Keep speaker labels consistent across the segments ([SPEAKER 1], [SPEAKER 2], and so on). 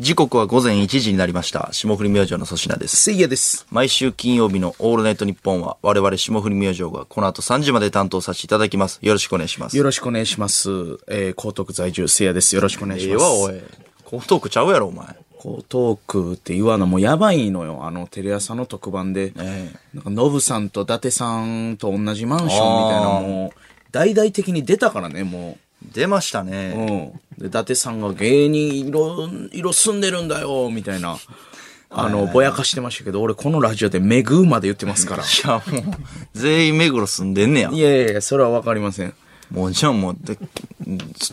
[SPEAKER 1] 時刻は午前1時になりました。霜降り明星の粗品です。
[SPEAKER 2] せいやです。
[SPEAKER 1] 毎週金曜日のオールナイトニッポンは我々霜降り明星がこの後3時まで担当させていただきます。よろしくお願いします。
[SPEAKER 2] よろしくお願いします。えー、江東区在住、せいやです。よろしくお願いします。
[SPEAKER 1] い。江東区ちゃうやろ、お前。
[SPEAKER 2] 江東区って言わな、もうやばいのよ。あの、テレ朝の特番で。
[SPEAKER 1] え
[SPEAKER 2] なんか、ノブさんと伊達さんと同じマンションみたいな、もう、大々的に出たからね、も
[SPEAKER 1] 出ました
[SPEAKER 2] う。う
[SPEAKER 1] ね。
[SPEAKER 2] ん。で、伊達さんが芸人色、色住んでるんだよ、みたいな。あの、ぼやかしてましたけど、俺このラジオでめぐうまで言ってますから。
[SPEAKER 1] いや、もう、全員目黒住んでんねや
[SPEAKER 2] い。やいやいや、それはわかりません。
[SPEAKER 1] もう、じゃあもう、で、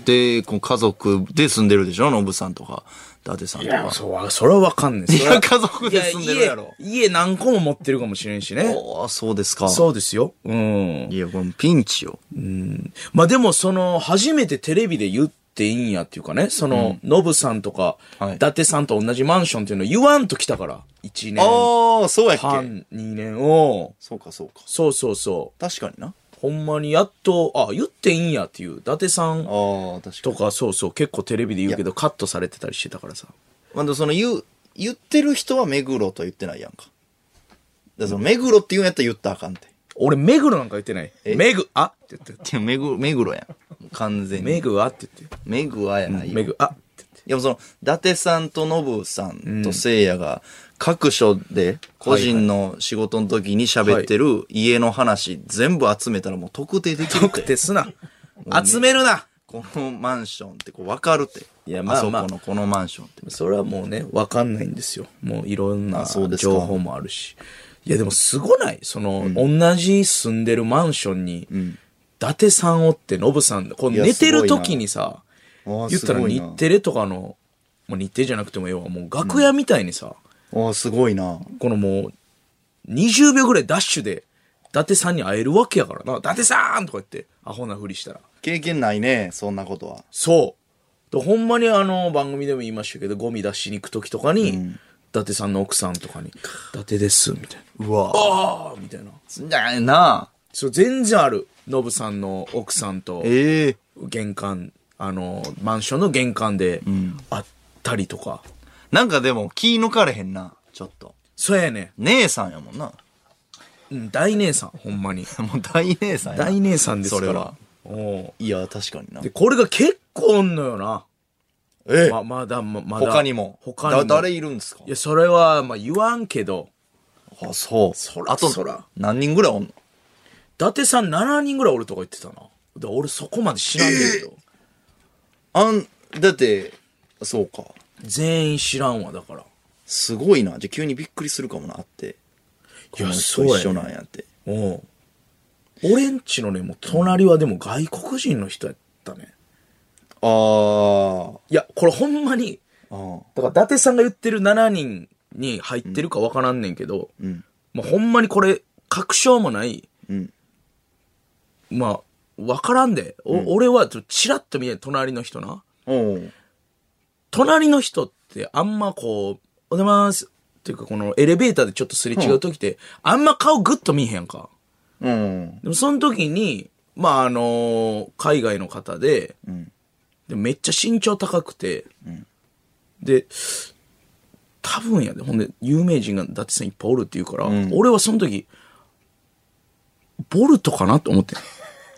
[SPEAKER 1] で、こう家族で住んでるでしょノブさんとか、伊達さんとか。
[SPEAKER 2] そはそれはわかんねえ。
[SPEAKER 1] いや、家族で住んでるやろ。
[SPEAKER 2] い家。家何個も持ってるかもしれんしね。
[SPEAKER 1] おーそうですか。
[SPEAKER 2] そうですよ。うん。
[SPEAKER 1] いや、このピンチよ。
[SPEAKER 2] まあでもその、初めてテレビで言っていいんやっていうかね、その、ノブさんとか、
[SPEAKER 1] はい
[SPEAKER 2] 伊達さんと同じマンションっていうの言わんと来たから。1年
[SPEAKER 1] ああ、そうやっけ。
[SPEAKER 2] 半、2年を。
[SPEAKER 1] そうか、そうか。
[SPEAKER 2] そうそうそう。
[SPEAKER 1] 確かにな。
[SPEAKER 2] ほんまにやっと、あ、言っていいんやっていう。伊達さん
[SPEAKER 1] ああ、確か
[SPEAKER 2] と
[SPEAKER 1] に。
[SPEAKER 2] か、そうそう、結構テレビで言うけど、カットされてたりしてたからさ。
[SPEAKER 1] まあ、でもその言う、言ってる人は目黒と言ってないやんか。だからその目黒って言うんやったら言ったらあかんって。
[SPEAKER 2] 俺、メグロなんか言ってない。メグ、あって言っ
[SPEAKER 1] い
[SPEAKER 2] て。
[SPEAKER 1] や目黒、目黒やん。完全に。
[SPEAKER 2] メグ、あって言って。
[SPEAKER 1] 目黒はやないよ。
[SPEAKER 2] メグ、あって言って。
[SPEAKER 1] いや、その、伊達さんとノブさんとせいやが、各所で、個人の仕事の時に喋ってる家の話、全部集めたらもう特定できるっ
[SPEAKER 2] く
[SPEAKER 1] て。
[SPEAKER 2] てすな。集めるな。
[SPEAKER 1] このマンションってこう分かるって。
[SPEAKER 2] いやまあまあ
[SPEAKER 1] そこのこのマンションって。
[SPEAKER 2] それはもうね、わかんないんですよ。もういろんな
[SPEAKER 1] あそうですか
[SPEAKER 2] 情報もあるし。いやでもすごないその、同じ住んでるマンションに、伊達さんおって、ノブさん、こう
[SPEAKER 1] いや
[SPEAKER 2] 寝て
[SPEAKER 1] す
[SPEAKER 2] る
[SPEAKER 1] ごいな
[SPEAKER 2] 時にさ、
[SPEAKER 1] ああ
[SPEAKER 2] 言ったら
[SPEAKER 1] すごい
[SPEAKER 2] 日
[SPEAKER 1] な
[SPEAKER 2] テレとかの、もう日テレじゃなくても要はもう楽屋みたいにさ、
[SPEAKER 1] ああ、すごいな。
[SPEAKER 2] このもう、20秒ぐらいダッシュで、伊達さんに会えるわけやからな。伊達さんとか言って、アホなふりしたら。
[SPEAKER 1] 経験ないね、そんなことは。
[SPEAKER 2] そう。でほんまにあの番組でも言いましたけど、ゴミ出しに行く時とかに、伊達さんの奥さんとかに、伊達です、みたいな。
[SPEAKER 1] うわ
[SPEAKER 2] ああみたいな。
[SPEAKER 1] じゃないな。
[SPEAKER 2] そう、全然ある。ノブさんの奥さんと、
[SPEAKER 1] ええ
[SPEAKER 2] 玄関、あの、マンションの玄関で、会ったりとか。
[SPEAKER 1] なんかでも気抜かれへんな、ちょっと。
[SPEAKER 2] そうやね
[SPEAKER 1] 姉さんやもんな。
[SPEAKER 2] ん。うん、大姉さん、ほんまに。
[SPEAKER 1] もう大姉さんやな
[SPEAKER 2] 大姉さんですから。
[SPEAKER 1] それは。
[SPEAKER 2] おう
[SPEAKER 1] いや、確かにな
[SPEAKER 2] で、。これが結構おんのよな。
[SPEAKER 1] え
[SPEAKER 2] ま、まだ、ままだ。
[SPEAKER 1] 他にも。
[SPEAKER 2] 他にも。
[SPEAKER 1] だ誰
[SPEAKER 2] い
[SPEAKER 1] いるんですか
[SPEAKER 2] や、それは、まあ、言わんけど。
[SPEAKER 1] あ、そう。
[SPEAKER 2] そら
[SPEAKER 1] あと
[SPEAKER 2] そら、
[SPEAKER 1] 何人ぐらいおんの
[SPEAKER 2] 伊達さん7人ぐらいおるとか言ってたな。で俺そこまで知らんねんけど。
[SPEAKER 1] あん、だって、そうか。
[SPEAKER 2] 全員知らんわ、だから。
[SPEAKER 1] すごいな。じゃあ急にびっくりするかもな、あって。
[SPEAKER 2] い
[SPEAKER 1] この人一緒なんやって。
[SPEAKER 2] おう俺んちのね、もう隣はでも外国人の人やったね。
[SPEAKER 1] あー。
[SPEAKER 2] いや、これほんまに、
[SPEAKER 1] あー
[SPEAKER 2] だから伊達さんが言ってる7人に入ってるかわからんねんけど、
[SPEAKER 1] うん。
[SPEAKER 2] まあほんまにこれ、確証もない、
[SPEAKER 1] うん。
[SPEAKER 2] まあ、わからんで、お俺はちょっとチラッと見えん、隣の人な。
[SPEAKER 1] おう
[SPEAKER 2] 隣の人ってあんまこう、おはようございます。っていうかこのエレベーターでちょっとすれ違う時って、あんま顔グッと見えへんか。
[SPEAKER 1] うん。
[SPEAKER 2] でもその時に、まああのー海外の方で、
[SPEAKER 1] ん
[SPEAKER 2] でめっちゃ身長高くて、で、多分やで、ほんで有名人が伊達さんいっぱいおるって言うから、俺はその時、ボルトかなと思ってん。い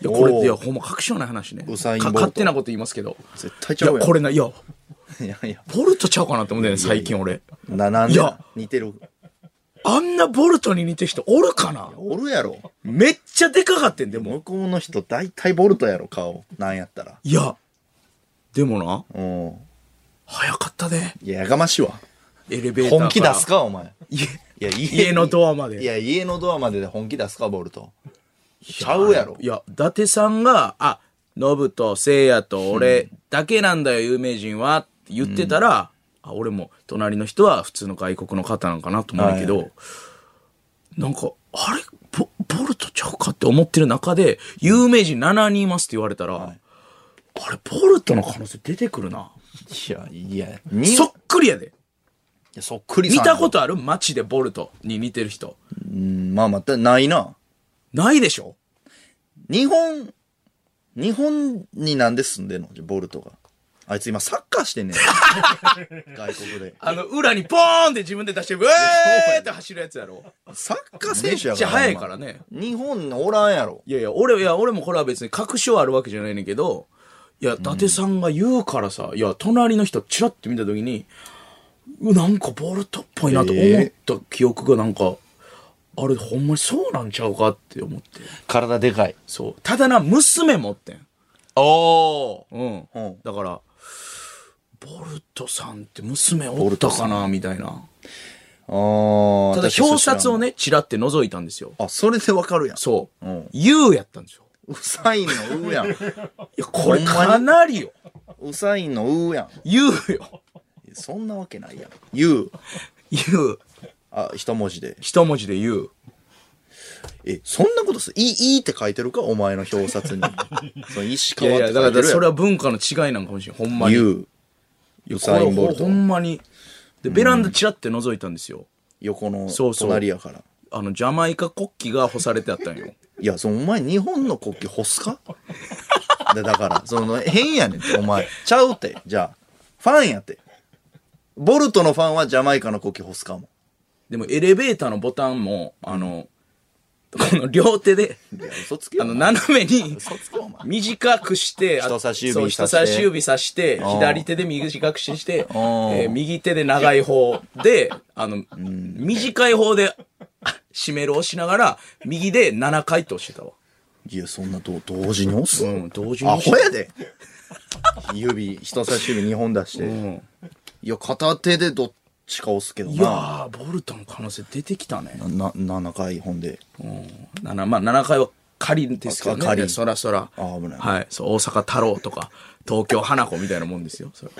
[SPEAKER 2] や、これ、
[SPEAKER 1] おー
[SPEAKER 2] いや、ほんま確証ない話ね。
[SPEAKER 1] ウサイン
[SPEAKER 2] か
[SPEAKER 1] ボルト
[SPEAKER 2] 勝手なこと言いますけど。
[SPEAKER 1] 絶対
[SPEAKER 2] い
[SPEAKER 1] ちゃ
[SPEAKER 2] や、
[SPEAKER 1] うやん。
[SPEAKER 2] これな、いや、
[SPEAKER 1] れ。いやいや。
[SPEAKER 2] ボルトちゃうかなって思ってね、最近俺。
[SPEAKER 1] な、なんで
[SPEAKER 2] いや
[SPEAKER 1] 似てる。
[SPEAKER 2] あんなボルトに似てる人おるかな
[SPEAKER 1] おるやろ。
[SPEAKER 2] めっちゃでかかってんでも。
[SPEAKER 1] 向こうの人大体ボルトやろ、顔。なんやったら。
[SPEAKER 2] いや、でもな、
[SPEAKER 1] うん。
[SPEAKER 2] 早かったで。
[SPEAKER 1] いや、やがましいわ。
[SPEAKER 2] エレベーターから。
[SPEAKER 1] 本気出すか、お前。
[SPEAKER 2] いや
[SPEAKER 1] いや、
[SPEAKER 2] 家のドアま
[SPEAKER 1] い
[SPEAKER 2] で。
[SPEAKER 1] や、家のドアまでで本気出すか、ボルト。ちゃうやろ。
[SPEAKER 2] いや、伊達さんが、あ、ノブと聖夜と俺だけなんだよ、有名人は。って言ってたら、あ、俺も、隣の人は普通の外国の方なんかなと思うんだけど、なんか、あれボボルトちゃうかって思ってる中で、有名人7人いますって言われたら、あれ、ボルトの可能性出てくるな。
[SPEAKER 1] いや、いや、に
[SPEAKER 2] そっくりやで。
[SPEAKER 1] いやそっくり。
[SPEAKER 2] 見たこととある街でボルトに似てる人。
[SPEAKER 1] うんまあまあ、だないな。
[SPEAKER 2] ないでしょ
[SPEAKER 1] 日本、日本になんで住んでんのじゃボルトが。あいつ今サッカーしてんねん。 外国で。
[SPEAKER 2] あの、裏にポーンって自分で出して、ウェーって走るやつやろ。
[SPEAKER 1] サッカー
[SPEAKER 2] め
[SPEAKER 1] 選
[SPEAKER 2] っ
[SPEAKER 1] 手
[SPEAKER 2] ち
[SPEAKER 1] やから。
[SPEAKER 2] ゃ速いからね。
[SPEAKER 1] ほんま。日本のおらんやろ。
[SPEAKER 2] いやいや、俺、いや、俺もこれは別に確証あるわけじゃないねんけど、いや、伊達さんが言うからさ、いや、隣の人チラッて見た時に、うなんかボルトっぽいなと思った記憶がなんか、あれほんまにそうなんちゃうかって思って。
[SPEAKER 1] 体でかい。
[SPEAKER 2] そう。ただな、娘持ってん。
[SPEAKER 1] おー。
[SPEAKER 2] うん。
[SPEAKER 1] うん
[SPEAKER 2] だから、ボルトさんって娘おったかなみたいな。
[SPEAKER 1] あ
[SPEAKER 2] ただ、表札を。ね、チラって覗いたんですよ。
[SPEAKER 1] あ、それでわかるやん。
[SPEAKER 2] そう。
[SPEAKER 1] う
[SPEAKER 2] うんやったんですよ。
[SPEAKER 1] ウサインのう やん。
[SPEAKER 2] いや、これ
[SPEAKER 1] ほんまに
[SPEAKER 2] かなりよ。
[SPEAKER 1] ウサインのうやん。
[SPEAKER 2] 言うよ。
[SPEAKER 1] そんなわけないやん。言う。
[SPEAKER 2] 言う。
[SPEAKER 1] あ、一文字で。
[SPEAKER 2] 一文字で言う。
[SPEAKER 1] え、そんなことすいい、いいって書いてるかお前の表札 に。その石
[SPEAKER 2] い
[SPEAKER 1] 川っ
[SPEAKER 2] やい
[SPEAKER 1] て書
[SPEAKER 2] や、
[SPEAKER 1] いてるやん。
[SPEAKER 2] だからそれは文化の違いなんかもしれん。ほんまに。
[SPEAKER 1] 言う。ウ
[SPEAKER 2] これ
[SPEAKER 1] サインボ
[SPEAKER 2] ほ
[SPEAKER 1] ルト
[SPEAKER 2] ほ。んまに。で、ベランダチラって覗いたんですよ。
[SPEAKER 1] 横の
[SPEAKER 2] そうそう
[SPEAKER 1] 隣やから。
[SPEAKER 2] あの、ジャマイカ国旗が干されてあったんよ。
[SPEAKER 1] いや、そのお前日本の国旗干す かでだから、その変やねんってお前。ちゃうって、じゃあ。ファンやって。ボルトのファンはジャマイカの国旗干すかも。
[SPEAKER 2] でも、エレベーターのボタンも、あの、この両手で、
[SPEAKER 1] いや、嘘つけよ。
[SPEAKER 2] あの、
[SPEAKER 1] お前
[SPEAKER 2] 斜めに、
[SPEAKER 1] 嘘つけよ、お前。
[SPEAKER 2] 短くして、あ
[SPEAKER 1] 人差し指
[SPEAKER 2] そう
[SPEAKER 1] 刺して
[SPEAKER 2] 人差し指刺して、
[SPEAKER 1] ん
[SPEAKER 2] 左手で短くして、え
[SPEAKER 1] ん
[SPEAKER 2] ー右手で長い方で、あの、短い方で、あ締める押しながら、右で7回としてたわ。
[SPEAKER 1] いや、そんなど同時に押す、
[SPEAKER 2] うん、同時に
[SPEAKER 1] ア
[SPEAKER 2] 押し
[SPEAKER 1] ホ
[SPEAKER 2] て
[SPEAKER 1] やで。指、人差し指2本出して。
[SPEAKER 2] た。うん。
[SPEAKER 1] いや、片手でどっちか押すけど
[SPEAKER 2] いや
[SPEAKER 1] な。
[SPEAKER 2] ー、ボルトの可能性出てきたね。
[SPEAKER 1] な、7回本で。
[SPEAKER 2] ななまあ、7回は仮ですけどね。
[SPEAKER 1] あ仮
[SPEAKER 2] そらそら。
[SPEAKER 1] あ危ない
[SPEAKER 2] はい。そう、大阪太郎とか、東京花子みたいなもんですよ。それ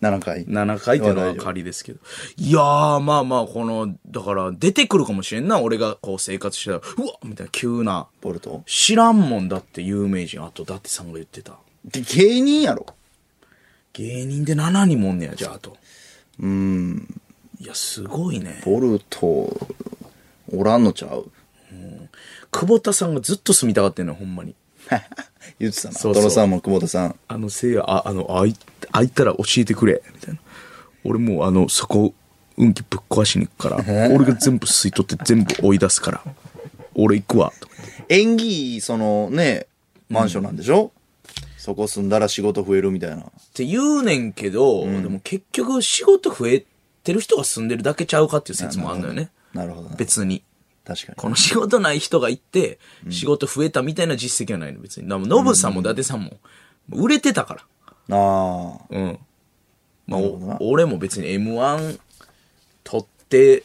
[SPEAKER 1] 7回。
[SPEAKER 2] 7回っていうの
[SPEAKER 1] まあ
[SPEAKER 2] は
[SPEAKER 1] 大丈夫
[SPEAKER 2] 仮ですけど。いやー、まあまあ、この、だから、出てくるかもしれんな、俺がこう生活してたら、うわみたいな、急な。
[SPEAKER 1] ボルト。
[SPEAKER 2] 知らんもんだって有名人、あと、だってさんが言ってた。
[SPEAKER 1] で、芸人やろ。
[SPEAKER 2] 芸人で7人もおんねや、じゃあ、あと。
[SPEAKER 1] うん。
[SPEAKER 2] いや、すごいね。
[SPEAKER 1] ボルト、おらんのちゃう
[SPEAKER 2] 久保田さんがずっと住みたがってんのよ、ほんまに。
[SPEAKER 1] 言ってたな。
[SPEAKER 2] そうそう
[SPEAKER 1] 泥さんも久保田さん。
[SPEAKER 2] あの、せいや、あ、あの、あい、あいたら教えてくれ、みたいな。俺もう、あの、そこ、運気ぶっ壊しに行くから、俺が全部吸い取って全部追い出すから、俺行くわ、とか言って
[SPEAKER 1] 演技、そのね、マンションなんでしょ、そこ住んだら仕事増えるみたいな。
[SPEAKER 2] って言うねんけど、でも結局仕事増えてる人が住んでるだけちゃうかっていう説もあるのよね。
[SPEAKER 1] なるほどな。
[SPEAKER 2] 別に。
[SPEAKER 1] 確かに。
[SPEAKER 2] この仕事ない人が行って、仕事増えたみたいな実績はないの、別に。だからノブさんも伊達さんも、もう売れてたから。
[SPEAKER 1] ああ。
[SPEAKER 2] うん。まあ、
[SPEAKER 1] なるほどな
[SPEAKER 2] お俺も別に M1 取って、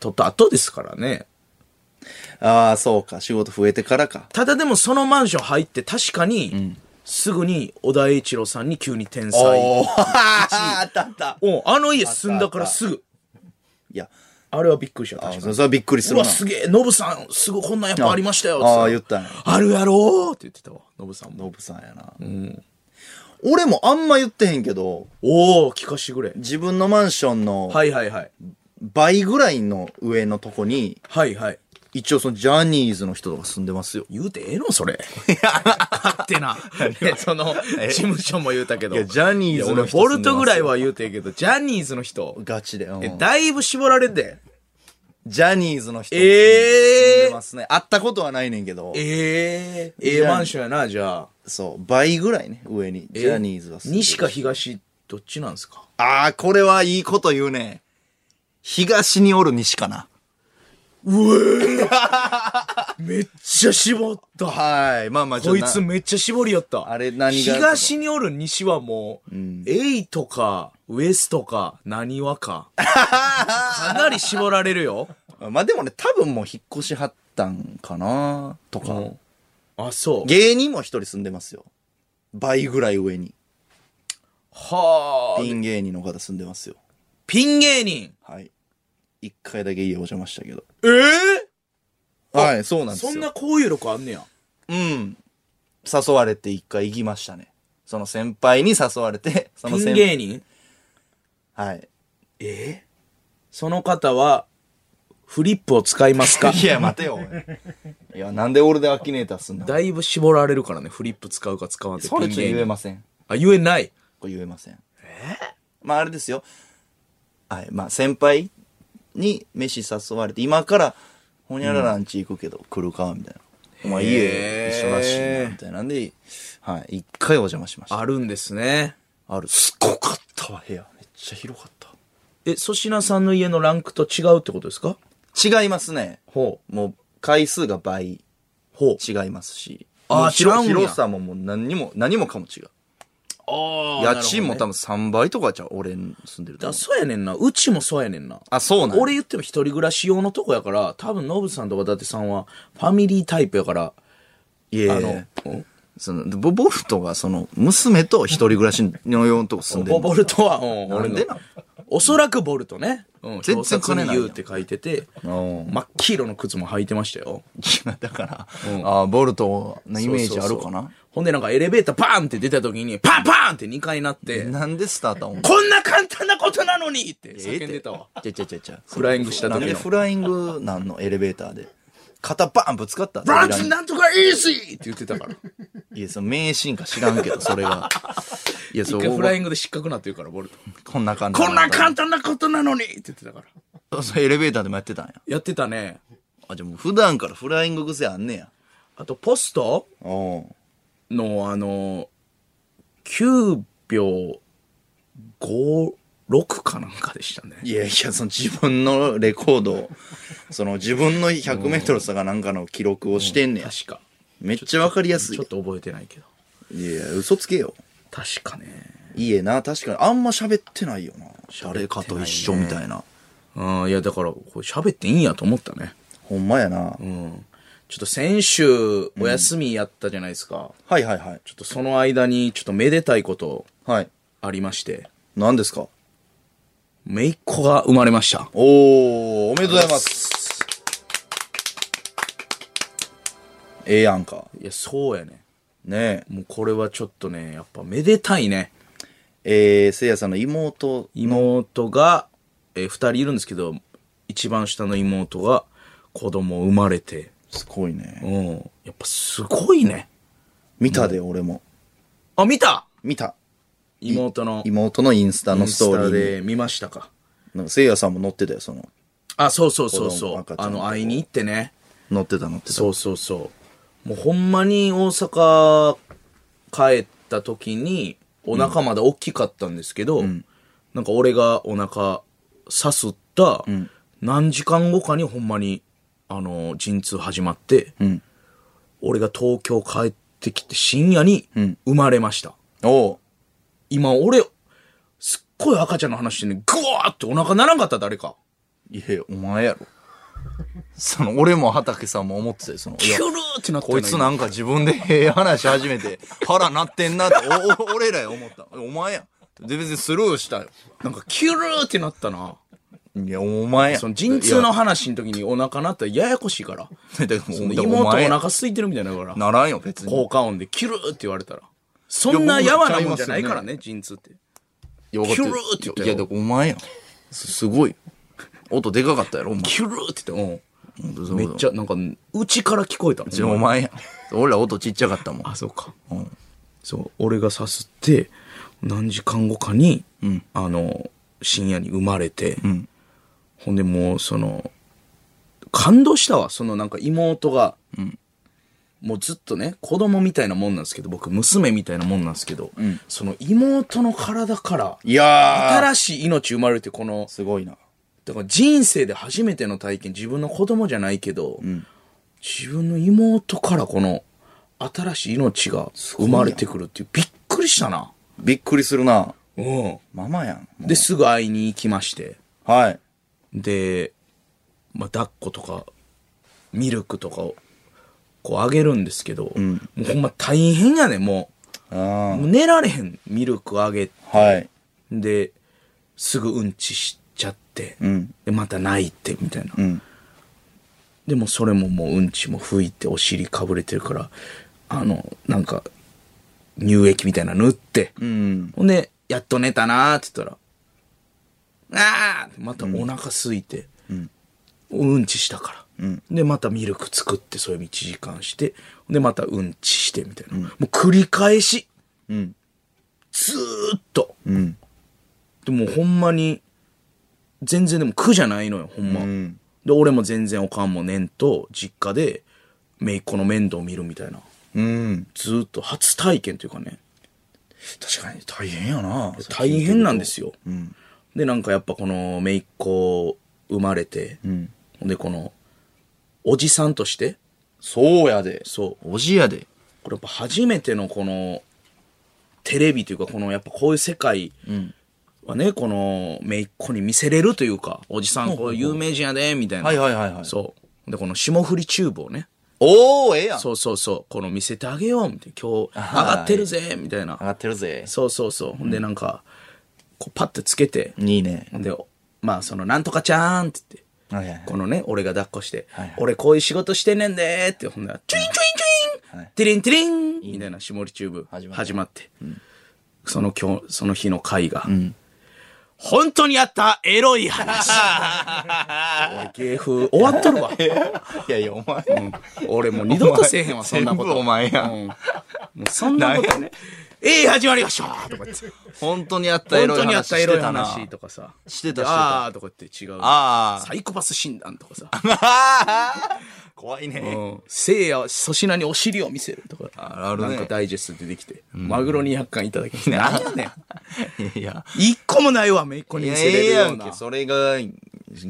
[SPEAKER 2] 取った後ですからね。
[SPEAKER 1] ああ、そうか。仕事増えてからか。
[SPEAKER 2] ただでもそのマンション入って確かに、すぐに小田栄一郎さんに急に天才。
[SPEAKER 1] おーあったあった。
[SPEAKER 2] おあの家住んだからすぐ。
[SPEAKER 1] いや、
[SPEAKER 2] あれはびっくりした。
[SPEAKER 1] あ
[SPEAKER 2] 確か
[SPEAKER 1] そそれはびっくりす
[SPEAKER 2] う
[SPEAKER 1] る
[SPEAKER 2] わ、
[SPEAKER 1] な。
[SPEAKER 2] すげえ、ノブさん、すぐこんなんやっぱありましたよ。
[SPEAKER 1] ああ、
[SPEAKER 2] つ
[SPEAKER 1] 言
[SPEAKER 2] っ
[SPEAKER 1] ってたんや。
[SPEAKER 2] あるやろーって言ってたわ、ノブさんも。
[SPEAKER 1] ノブさんやな。俺もあんま言ってへんけど、
[SPEAKER 2] おお聞かしてくれ。
[SPEAKER 1] 自分のマンションの
[SPEAKER 2] はいはいはい。
[SPEAKER 1] 倍ぐらいの上のとこに、
[SPEAKER 2] はいはい。
[SPEAKER 1] 一応そのジャニーズの人とか住んでますよ。
[SPEAKER 2] 言うてええのそれ。勝手な。ね、その、事務所も言うたけど。
[SPEAKER 1] いやジャニーズの人
[SPEAKER 2] いや俺ボルトぐらいは言うてええけど、ジャニーズの人、
[SPEAKER 1] ガチで。うん
[SPEAKER 2] えだいぶ絞られて。
[SPEAKER 1] ジャニーズの人
[SPEAKER 2] ええ
[SPEAKER 1] 住んでますね。会ったことはないねんけど、
[SPEAKER 2] ええええ
[SPEAKER 1] ジャニー
[SPEAKER 2] マンションやな、じゃあ。
[SPEAKER 1] そう、倍ぐらいね、上に。ジャニーズは住んでる
[SPEAKER 2] 西か東、どっちなんですか
[SPEAKER 1] ああ、これはいいこと言うね。東におる西かな。
[SPEAKER 2] めっちゃ絞った。
[SPEAKER 1] はい。まあまあ、ちょ
[SPEAKER 2] こ
[SPEAKER 1] っ
[SPEAKER 2] い
[SPEAKER 1] と
[SPEAKER 2] つ
[SPEAKER 1] な
[SPEAKER 2] めっちゃ絞りやった。
[SPEAKER 1] あれ何が
[SPEAKER 2] 東におる西はもう、エイとか、ウエストか、何わか。かなり絞られるよ。
[SPEAKER 1] まあでもね、多分もう引っ越しはったんかなとか。
[SPEAKER 2] あ、そう。
[SPEAKER 1] 芸人も一人住んでますよ。倍ぐらい上に。
[SPEAKER 2] はあ。
[SPEAKER 1] ピン芸人の方住んでますよ。
[SPEAKER 2] ピン芸人。
[SPEAKER 1] はい。一回だけ家お邪魔したけど。
[SPEAKER 2] ええ
[SPEAKER 1] はい、そうなんですよ。
[SPEAKER 2] そんな交友力あんねや。
[SPEAKER 1] うん。誘われて一回行きましたね。その先輩に誘われて、そ
[SPEAKER 2] ピ
[SPEAKER 1] の
[SPEAKER 2] ン
[SPEAKER 1] 先
[SPEAKER 2] 芸人
[SPEAKER 1] はい。
[SPEAKER 2] ええその方は、フリップを使います か
[SPEAKER 1] いや、待てよ、おいいや、なんで俺でアキネーターすんの
[SPEAKER 2] だいぶ絞られるからね、フリップ使うか使わんって
[SPEAKER 1] それちょっと
[SPEAKER 2] ピン芸
[SPEAKER 1] 言え
[SPEAKER 2] 人
[SPEAKER 1] ません。
[SPEAKER 2] あ、言えない。
[SPEAKER 1] これ言えません。まああれですよ。はい。まあ先輩に飯誘われて、今から、ほにゃららんち行くけど、来るかみたいな。お前家
[SPEAKER 2] へー
[SPEAKER 1] 一緒らしいな、みたいなんで、はい。一回お邪魔しました。
[SPEAKER 2] あるんですね。
[SPEAKER 1] ある。すごかったわ、部屋。めっちゃ広かっ
[SPEAKER 2] え、粗品さんの家のランクと違うってことですか
[SPEAKER 1] た。違いますね。
[SPEAKER 2] ほ
[SPEAKER 1] もう、回数が倍
[SPEAKER 2] う。ほう。
[SPEAKER 1] 違いますし。
[SPEAKER 2] あー
[SPEAKER 1] もう広
[SPEAKER 2] 違うんや
[SPEAKER 1] 広さももう何にも、何もかも違う。
[SPEAKER 2] あ
[SPEAKER 1] 家賃も
[SPEAKER 2] た
[SPEAKER 1] 多分3倍とかじゃう俺住んでると
[SPEAKER 2] だ
[SPEAKER 1] 思う。
[SPEAKER 2] そうやねんな。うちもそうやねんな。
[SPEAKER 1] あ、そうなんや
[SPEAKER 2] 俺言っても一人暮らし用のとこやから、多分ノブさんとか伊達さんはファミリータイプやから、
[SPEAKER 1] いや
[SPEAKER 2] あ
[SPEAKER 1] いや
[SPEAKER 2] の、うん
[SPEAKER 1] その、ボボルトが、その、娘と一人暮らしのようなとこ住んで
[SPEAKER 2] ボ
[SPEAKER 1] るの
[SPEAKER 2] ボルトは、うん、
[SPEAKER 1] なんで
[SPEAKER 2] 俺のおそらくボルトね。うん、
[SPEAKER 1] 全然金ないやん
[SPEAKER 2] 表札に U って書いてて、
[SPEAKER 1] おう
[SPEAKER 2] 真っ黄色の靴も履いてましたよ。
[SPEAKER 1] だから、あーボルトのイメージあるか
[SPEAKER 2] そうそうそう
[SPEAKER 1] な
[SPEAKER 2] ほんでなんかエレベーターパーンって出た時に、パンパーンって2階になって、
[SPEAKER 1] なんでスターターお前
[SPEAKER 2] こんな簡単なことなのにって叫んでたわ。。
[SPEAKER 1] ええってちゃちゃちゃちゃ。
[SPEAKER 2] フライングした時
[SPEAKER 1] な
[SPEAKER 2] の
[SPEAKER 1] んでフライングなんのエレベーターで。肩バーンぶつかった
[SPEAKER 2] ブランチなんとかイージーって言ってたから。
[SPEAKER 1] いや、その名シーンか知らんけ ど、それが。いや、
[SPEAKER 2] 一
[SPEAKER 1] そう
[SPEAKER 2] 回フライングで失格なって言うから、ボルト。
[SPEAKER 1] こんな感じ。
[SPEAKER 2] こんな簡単なことなのにって言ってたから。
[SPEAKER 1] そうそうエレベーターでもやってたんや。
[SPEAKER 2] やってたね。
[SPEAKER 1] あ、じゃあもう普段からフライング癖あんねや。
[SPEAKER 2] あと、ポスト
[SPEAKER 1] おう
[SPEAKER 2] の、あの、9秒5、6かなんかでしたね。
[SPEAKER 1] いやいや、その自分のレコードを、その自分の100メートル差かなんかの記録をしてんねや。
[SPEAKER 2] 確か。
[SPEAKER 1] めっちゃわかりやすい
[SPEAKER 2] ちょっ。と覚えてないけど。
[SPEAKER 1] いやいや、嘘つけよ。
[SPEAKER 2] 確かね。
[SPEAKER 1] いいえな、確かに。あんま喋ってないよな。誰かと一緒みたいな。
[SPEAKER 2] うん、いや、だから、これ喋っていいんやと思ったね。
[SPEAKER 1] ほんまやな。
[SPEAKER 2] うん。ちょっと先週、お休みやったじゃないですか。
[SPEAKER 1] はいはいはい。
[SPEAKER 2] ちょっとその間に、ちょっとめでたいこと
[SPEAKER 1] はい。
[SPEAKER 2] ありまして、
[SPEAKER 1] 何ですか
[SPEAKER 2] めいっ子が生まれました。
[SPEAKER 1] おー、おめでとうございます。
[SPEAKER 2] す。
[SPEAKER 1] ええやんか。
[SPEAKER 2] いや、そうやね。
[SPEAKER 1] ね
[SPEAKER 2] もうこれはちょっとね、やっぱめでたいね。
[SPEAKER 1] え。えー、せいやさんの妹、
[SPEAKER 2] 妹が、えー、二人いるんですけど、一番下の妹が子供生まれて、
[SPEAKER 1] すごいうね。
[SPEAKER 2] ん。やっぱすごいね。
[SPEAKER 1] 見たで、俺も。
[SPEAKER 2] あ、見た
[SPEAKER 1] 見た。
[SPEAKER 2] 妹の
[SPEAKER 1] 妹のインスタ
[SPEAKER 2] イン
[SPEAKER 1] のスト
[SPEAKER 2] ス
[SPEAKER 1] ーリ
[SPEAKER 2] タ
[SPEAKER 1] ーに。
[SPEAKER 2] で見ましたか。
[SPEAKER 1] なんかせいやさんも載ってたよ、その。
[SPEAKER 2] あ、そうそうそう
[SPEAKER 1] 子供
[SPEAKER 2] そう
[SPEAKER 1] 赤。ちゃん
[SPEAKER 2] あの、会いに行ってね。
[SPEAKER 1] 載ってた、載ってた。
[SPEAKER 2] そうそうそう。もうほんまに大阪帰った時に、お腹まだ大きかったんですけど、なんか俺がお腹さすった、何時間後かにほんまに、あの、陣痛始まって、
[SPEAKER 1] ん
[SPEAKER 2] 俺が東京帰ってきて深夜に
[SPEAKER 1] ん
[SPEAKER 2] 生まれました。
[SPEAKER 1] おう
[SPEAKER 2] 今俺、すっごい赤ちゃんの話してんねん、ぐわーってお腹ならんかった誰か。
[SPEAKER 1] いや、お前 やろ。その、俺も畑さんも思ってたよ、その。い
[SPEAKER 2] キュ
[SPEAKER 1] や
[SPEAKER 2] ルーってなって
[SPEAKER 1] こいつなんか自分でええ話し始め て、腹なってんなって、お、お俺らや思った。お前や。で、別にスルーしたよ。
[SPEAKER 2] なんかキュルーってなったな。
[SPEAKER 1] いや、お前や。
[SPEAKER 2] その陣痛の話の時にお腹なったらややこしいから。
[SPEAKER 1] いや、だから
[SPEAKER 2] そ
[SPEAKER 1] もう
[SPEAKER 2] の
[SPEAKER 1] だから
[SPEAKER 2] 妹お
[SPEAKER 1] お前や
[SPEAKER 2] 腹空いてるみたいになるから。
[SPEAKER 1] ならんよ、別に。
[SPEAKER 2] 効果音でキュルーって言われたら。そんなやわなもんじゃないからね、陣痛って。
[SPEAKER 1] よかった
[SPEAKER 2] キュルーって言ったよ
[SPEAKER 1] いや、だからお前や。すすごい。音でかかったやろ、お前。
[SPEAKER 2] キュルーって言って、うん。め
[SPEAKER 1] め
[SPEAKER 2] っちゃ、なんか、うちから聞こえた
[SPEAKER 1] ゃお前や。俺ら音ちっちゃかったもん。
[SPEAKER 2] あ、そうか。
[SPEAKER 1] うん
[SPEAKER 2] そう、俺がさすって、何時間後かに、あの、深夜に生まれて、
[SPEAKER 1] ん
[SPEAKER 2] ほんでもう、その、感動したわ、そのなんか妹が、もうずっとね、子供みたいなもんなんですけど、僕、娘みたいなもんなんですけど、その妹の体から、
[SPEAKER 1] いやー、
[SPEAKER 2] 新しい命生まれるって、この、
[SPEAKER 1] すごいな。
[SPEAKER 2] だから人生で初めての体験、自分の子供じゃないけど、自分の妹からこの新しい命が生まれてくるっていう、びっくりしたな。
[SPEAKER 1] びっくりするな。
[SPEAKER 2] うん。
[SPEAKER 1] ママやん。もう
[SPEAKER 2] で、すぐ会いに行きまして、
[SPEAKER 1] はい。
[SPEAKER 2] で、まあ、抱っことか、ミルクとかを、こうあげるんですけど、もうほんま大変やね、もう。
[SPEAKER 1] あ
[SPEAKER 2] もう寝られへん、ミルクあげて。
[SPEAKER 1] あ。はい。
[SPEAKER 2] で、すぐうんちしちゃって、
[SPEAKER 1] うん。
[SPEAKER 2] で、また泣いて、みたいな。
[SPEAKER 1] うん。
[SPEAKER 2] でもそれももううんちも拭いてお尻かぶれてるから、あの、なんか、乳液みたいなの塗って、
[SPEAKER 1] うん。
[SPEAKER 2] ほんで、やっと寝たなーって言ったら、あーまたお腹空いて、うん、うんちしたから、で、またミルク作って、それ1時間して、で、またうんちしてみたいな。もう繰り返し、
[SPEAKER 1] うん。
[SPEAKER 2] ずーっと。
[SPEAKER 1] うん。
[SPEAKER 2] でもほんまに、全然でも苦じゃないのよ、ほんま。
[SPEAKER 1] うん。
[SPEAKER 2] で、俺も全然おかんもねんと、実家で、姪っ子の面倒を見るみたいな。
[SPEAKER 1] うん。
[SPEAKER 2] ずーっと初体験というかね、
[SPEAKER 1] 確かに大変やな。
[SPEAKER 2] 大変なんですよ。
[SPEAKER 1] うん。
[SPEAKER 2] で、なんかやっぱこの姪っ子生まれて、
[SPEAKER 1] うん。
[SPEAKER 2] ほんでこの、おじさんとして、
[SPEAKER 1] そうやで。
[SPEAKER 2] そう、
[SPEAKER 1] おじやで。
[SPEAKER 2] これやっぱ初めてのこのテレビというかこのやっぱこういう世界はね、この姪っ子に見せれるというかおじさんこう有名人やでみたいな、
[SPEAKER 1] はいはいはいはい。
[SPEAKER 2] そうでこの霜降りチューブをね
[SPEAKER 1] おー、ええやん。
[SPEAKER 2] そうそうそうこの見せてあげようみたいな今日上がってるぜみたいな、
[SPEAKER 1] 上がってるぜ。
[SPEAKER 2] そうそうそうほんでなんかこうパッてつけて、
[SPEAKER 1] いいね。
[SPEAKER 2] ほんでまあそのなんとかちゃーんって言って
[SPEAKER 1] はいはいはい。
[SPEAKER 2] このね、俺が抱っこして、
[SPEAKER 1] はいはい
[SPEAKER 2] 俺こういう仕事してんねんでーって、ほんなら、チュインチュインチュイン、
[SPEAKER 1] はい
[SPEAKER 2] ティリンティリンみたいな下りチューブ
[SPEAKER 1] 始まった
[SPEAKER 2] 始まって、その今日、その日の会が、本当にあったエロい話。おい芸風終わっと るわ。
[SPEAKER 1] いやいや、お前。
[SPEAKER 2] 俺もう二度とせえへんわ、そんなこと。
[SPEAKER 1] 全部お前や
[SPEAKER 2] うんもうそんなことね。ええ始まりましょ うとか言って。
[SPEAKER 1] 本当にあったエ
[SPEAKER 2] 本
[SPEAKER 1] ロい
[SPEAKER 2] 当にあっ
[SPEAKER 1] 話
[SPEAKER 2] た
[SPEAKER 1] し
[SPEAKER 2] エロ
[SPEAKER 1] て
[SPEAKER 2] い
[SPEAKER 1] たな。
[SPEAKER 2] 話とかさ。
[SPEAKER 1] してたしてた
[SPEAKER 2] ああとか言って違う。
[SPEAKER 1] あ
[SPEAKER 2] サイコパス診断とかさ。
[SPEAKER 1] あ。怖いね。
[SPEAKER 2] うん、せいや粗品にお尻を見せるとか
[SPEAKER 1] ああるね
[SPEAKER 2] なんかダイジェスト出てきて、マグロ200貫いただきました何やねん
[SPEAKER 1] いや。
[SPEAKER 2] 一個もないわめいっ子
[SPEAKER 1] い
[SPEAKER 2] に見
[SPEAKER 1] や、
[SPEAKER 2] せ
[SPEAKER 1] え
[SPEAKER 2] れ
[SPEAKER 1] え
[SPEAKER 2] る
[SPEAKER 1] や
[SPEAKER 2] ようんな
[SPEAKER 1] け。それが、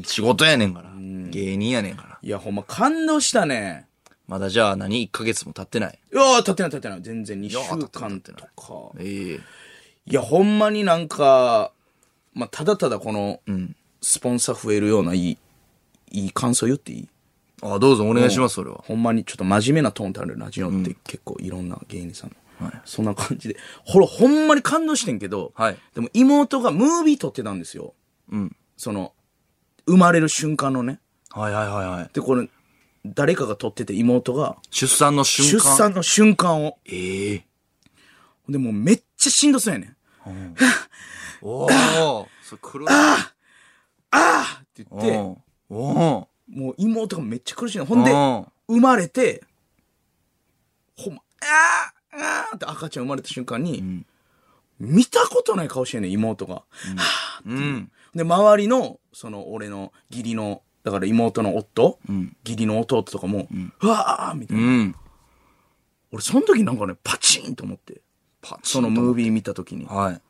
[SPEAKER 1] 仕事やねんから。芸人やねんから。
[SPEAKER 2] いやほんま感動したね
[SPEAKER 1] まだじゃあ何 ?1 ヶ月も経ってない。
[SPEAKER 2] いやー立ってない立ってない全然2週
[SPEAKER 1] 立ってない
[SPEAKER 2] 間
[SPEAKER 1] 立
[SPEAKER 2] と
[SPEAKER 1] ってない
[SPEAKER 2] か
[SPEAKER 1] ええ
[SPEAKER 2] いやほんまになんか、まあ、ただただこの
[SPEAKER 1] ん
[SPEAKER 2] スポンサー増えるようないいいい感想言っていい
[SPEAKER 1] あ、どうぞお願いします、それは。
[SPEAKER 2] ほんまにちょっと真面目なトーンってあるラジオって結構いろんな芸人さんの、
[SPEAKER 1] はい
[SPEAKER 2] そんな感じでほらほんまに感動してんけど、
[SPEAKER 1] はい
[SPEAKER 2] でも妹がムービー撮ってたんですよ
[SPEAKER 1] うん。
[SPEAKER 2] その生まれる瞬間のね
[SPEAKER 1] はいはいはいはい。
[SPEAKER 2] でこれ誰かが撮ってて妹が
[SPEAKER 1] 出産の瞬
[SPEAKER 2] 出
[SPEAKER 1] 間。
[SPEAKER 2] 産の瞬間を
[SPEAKER 1] ええ
[SPEAKER 2] でもうめっちゃしんどそうやねん
[SPEAKER 1] おお。それ黒い。あ
[SPEAKER 2] あーって言って
[SPEAKER 1] おお。
[SPEAKER 2] もう妹がめっちゃ苦しいのほんで
[SPEAKER 1] うん
[SPEAKER 2] 生まれてほんまあーあーって赤ちゃん生まれた瞬間に、
[SPEAKER 1] ん
[SPEAKER 2] 見たことない顔してんねん妹が、
[SPEAKER 1] うん。
[SPEAKER 2] で、周りの、その、俺の義理の、だから妹の夫、
[SPEAKER 1] うん。
[SPEAKER 2] 義理の弟とかも、うわーみたいうな。
[SPEAKER 1] ん。
[SPEAKER 2] 俺、その時なんかね、パチンと思って。
[SPEAKER 1] パチ
[SPEAKER 2] そのムービー見た時に。あ、
[SPEAKER 1] はい。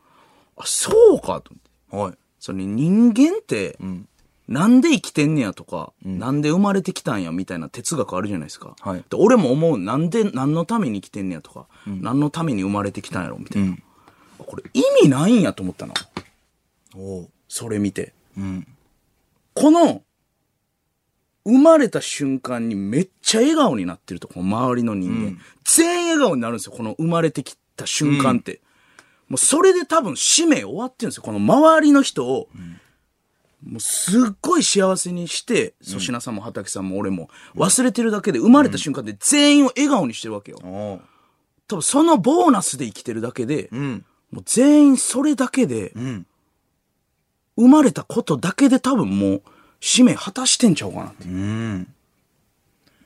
[SPEAKER 2] そうかと思っ
[SPEAKER 1] は
[SPEAKER 2] て。
[SPEAKER 1] い。
[SPEAKER 2] その人間って、
[SPEAKER 1] ん
[SPEAKER 2] なんで生きてんねやとか、なんで生まれてきたんやみたいな哲学あるじゃないですか。
[SPEAKER 1] はい
[SPEAKER 2] で俺も思う、なんで、何のために生きてんねやとか、何のために生まれてきたんやろみたいな。
[SPEAKER 1] ん
[SPEAKER 2] これ意味ないんやと思ったの。
[SPEAKER 1] おお。
[SPEAKER 2] それ見て。
[SPEAKER 1] うん。
[SPEAKER 2] この、生まれた瞬間にめっちゃ笑顔になってると、この周りの人間。全員笑顔になるんですよ、この生まれてきた瞬間って。もうそれで多分使命終わってるんですよ、この周りの人を。もうすっごい幸せにして、粗品さんも畑さんも俺も、忘れてるだけで、生まれた瞬間で全員を笑顔にしてるわけよ。
[SPEAKER 1] おお。
[SPEAKER 2] 多分そのボーナスで生きてるだけで、
[SPEAKER 1] うん。
[SPEAKER 2] もう全員それだけで、
[SPEAKER 1] ん
[SPEAKER 2] 生まれたことだけで多分もう使命果たしてんちゃうかなって。
[SPEAKER 1] うん。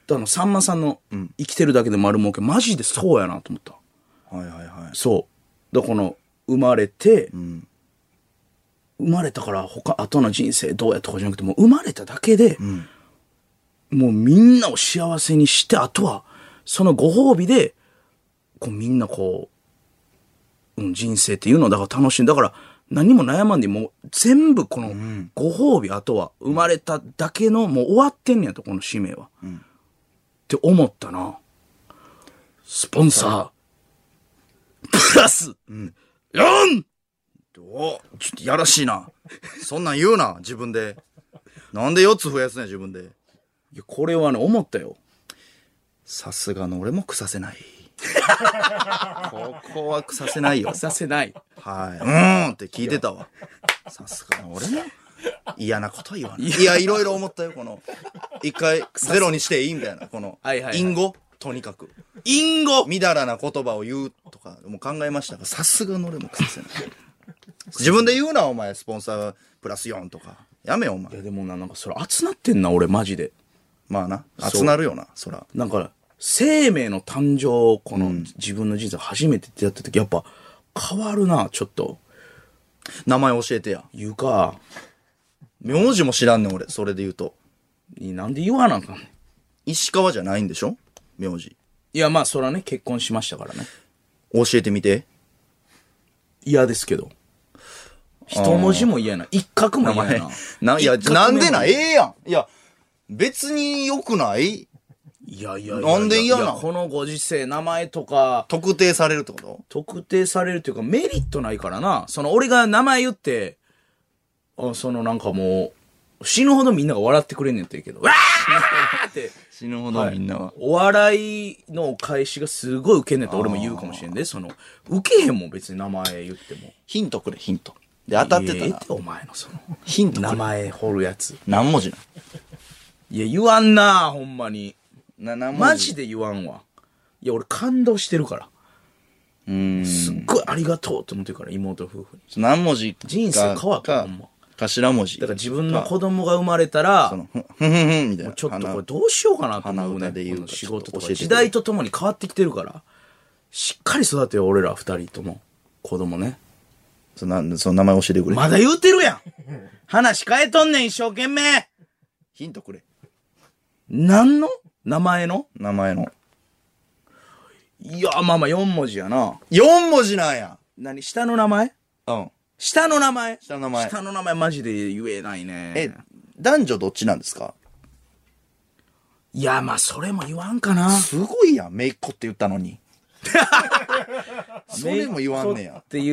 [SPEAKER 2] あの、さんまさんの生きてるだけで丸儲け、マジでそうやなと思った。
[SPEAKER 1] はいはいはい。
[SPEAKER 2] そう。だからこの、生まれて、生まれたから他、後の人生どうやとかじゃなくて、もう生まれただけで、もうみんなを幸せにして、あとは、そのご褒美で、こうみんなこう、うん、人生っていうのをだから楽しんだから、何も悩まんでもう全部このご褒美、あとは生まれただけのもう終わってんねやと、この使命は。って思ったな。スポンサー、プラス、4!
[SPEAKER 1] おちょっとやらしいな。そんなん言うな、自分で。なんで4つ増やすねん、自分で。
[SPEAKER 2] いや、これはね、思ったよ。
[SPEAKER 1] さすがの俺も腐せない。 ここは腐せないよ。
[SPEAKER 2] させない。
[SPEAKER 1] はい。うーんって聞いてたわ。さすがの俺も嫌なことは言わない。いや、いろいろ思ったよ、この。一回ゼロにしていいみたいな、この
[SPEAKER 2] はいはいは。い
[SPEAKER 1] 隠語とにかく。
[SPEAKER 2] インゴ
[SPEAKER 1] みだらな言葉を言うとか、もう考えましたが、さすがの俺も腐せない。自分で言うな、お前、スポンサープラス4とか。やめよ、お
[SPEAKER 2] い
[SPEAKER 1] 前。
[SPEAKER 2] や、でもな、なんかそれ熱なってんな、俺、マジで。
[SPEAKER 1] まあな。
[SPEAKER 2] う
[SPEAKER 1] 熱なるよな、そら。
[SPEAKER 2] なんか、生命の誕生、この、自分の人生初めて出会った時、やっぱ、変わるな、ちょっと。
[SPEAKER 1] 名前教えてや。
[SPEAKER 2] 言うか。
[SPEAKER 1] 名字も知らんねん、俺。それで言うと。
[SPEAKER 2] いなんで言わなあかんねん。
[SPEAKER 1] 石川じゃないんでしょ名字。
[SPEAKER 2] いや、まあ、そらね、結婚しましたからね。
[SPEAKER 1] 教えてみて。
[SPEAKER 2] 嫌ですけど。一文字も嫌やな。一画も嫌やな。
[SPEAKER 1] な、いや、
[SPEAKER 2] 一画目
[SPEAKER 1] なんでな、
[SPEAKER 2] も
[SPEAKER 1] ええやん。いや、別に良くない
[SPEAKER 2] いやいやいやいや
[SPEAKER 1] なんで嫌なん
[SPEAKER 2] いやこのご時世、名前とか、
[SPEAKER 1] 特定されるってこと
[SPEAKER 2] 特定されるというか、メリットないからな。その、俺が名前言って、あその、なんかもう、死ぬほどみんなが笑ってくれんねんって言うけど、わーって、
[SPEAKER 1] 死ぬほどみんなは。
[SPEAKER 2] お笑いの返しがすごい受けんねんって俺も言うかもしれんで、その、受けへんもん、別に名前言っても。
[SPEAKER 1] ヒントくれ、ヒント。で、当たってた
[SPEAKER 2] ええ
[SPEAKER 1] ら
[SPEAKER 2] て、お前のその、
[SPEAKER 1] ヒント
[SPEAKER 2] 名
[SPEAKER 1] くれ。
[SPEAKER 2] 前掘るやつ。
[SPEAKER 1] 何文字
[SPEAKER 2] いや、言わんなほんまに。
[SPEAKER 1] なな、
[SPEAKER 2] マジで言わんわ。いや、俺感動してるから。
[SPEAKER 1] うーん。
[SPEAKER 2] すっごいありがとうって思ってるから、妹夫婦に。
[SPEAKER 1] 何文字か
[SPEAKER 2] 人生変わった
[SPEAKER 1] か
[SPEAKER 2] ほんま
[SPEAKER 1] 頭文字。
[SPEAKER 2] だから自分の子供が生まれたら
[SPEAKER 1] そ、の、ふんふんふんみたいな。
[SPEAKER 2] ちょっとこ
[SPEAKER 1] 花
[SPEAKER 2] れどうしようかなと思う
[SPEAKER 1] 花
[SPEAKER 2] ね
[SPEAKER 1] 歌で言う
[SPEAKER 2] こ
[SPEAKER 1] と
[SPEAKER 2] の仕事と
[SPEAKER 1] ちょっと教え
[SPEAKER 2] か
[SPEAKER 1] てくれ
[SPEAKER 2] 時代とともに変わってきてるからしっかり育てよ俺ら二人とも子供ね
[SPEAKER 1] そのなその名前教えてくれ。
[SPEAKER 2] まだ言うてるや ん話変えとんねん一生懸命
[SPEAKER 1] ヒントくれ。
[SPEAKER 2] 何の名前の
[SPEAKER 1] 名前の。
[SPEAKER 2] いやまあまあ4文字やな
[SPEAKER 1] 4文字なんや。
[SPEAKER 2] 何下の名前
[SPEAKER 1] うん。
[SPEAKER 2] 下の名前
[SPEAKER 1] 下の名前
[SPEAKER 2] 下の名前マジで言えないね
[SPEAKER 1] え、男女どっちなんですか
[SPEAKER 2] いやまあそれも言わんかな
[SPEAKER 1] すごいやん、めいっ子って言ったの に。それも言わんね
[SPEAKER 2] 姪っ
[SPEAKER 1] や。
[SPEAKER 2] 子ってい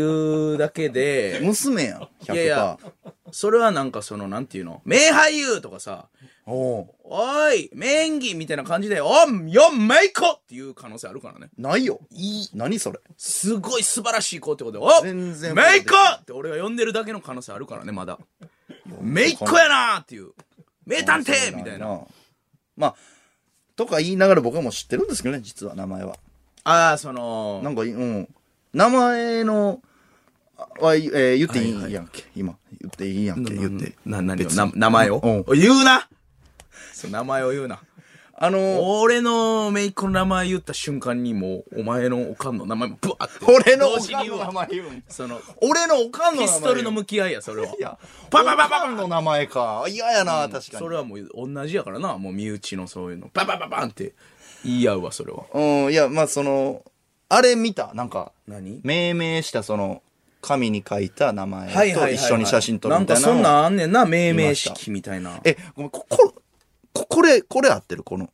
[SPEAKER 2] うだけで
[SPEAKER 1] 娘やん、100%。
[SPEAKER 2] いやいやそれはなんかその、なんていうの名俳優とかさ、
[SPEAKER 1] おう
[SPEAKER 2] おい、名演技みたいな感じで、おんよんめいこっていう可能性あるからね。
[SPEAKER 1] ないよ。いい。何それ。
[SPEAKER 2] すごい素晴らしい子ってことで、お
[SPEAKER 1] 全然
[SPEAKER 2] めいこって俺が呼んでるだけの可能性あるからね、まだ。めいっ子やなーっていう。名探偵みたいな。。
[SPEAKER 1] まあ、とか言いながら僕はもう知ってるんですけどね、実は名前は。
[SPEAKER 2] ああ、そ
[SPEAKER 1] な
[SPEAKER 2] の、
[SPEAKER 1] んかい、うん。名前の、あは、えー言っていいやんけ、今。言っていいやんけ、言って。
[SPEAKER 2] な、な、何をな名前を
[SPEAKER 1] う
[SPEAKER 2] 言うなそう名前を言うな。
[SPEAKER 1] あのー、
[SPEAKER 2] 俺のめいっ子の名前言った瞬間にもう、お前のおかんの名前もブワーって。
[SPEAKER 1] 俺のお
[SPEAKER 2] 同時
[SPEAKER 1] か
[SPEAKER 2] に
[SPEAKER 1] ん
[SPEAKER 2] 言う
[SPEAKER 1] の名
[SPEAKER 2] わ。
[SPEAKER 1] 前言うん
[SPEAKER 2] その、
[SPEAKER 1] 俺のおかんの名前言う
[SPEAKER 2] ピストルの向き合いや、それは。
[SPEAKER 1] いや、
[SPEAKER 2] パパパパ
[SPEAKER 1] パンの名前か。嫌やな、確かに
[SPEAKER 2] そ。れはもう同じやからな、もう身内のそういうの。ババババンって言い合うわ、それは。
[SPEAKER 1] うん、いや、まあその、あれ見たなんか、
[SPEAKER 2] 何
[SPEAKER 1] 命名したその、紙に書いた名前と一緒に写真撮るみたいな
[SPEAKER 2] なんかそ
[SPEAKER 1] の
[SPEAKER 2] ん
[SPEAKER 1] を。
[SPEAKER 2] なんあんねんな、命
[SPEAKER 1] 見
[SPEAKER 2] 名
[SPEAKER 1] ました
[SPEAKER 2] 式みたいな。
[SPEAKER 1] え、ごめん、こ、こ、ここれ、これ合ってるこの、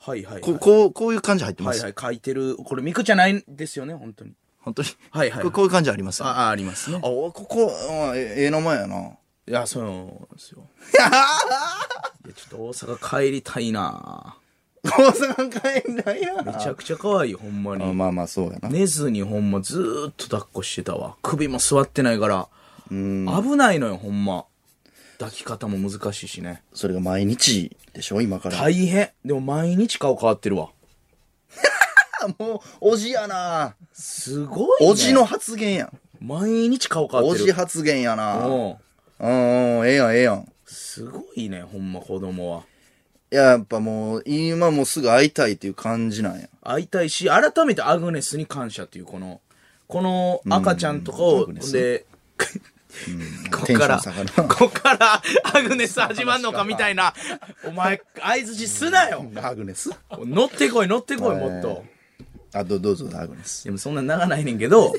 [SPEAKER 2] はいはい、はい。
[SPEAKER 1] こ、こう、こういう感じ入ってま
[SPEAKER 2] はい
[SPEAKER 1] す。
[SPEAKER 2] はい、書いてる。これ、ミクじゃないんですよね、本当に。
[SPEAKER 1] 本当に。
[SPEAKER 2] はいはいはい
[SPEAKER 1] ここういう感じあります。あ、
[SPEAKER 2] あ、あありますね。
[SPEAKER 1] おここ、うんえええ名前や な。
[SPEAKER 2] いや、そうなんですよ。いや、ちょっと大阪帰りたいな
[SPEAKER 1] 大阪帰んだや。
[SPEAKER 2] めちゃくちゃ可愛い、ほんま
[SPEAKER 1] あ
[SPEAKER 2] に。
[SPEAKER 1] まあまあ、そうやな。
[SPEAKER 2] 寝ずにほんまずーっと抱っこしてたわ。首も座ってないから。危ないのよ、ほんま。抱き方も難しいしね。
[SPEAKER 1] それが毎日でしょ今から。
[SPEAKER 2] 大変でも毎日顔変わってるわ
[SPEAKER 1] もう、おじやな。
[SPEAKER 2] すごい、ね、
[SPEAKER 1] おじの発言やん。
[SPEAKER 2] 毎日顔変わっ
[SPEAKER 1] お
[SPEAKER 2] てる
[SPEAKER 1] じ発言やな。
[SPEAKER 2] うん
[SPEAKER 1] うんうん、ええやん、ええやん。
[SPEAKER 2] すごいねほんま子供はい
[SPEAKER 1] や、やっぱもう、今もうすぐ会いたいっていう感じなんや。
[SPEAKER 2] 会いたいし改めてアグネスに感謝っていうこのこの赤ちゃんとか
[SPEAKER 1] うんア
[SPEAKER 2] を
[SPEAKER 1] グネス
[SPEAKER 2] でこ
[SPEAKER 1] テンシ
[SPEAKER 2] っ
[SPEAKER 1] ョ
[SPEAKER 2] か
[SPEAKER 1] ン
[SPEAKER 2] ら
[SPEAKER 1] 下がるな
[SPEAKER 2] こっからアグネス始まんのかみたいなお前相づちすなよ
[SPEAKER 1] アグネス
[SPEAKER 2] 乗ってこい乗ってこいもっと
[SPEAKER 1] あ、どどうぞ、アグネス。
[SPEAKER 2] でもそんな長ないねんけど、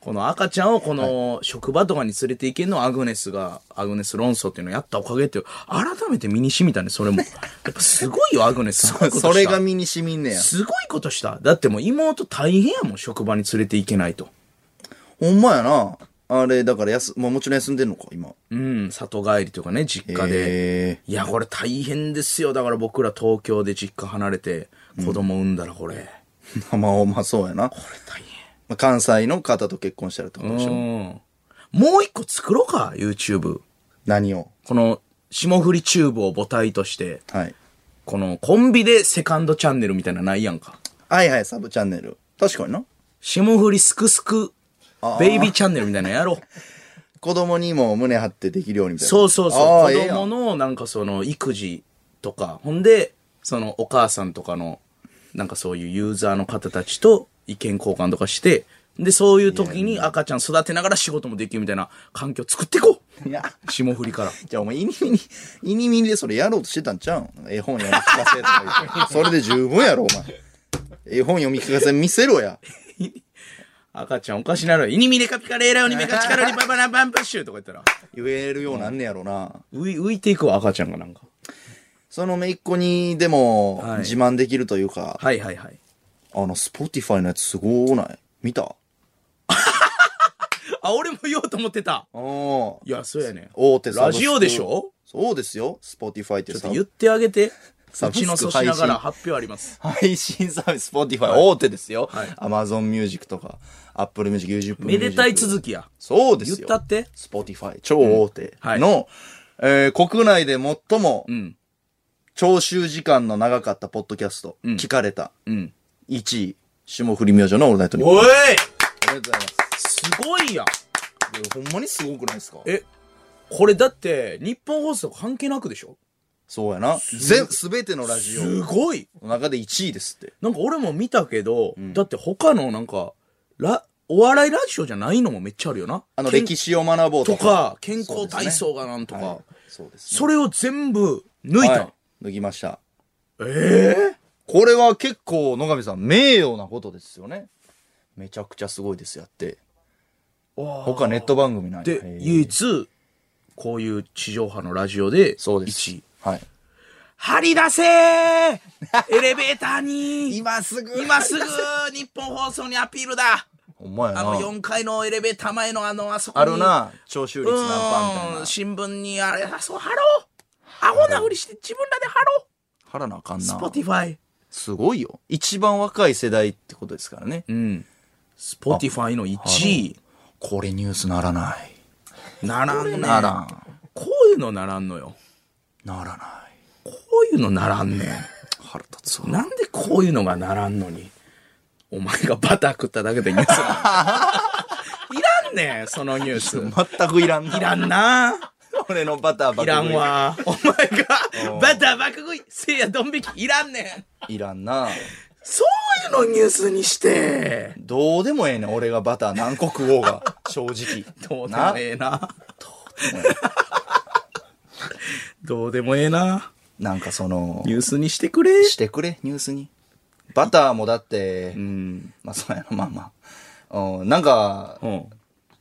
[SPEAKER 2] この赤ちゃんをこの職場とかに連れて行けんのはアグネスが、アグネス論争っていうのをやったおかげって、改めて身に染みたね、それも。やっぱすごいよ、アグネス。すごいことした
[SPEAKER 1] それが身に染みんねや。
[SPEAKER 2] すごいことした。だってもう妹大変やもん、職場に連れて行けないと。
[SPEAKER 1] ほんまやな。あれ、だからやす、まあ、もちろん休んでんのか、今。
[SPEAKER 2] うん、里帰りとかね、実家で。
[SPEAKER 1] え
[SPEAKER 2] いや、これ大変ですよ。だから僕ら東京で実家離れて、子供産んだらこれ。こ
[SPEAKER 1] えまあ、まあ、そうやな。
[SPEAKER 2] れ大変。
[SPEAKER 1] まあ、関西の方と結婚したらってことでし
[SPEAKER 2] う
[SPEAKER 1] ょ。
[SPEAKER 2] ん。もう一個作ろうか、YouTube。
[SPEAKER 1] 何を。
[SPEAKER 2] この、霜降りチューブを母体として、
[SPEAKER 1] はい。
[SPEAKER 2] このコンビでセカンドチャンネルみたいなのないやんか。
[SPEAKER 1] はいはい、サブチャンネル。確かにな。
[SPEAKER 2] 霜降りすくすく
[SPEAKER 1] あー、
[SPEAKER 2] ベイビーチャンネルみたいなのやろう。
[SPEAKER 1] 子供にも胸張ってできるようにみたいな。
[SPEAKER 2] そうそう
[SPEAKER 1] あ
[SPEAKER 2] そう。
[SPEAKER 1] あえ
[SPEAKER 2] 子
[SPEAKER 1] えや
[SPEAKER 2] 供
[SPEAKER 1] ん
[SPEAKER 2] のなんかその育児とか、ほんで、そのお母さんとかの、なんかそういうユーザーの方たちと意見交換とかして、で、そういう時に赤ちゃん育てながら仕事もできるみたいな環境作っていこ
[SPEAKER 1] いや。
[SPEAKER 2] う霜降りから。
[SPEAKER 1] じゃあお前、イニミニ、イニミニでそれやろうとしてたんちゃうん絵本読み聞かせとか 言って。それで十分やろ、お前。絵本読み聞かせ見せろや。
[SPEAKER 2] 赤ちゃんおかしなる。イニミレカピカレーラオニメカチカロリババナバンプッシュとか言ったら、
[SPEAKER 1] 言えるようになんねやろな。
[SPEAKER 2] 浮い浮いていくわ、赤ちゃんがなんか。
[SPEAKER 1] そのめいっ子にでも
[SPEAKER 2] はい
[SPEAKER 1] 自慢できるというか、
[SPEAKER 2] はいはいはい。
[SPEAKER 1] あの、スポティファイのやつすごない見た
[SPEAKER 2] あ、俺も言おうと思ってた。
[SPEAKER 1] ああ。
[SPEAKER 2] いや、そうやねん。
[SPEAKER 1] 大手サブスク
[SPEAKER 2] ラジオでしょ
[SPEAKER 1] そうですよ。スポティファイって
[SPEAKER 2] ちょっ
[SPEAKER 1] さ
[SPEAKER 2] と言ってあげて。
[SPEAKER 1] サ
[SPEAKER 2] う
[SPEAKER 1] ブスク
[SPEAKER 2] ちの粗品から発表あります。
[SPEAKER 1] 配信サービス、スポティファイ大手ですよ。
[SPEAKER 2] はい
[SPEAKER 1] アマゾンミュージックとか、アップルミュージック、YouTube ミュー
[SPEAKER 2] め
[SPEAKER 1] ジッ
[SPEAKER 2] で
[SPEAKER 1] ク。
[SPEAKER 2] たい続きや。
[SPEAKER 1] そうですよ。
[SPEAKER 2] 言ったって。
[SPEAKER 1] スポティファイ、超大手
[SPEAKER 2] はい
[SPEAKER 1] の、えー国内で最も
[SPEAKER 2] うん。
[SPEAKER 1] 聴取時間の長かったポッドキャスト、聞かれた、
[SPEAKER 2] うん。
[SPEAKER 1] 1位、霜降り明星のオールナイトニッポン。
[SPEAKER 2] お
[SPEAKER 1] あ
[SPEAKER 2] い
[SPEAKER 1] りがとうござい
[SPEAKER 2] すごいやん。
[SPEAKER 1] ます。ほんまにすごくないですか
[SPEAKER 2] え、これだって、日本放送関係なくでしょ
[SPEAKER 1] そうやな。全、すべてのラジオ
[SPEAKER 2] すごい
[SPEAKER 1] の中で1位ですって。
[SPEAKER 2] なんか俺も見たけど、だって他のなんか、ラ、お笑いラジオじゃないのもめっちゃあるよな。
[SPEAKER 1] あの、
[SPEAKER 2] けん
[SPEAKER 1] 歴史を学ぼう
[SPEAKER 2] と
[SPEAKER 1] とか。
[SPEAKER 2] か、健康体操がなんとか。そ,、
[SPEAKER 1] はいそうですね。
[SPEAKER 2] れを全部抜いたん、
[SPEAKER 1] はい脱ぎました。
[SPEAKER 2] ええ
[SPEAKER 1] これは結構、野上さん、名誉なことですよね。めちゃくちゃすごいです、やって。他ネット番組ない。へ
[SPEAKER 2] で
[SPEAKER 1] ー、
[SPEAKER 2] 唯一、こういう地上波のラジオで、
[SPEAKER 1] そうです。
[SPEAKER 2] 1位。
[SPEAKER 1] はい。
[SPEAKER 2] 張り出せ ーエレベーターに
[SPEAKER 1] 今すぐ
[SPEAKER 2] 今すぐ日本放送にアピールだ
[SPEAKER 1] ほんまやな。
[SPEAKER 2] あの4階のエレベーター前のあのあそこに。
[SPEAKER 1] あるな、聴取率何パーみたいうなん
[SPEAKER 2] 新聞にあれあそう貼ろうアホなふりして自分らで貼ろ
[SPEAKER 1] 腹なあかん
[SPEAKER 2] う
[SPEAKER 1] な
[SPEAKER 2] ス。ポティファイ
[SPEAKER 1] すごいよ。一番若い世代ってことですからね。
[SPEAKER 2] うんスポティファイの1位
[SPEAKER 1] これニュースならない。
[SPEAKER 2] ならんね
[SPEAKER 1] ならん。
[SPEAKER 2] こういうのならんのよ
[SPEAKER 1] ならない。
[SPEAKER 2] こういうのならんね
[SPEAKER 1] 腹立つ
[SPEAKER 2] んなんでこういうのがならんのにお前がバター食っただけでニュ ースなのいらんねんそのニュースい
[SPEAKER 1] 全くいらんな。
[SPEAKER 2] らんな
[SPEAKER 1] 俺のバターば
[SPEAKER 2] いらん。わお前がバター爆食いせいやドン引きいらんねん
[SPEAKER 1] いらんな。
[SPEAKER 2] そういうのニュースにして
[SPEAKER 1] どうでもええねん、俺がバター何個食おうが。正直。
[SPEAKER 2] どうでもええな。どうでもええな。
[SPEAKER 1] ななんかその、
[SPEAKER 2] ニュースにしてくれ。
[SPEAKER 1] してくれ、ニュースに。バターもだって、
[SPEAKER 2] うん。
[SPEAKER 1] まあそうやな、まあまあ。うん、なんか、
[SPEAKER 2] うん。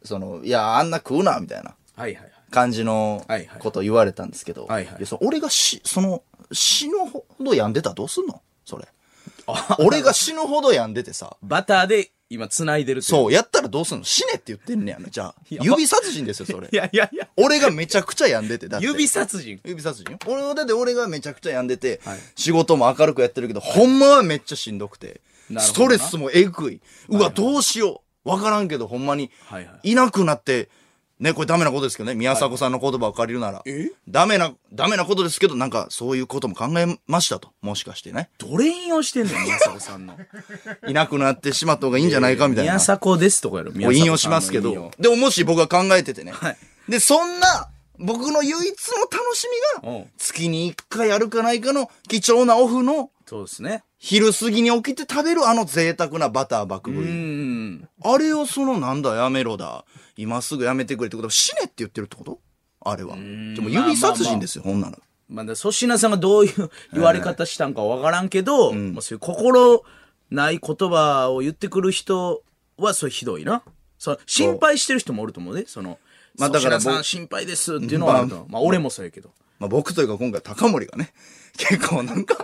[SPEAKER 1] その、いや、あんな食うな、みたいな。
[SPEAKER 2] はいはいはい。
[SPEAKER 1] 感じの
[SPEAKER 2] はいはい
[SPEAKER 1] ことを言われたんですけど、
[SPEAKER 2] はいはい
[SPEAKER 1] やその俺がし、その、死ぬほど病んでたらどうすんのそれ。俺が死ぬほど病んでてさ、
[SPEAKER 2] バターで今繋いでるってい
[SPEAKER 1] そう、やったらどうすんの死ねって言ってんねやな、じゃあ。指殺人ですよ、それ
[SPEAKER 2] い。やいやいや。
[SPEAKER 1] 俺がめちゃくちゃ病んでて、だって。
[SPEAKER 2] 指殺人。
[SPEAKER 1] 指殺人よ俺はだって俺がめちゃくちゃ病んでて、
[SPEAKER 2] はい
[SPEAKER 1] 仕事も明るくやってるけど、ほんまはめっちゃしんどくて、
[SPEAKER 2] なる
[SPEAKER 1] ス
[SPEAKER 2] ほど
[SPEAKER 1] トレ
[SPEAKER 2] な
[SPEAKER 1] スもえぐい。うわ、どうしよう。わからんけど、ほんまに
[SPEAKER 2] はいは、
[SPEAKER 1] いなくなって、ね、これダメなことですけどね、宮迫さんの言葉を借りるなら、
[SPEAKER 2] え
[SPEAKER 1] ダメな、ダメなことですけど、なんかそういうことも考えましたと。もしかしてね。
[SPEAKER 2] どれ引用し てんの宮迫さんの。
[SPEAKER 1] いなくなってしまった方がいいんじゃないかみたいな。
[SPEAKER 2] 宮迫ですとかやろ。
[SPEAKER 1] を引用しますけ
[SPEAKER 2] 宮
[SPEAKER 1] ど
[SPEAKER 2] 迫さんの引、
[SPEAKER 1] でももし僕が考えててね。
[SPEAKER 2] はい
[SPEAKER 1] で、そんな、僕の唯一の楽しみ
[SPEAKER 2] う
[SPEAKER 1] が
[SPEAKER 2] ん、
[SPEAKER 1] 月に一回あるかないかの貴重なオフの
[SPEAKER 2] 用そうですね。
[SPEAKER 1] 昼過ぎに起きて食べるあの贅沢なバター爆食
[SPEAKER 2] う
[SPEAKER 1] い。
[SPEAKER 2] ん。
[SPEAKER 1] あれをそのなんだやめろだ。今すぐやめてくれってことは死ねって言ってるってことあれは。でも指殺人ですよ、ほんなの。
[SPEAKER 2] まあだ、粗品さんがどういう言われ方したんかわからんけど、まあそういう心ない言葉を言ってくる人は、それひどいな。その心配してる人もおると思うね。その、
[SPEAKER 1] まあ
[SPEAKER 2] 粗
[SPEAKER 1] だから
[SPEAKER 2] 品
[SPEAKER 1] 僕
[SPEAKER 2] さん心配ですっていうのはあると思う。まあ、俺もそうやけど。
[SPEAKER 1] まあ僕というか今回高森がね、結構なんか、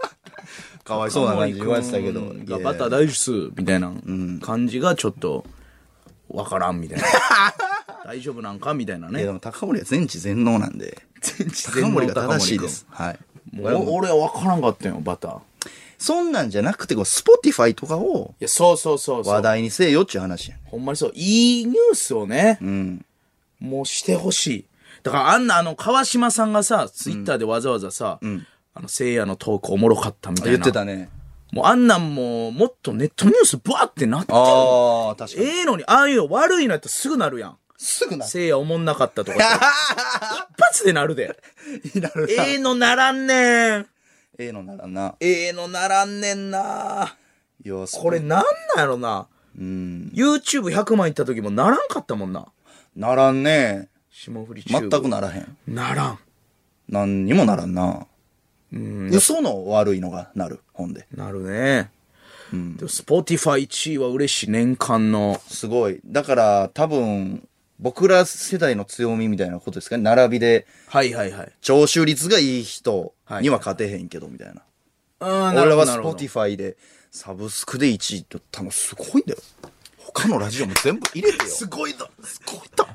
[SPEAKER 1] かわいそうな感じで言われてたけど。
[SPEAKER 2] がバター大好きみたいな感じがちょっと、わからんみたい な。大丈夫なんかみたいない
[SPEAKER 1] や
[SPEAKER 2] ね。
[SPEAKER 1] でも高森は全知全能なんで。
[SPEAKER 2] 全知
[SPEAKER 1] 高森が正しいです。。はい。
[SPEAKER 2] もう俺はわからんかったよ、バター。い
[SPEAKER 1] そんなんじゃなくて、スポティファイとかを
[SPEAKER 2] や、そうそうそうそう
[SPEAKER 1] 話。題にせえよっていう話やね
[SPEAKER 2] ほんまにそう。いいニュースをね。もうしてほしい。だからあんな、あの、川島さんがさ、ツイッターでわざわざさ、あの、聖夜のトークおもろかったみたいな。
[SPEAKER 1] 言ってたね。
[SPEAKER 2] もうあんなんもう、もっとネットニュースバーってなってる
[SPEAKER 1] ああ、確かに。
[SPEAKER 2] ええのに、ああいうの悪いのやったらすぐなるやん。
[SPEAKER 1] すぐな。
[SPEAKER 2] 聖夜おもんなかったとか。一発でなるで。
[SPEAKER 1] なるな
[SPEAKER 2] ええのならんねん。
[SPEAKER 1] ええのならな。
[SPEAKER 2] ええのならんねんな。
[SPEAKER 1] いや、そ
[SPEAKER 2] これなんなんやろな。 YouTube100 万いった時もならんかったもんな。
[SPEAKER 1] ならんね。
[SPEAKER 2] 霜降りチュー
[SPEAKER 1] 全
[SPEAKER 2] ブ
[SPEAKER 1] くならへん。
[SPEAKER 2] ならん。
[SPEAKER 1] 何にもならんな。嘘の悪いのがなる、ほんで。
[SPEAKER 2] なるね。でも、スポティファイ1位は嬉しい、年間の。
[SPEAKER 1] すごい。だから、多分、僕ら世代の強みみたいなことですかね。並びで、
[SPEAKER 2] はいはいはい。
[SPEAKER 1] 聴取率がいい人には勝てへんけど、みたいな。
[SPEAKER 2] あ
[SPEAKER 1] 俺らは
[SPEAKER 2] ィ
[SPEAKER 1] Spotify で、サブスクで1位って言ったのすごいんだよ。他のラジオも全部入れてよ。すごいだ、すごいだ。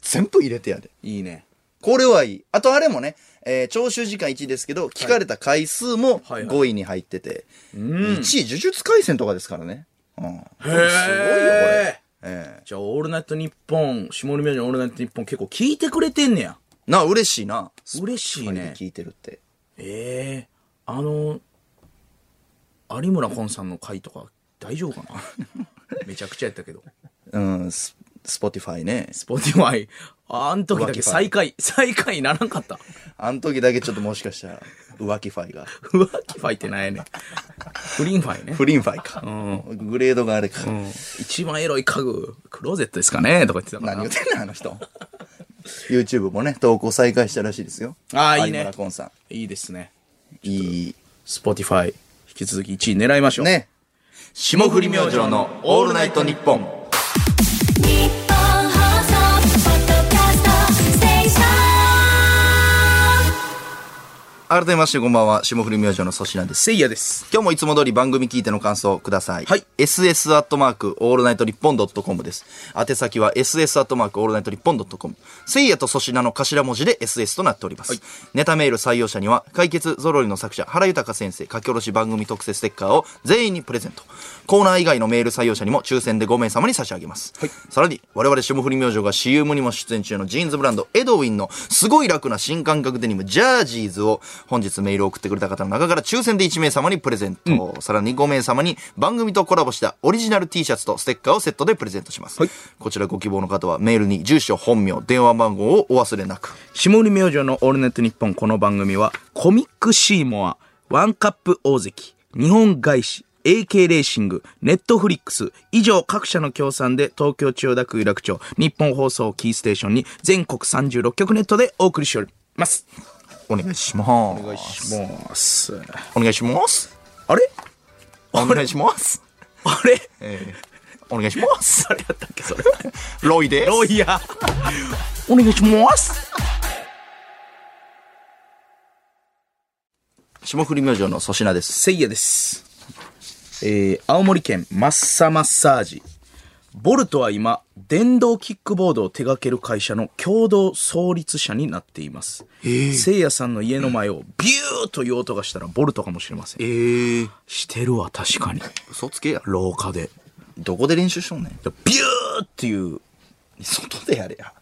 [SPEAKER 1] 全部入れてやで。
[SPEAKER 2] いいね。
[SPEAKER 1] これはいい。あとあれもね、えー聴取時間1位ですけど、聞かれた回数も
[SPEAKER 2] はいはい
[SPEAKER 1] 5位に入ってて、1位呪術回戦とかですからね。うん。すごいよ、これ。
[SPEAKER 2] え。
[SPEAKER 1] え
[SPEAKER 2] じゃあ、オールナイトニッポン、下り明星のオールナイトニッポン結構聞いてくれてんねや。
[SPEAKER 1] えな、嬉しいな。
[SPEAKER 2] 嬉しい
[SPEAKER 1] Spotify で
[SPEAKER 2] ね
[SPEAKER 1] 聞いてるって。
[SPEAKER 2] ええあの、有村昆さんの回とか大丈 夫かなめちゃくちゃやったけど。
[SPEAKER 1] うん、ス Spotify ね。
[SPEAKER 2] スポティファイ、あん時だ
[SPEAKER 1] 浮気
[SPEAKER 2] け
[SPEAKER 1] ファイ
[SPEAKER 2] 最下位、最下位にならんかった。
[SPEAKER 1] あの時だけちょっともしかしたら、浮気ファイが。
[SPEAKER 2] 浮気ファイってなんやねん。不倫ファイね。
[SPEAKER 1] 不倫ファイか。グレードがあれか。
[SPEAKER 2] 一番エロい家具、クローゼットですかねとか言ってたから
[SPEAKER 1] 何
[SPEAKER 2] な
[SPEAKER 1] 言ってんのあの人。YouTube もね、投稿再開したらしいですよ。
[SPEAKER 2] あーいいね
[SPEAKER 1] 有村昆さ
[SPEAKER 2] いいですね。
[SPEAKER 1] ん。いい。
[SPEAKER 2] スポティファイ、引き続き1位狙いましょう。。
[SPEAKER 1] ね。
[SPEAKER 2] 霜降り明星のオールナイトニッポン。
[SPEAKER 3] 日本放送ポッドキャストステーション
[SPEAKER 1] 改めましてこんばんは、霜降り明星の粗品です。
[SPEAKER 2] せいやです。
[SPEAKER 1] 今日もいつも通り番組聞いての感想をください。
[SPEAKER 2] はい
[SPEAKER 1] ss アットマークオールナイトリッポンドットコムです。宛先は ss アットマークオールナイトリッポンドットコム。せいやと粗品の頭文字で ss となっております。ネタメール採用者には、解決ぞろりの作者、原豊先生書き下ろし番組特設ステッカーを全員にプレゼント。コーナー以外のメール採用者にも抽選で5名様に差し上げます。さらに、我々霜降り明星が CM にも出演中のジーンズブランド、エドウィンのすごい楽な新感覚デニム、ジャージーズを本日メールを送ってくれた方の中から抽選で1名様にプレゼント。さらに5名様に番組とコラボしたオリジナル T シャツとステッカーをセットでプレゼントします。
[SPEAKER 2] はい
[SPEAKER 1] こちらご希望の方はメールに住所、本名、電話番号をお忘れなく。
[SPEAKER 2] 霜降り明星のオールネットニッポンこの番組は、コミックシーモア、ワンカップ大関、日本外資、AK レーシング、ネットフリックス、以上各社の協賛で東京千代田区有楽町、日本放送をキーステーションに全国36局ネットでお送りしております。
[SPEAKER 1] お願いします。お願い
[SPEAKER 2] します。
[SPEAKER 1] ます。
[SPEAKER 2] あれ
[SPEAKER 1] お願いします。
[SPEAKER 2] あれ
[SPEAKER 1] えーお願いします。
[SPEAKER 2] 誰やったっけそれ。
[SPEAKER 1] ロイです。
[SPEAKER 2] ロイヤー。お願いします。
[SPEAKER 1] 霜降り明星の粗品です。
[SPEAKER 2] せいやです。えー、青森県マッサマッサージ。ボルトは今、電動キックボードを手掛ける会社の共同創立者になっています。せいやさんの家の前をビューという音がしたらボルトかもしれません。
[SPEAKER 1] ええ
[SPEAKER 2] してるわ、確かに。
[SPEAKER 1] 嘘つけやろ。
[SPEAKER 2] 廊下で。
[SPEAKER 1] どこで練習しとんねん。
[SPEAKER 2] ビューっていう、
[SPEAKER 1] 外でやれや。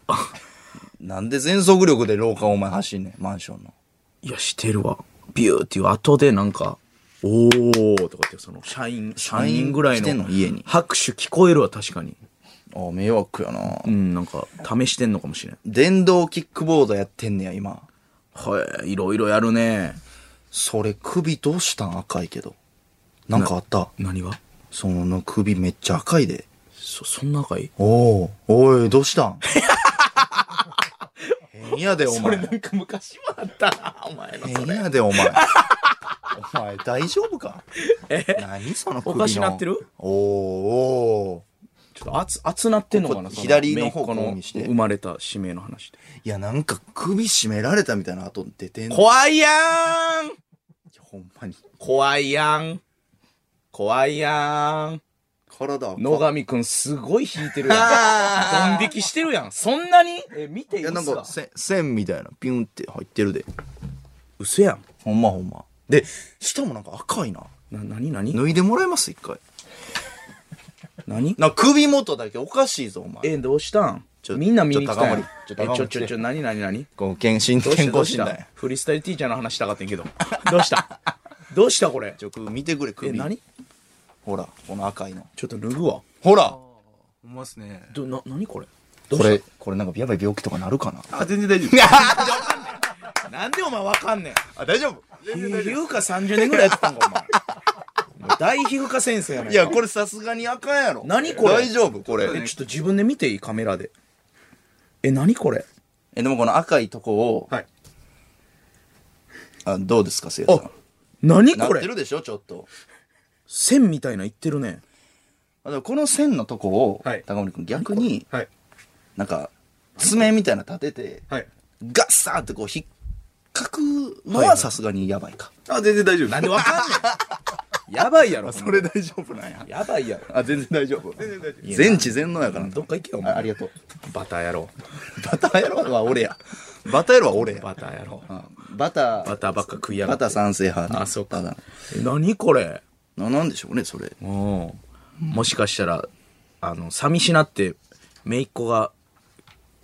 [SPEAKER 1] なんで全速力で廊下をお前走んねん、マンションの。
[SPEAKER 2] いや、してるわ。ビューっていう後でなんか、おーとかって、その、社員、社員ぐらい
[SPEAKER 1] 来てんの
[SPEAKER 2] の
[SPEAKER 1] 家に
[SPEAKER 2] 拍手聞こえるわ、確かに。
[SPEAKER 1] ああ、迷惑やな、
[SPEAKER 2] うん、なんか、試してんのかもしれん。
[SPEAKER 1] 電動キックボードやってんねや、今。
[SPEAKER 2] はい、いろいろやるね。
[SPEAKER 1] それ首どうしたん赤いけど。なんかあった
[SPEAKER 2] 何が
[SPEAKER 1] その首めっちゃ赤いで。
[SPEAKER 2] そ、そんなかい
[SPEAKER 1] おお、おい、どうしたん変やで、お前。
[SPEAKER 2] んか昔もあったな、お前の
[SPEAKER 1] 変やで、お前。お前、大丈夫か何その首の
[SPEAKER 2] おかしなってる
[SPEAKER 1] おーおー
[SPEAKER 2] ちょっと熱、熱なってんのか
[SPEAKER 1] こ
[SPEAKER 2] な、
[SPEAKER 1] こ
[SPEAKER 2] その
[SPEAKER 1] 左の
[SPEAKER 2] 姪
[SPEAKER 1] 方
[SPEAKER 2] っ子
[SPEAKER 1] こう
[SPEAKER 2] の
[SPEAKER 1] 見して
[SPEAKER 2] 生まれた使命の話で。
[SPEAKER 1] いや、なんか首絞められたみたいな後出てんの
[SPEAKER 2] 怖いやん
[SPEAKER 1] ほんまに。
[SPEAKER 2] 怖いやん怖いやん
[SPEAKER 1] 体赤
[SPEAKER 2] 野上くんすごい引いてるやん。ドン引きしてるやん。そんなにえ、見てい
[SPEAKER 1] い
[SPEAKER 2] いっ
[SPEAKER 1] や、なん
[SPEAKER 2] すか
[SPEAKER 1] か、せ線みたいな、ピュンって入ってるで。
[SPEAKER 2] 嘘やん。
[SPEAKER 1] ほんまほんま。で、下もなんか赤いな。
[SPEAKER 2] な、なになに
[SPEAKER 1] 脱いでもらえます一回。
[SPEAKER 2] 何
[SPEAKER 1] な、首元だけおかしいぞ、お前。
[SPEAKER 2] え、どうしたん
[SPEAKER 1] ちょ
[SPEAKER 2] みんな見に来たやんえ
[SPEAKER 1] ち
[SPEAKER 2] ち
[SPEAKER 1] ょ高森ちょ
[SPEAKER 2] ょ、ちょ、
[SPEAKER 1] 高森来て
[SPEAKER 2] ちょ、なになになに
[SPEAKER 1] こう、健診、
[SPEAKER 2] どうし
[SPEAKER 1] 健
[SPEAKER 2] たどう
[SPEAKER 1] 康
[SPEAKER 2] し
[SPEAKER 1] 診断
[SPEAKER 2] た
[SPEAKER 1] や。
[SPEAKER 2] フリースタイルティーチャーの話したかったんや けど。どうしたどうしたこれ
[SPEAKER 1] ちょ、首見てくれ、首。
[SPEAKER 2] え、何
[SPEAKER 1] ほら、この赤いの。
[SPEAKER 2] ちょっと脱ぐわ。
[SPEAKER 1] ほら
[SPEAKER 4] ほんまっすね。
[SPEAKER 2] ど、な、何これどう
[SPEAKER 1] こ
[SPEAKER 2] した
[SPEAKER 1] れ、これなんかやばい病気とかなるかな
[SPEAKER 4] あ、全然大丈夫。
[SPEAKER 2] なんでお前わかんねん。
[SPEAKER 1] あ、大丈夫
[SPEAKER 2] ゆうか30年ぐらいやってたんか、お大皮膚科先生やない
[SPEAKER 1] いや、これさすがにあかんやろ。
[SPEAKER 2] 何これ
[SPEAKER 1] 大丈夫これ。
[SPEAKER 2] えちょっと自分で見ていいカメラでえ何これ
[SPEAKER 1] え、でもこの赤いとこを、
[SPEAKER 4] はい。
[SPEAKER 1] あどうですか、せいやさん。
[SPEAKER 2] 何
[SPEAKER 1] なっ
[SPEAKER 2] こ
[SPEAKER 1] て
[SPEAKER 2] れ
[SPEAKER 1] るでしょ、ちょっと。
[SPEAKER 2] 線みたいないってるね
[SPEAKER 1] あでもこの線のとこを、
[SPEAKER 4] はい
[SPEAKER 1] 高森君逆に、
[SPEAKER 4] はい。
[SPEAKER 1] なんか、爪みたいなの立てて、
[SPEAKER 4] はい。
[SPEAKER 1] ガッサーってこう引っかくのはさすがにやばいか。
[SPEAKER 4] あ、全然大丈夫。
[SPEAKER 2] なんでわかんねんやばいやろ そ
[SPEAKER 1] れ大丈夫なんや。
[SPEAKER 2] やばいやろ
[SPEAKER 1] あ、全然大丈夫。全
[SPEAKER 4] 然大丈
[SPEAKER 1] 夫。全知全能やからな
[SPEAKER 2] どっか行けよお前
[SPEAKER 1] あありがとう。
[SPEAKER 2] バターやろ
[SPEAKER 1] バター野郎は俺や。バター野郎は俺や。
[SPEAKER 2] バターやろ
[SPEAKER 1] うんバター、
[SPEAKER 2] バターばっか食いやが
[SPEAKER 1] バ
[SPEAKER 2] って
[SPEAKER 1] ター賛成派ね。
[SPEAKER 2] あそうか
[SPEAKER 1] ただ
[SPEAKER 2] え何これ
[SPEAKER 1] ななんでしょうね、それ。
[SPEAKER 2] うんもしかしたらあの寂しなって姪っ子が